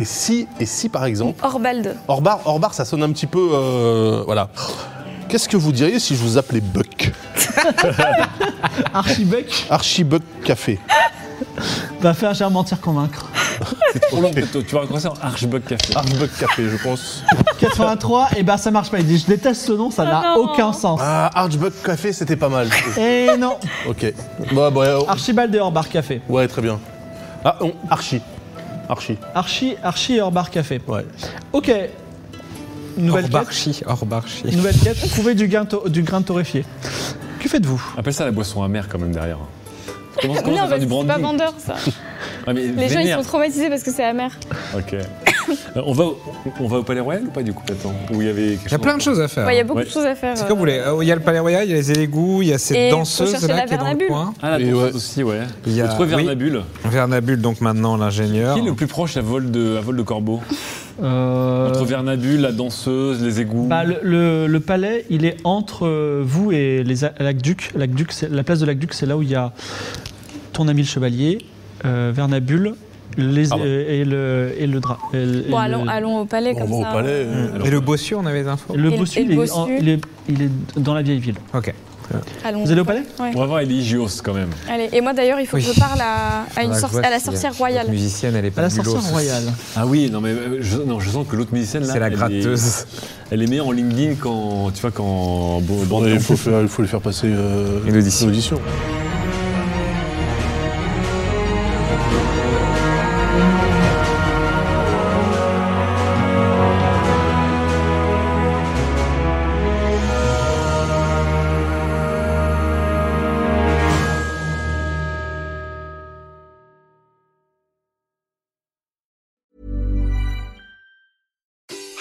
Speaker 5: et si, et si par exemple,
Speaker 3: Orbald.
Speaker 5: Orbar, Orbar, ça sonne un petit peu, euh, voilà. Qu'est-ce que vous diriez si je vous appelais Buck
Speaker 1: Archibec
Speaker 5: Archibuck Café.
Speaker 1: va faire un mentir convaincre.
Speaker 2: C'est trop long, peut-être. Tu vas raconter en Archbuck Café.
Speaker 5: Archbuck Café, je pense.
Speaker 1: 83, et ben ça marche pas. Il dit je déteste ce nom, ça n'a
Speaker 3: non.
Speaker 1: aucun sens.
Speaker 5: Ah, Archbuck Café, c'était pas [LAUGHS] mal.
Speaker 1: Et non
Speaker 5: ok. Bah, bah, euh,
Speaker 1: Archibald de Orbar Café.
Speaker 5: ouais, très bien. Ah, on, Archie. Archie.
Speaker 1: Archi, Archi et Orbar Café.
Speaker 5: Ouais.
Speaker 1: Ok. Nouvelle quête.
Speaker 4: Orbarchi, Orbarchi.
Speaker 1: Nouvelle quête, trouver du, grain to- du grain torréfié. Que faites-vous
Speaker 2: Appelle ça la boisson amère quand même derrière. Comment,
Speaker 3: Ah, Non,
Speaker 2: ça
Speaker 3: mais
Speaker 2: fait du
Speaker 3: c'est
Speaker 2: branding
Speaker 3: pas vendeur, ça.
Speaker 2: Ah, mais
Speaker 3: Les gens, ils
Speaker 2: vénère.
Speaker 3: sont traumatisés parce que c'est amer.
Speaker 2: Ok. Euh, on, va, au- on va au Palais Royal ou pas du coup Attends, où il y avait quelque
Speaker 4: Il y a
Speaker 2: chose-
Speaker 4: plein de choses à faire.
Speaker 3: Ouais, Il y a beaucoup
Speaker 2: Ouais.
Speaker 3: de choses à faire.
Speaker 4: C'est comme vous voulez. Euh, Il y a le Palais Royal, il y a les égouts, il y a
Speaker 3: Et
Speaker 4: cette
Speaker 3: faut
Speaker 4: danseuse
Speaker 3: chercher
Speaker 4: là
Speaker 3: la
Speaker 4: qui est dans le
Speaker 3: Vernabule.
Speaker 4: coin.
Speaker 2: Ah, la
Speaker 5: Et
Speaker 2: danseuse
Speaker 5: ouais.
Speaker 2: aussi, ouais.
Speaker 4: Il y a-
Speaker 2: Faut trouver
Speaker 4: oui.
Speaker 2: Vernabule.
Speaker 4: Vernabule, donc maintenant l'ingénieur.
Speaker 2: Qui est le plus proche à vol de, à vol de corbeau
Speaker 1: Euh,
Speaker 2: Entre Vernabule, la danseuse, les égouts.
Speaker 1: bah, le, le- le palais, il est entre euh, vous et les a- l'aqueduc. L'aqueduc, c'est- La place de l'aqueduc, c'est là où il y a ton ami le chevalier, euh, Vernabule, les, euh,
Speaker 5: Ah ouais.
Speaker 1: et, le, et le drap. et le- et
Speaker 3: Bon,
Speaker 1: le-
Speaker 3: allons, allons au palais
Speaker 5: On
Speaker 3: comme
Speaker 5: va
Speaker 3: ça.
Speaker 5: au palais. euh,
Speaker 2: Alors,
Speaker 4: Et le bossu, on avait des infos.
Speaker 1: Le
Speaker 3: Et-
Speaker 1: bossu,
Speaker 3: et le
Speaker 1: il, est
Speaker 3: bossu.
Speaker 1: en- il est, il est dans la vieille ville.
Speaker 4: Ok.
Speaker 3: Allons
Speaker 1: Vous allez au palais
Speaker 3: Ouais.
Speaker 2: On va voir Eligios quand même.
Speaker 3: Allez. Et moi, d'ailleurs, il faut
Speaker 4: Oui.
Speaker 3: que je parle à, à Ah, une sorci- à la sorcière
Speaker 4: La
Speaker 3: royale.
Speaker 4: musicienne, elle est
Speaker 1: À
Speaker 4: pas
Speaker 1: la
Speaker 4: du lot,
Speaker 1: sorcière
Speaker 4: ce-
Speaker 1: royale.
Speaker 2: Ah oui, non mais euh, je, non, je sens que l'autre musicienne là.
Speaker 4: C'est la
Speaker 2: elle est-
Speaker 4: gratteuse.
Speaker 2: Elle est meilleure en LinkedIn quand tu vois quand bon,
Speaker 5: Bon, il faut, faire- il faut lui faire passer euh,
Speaker 4: Une audition.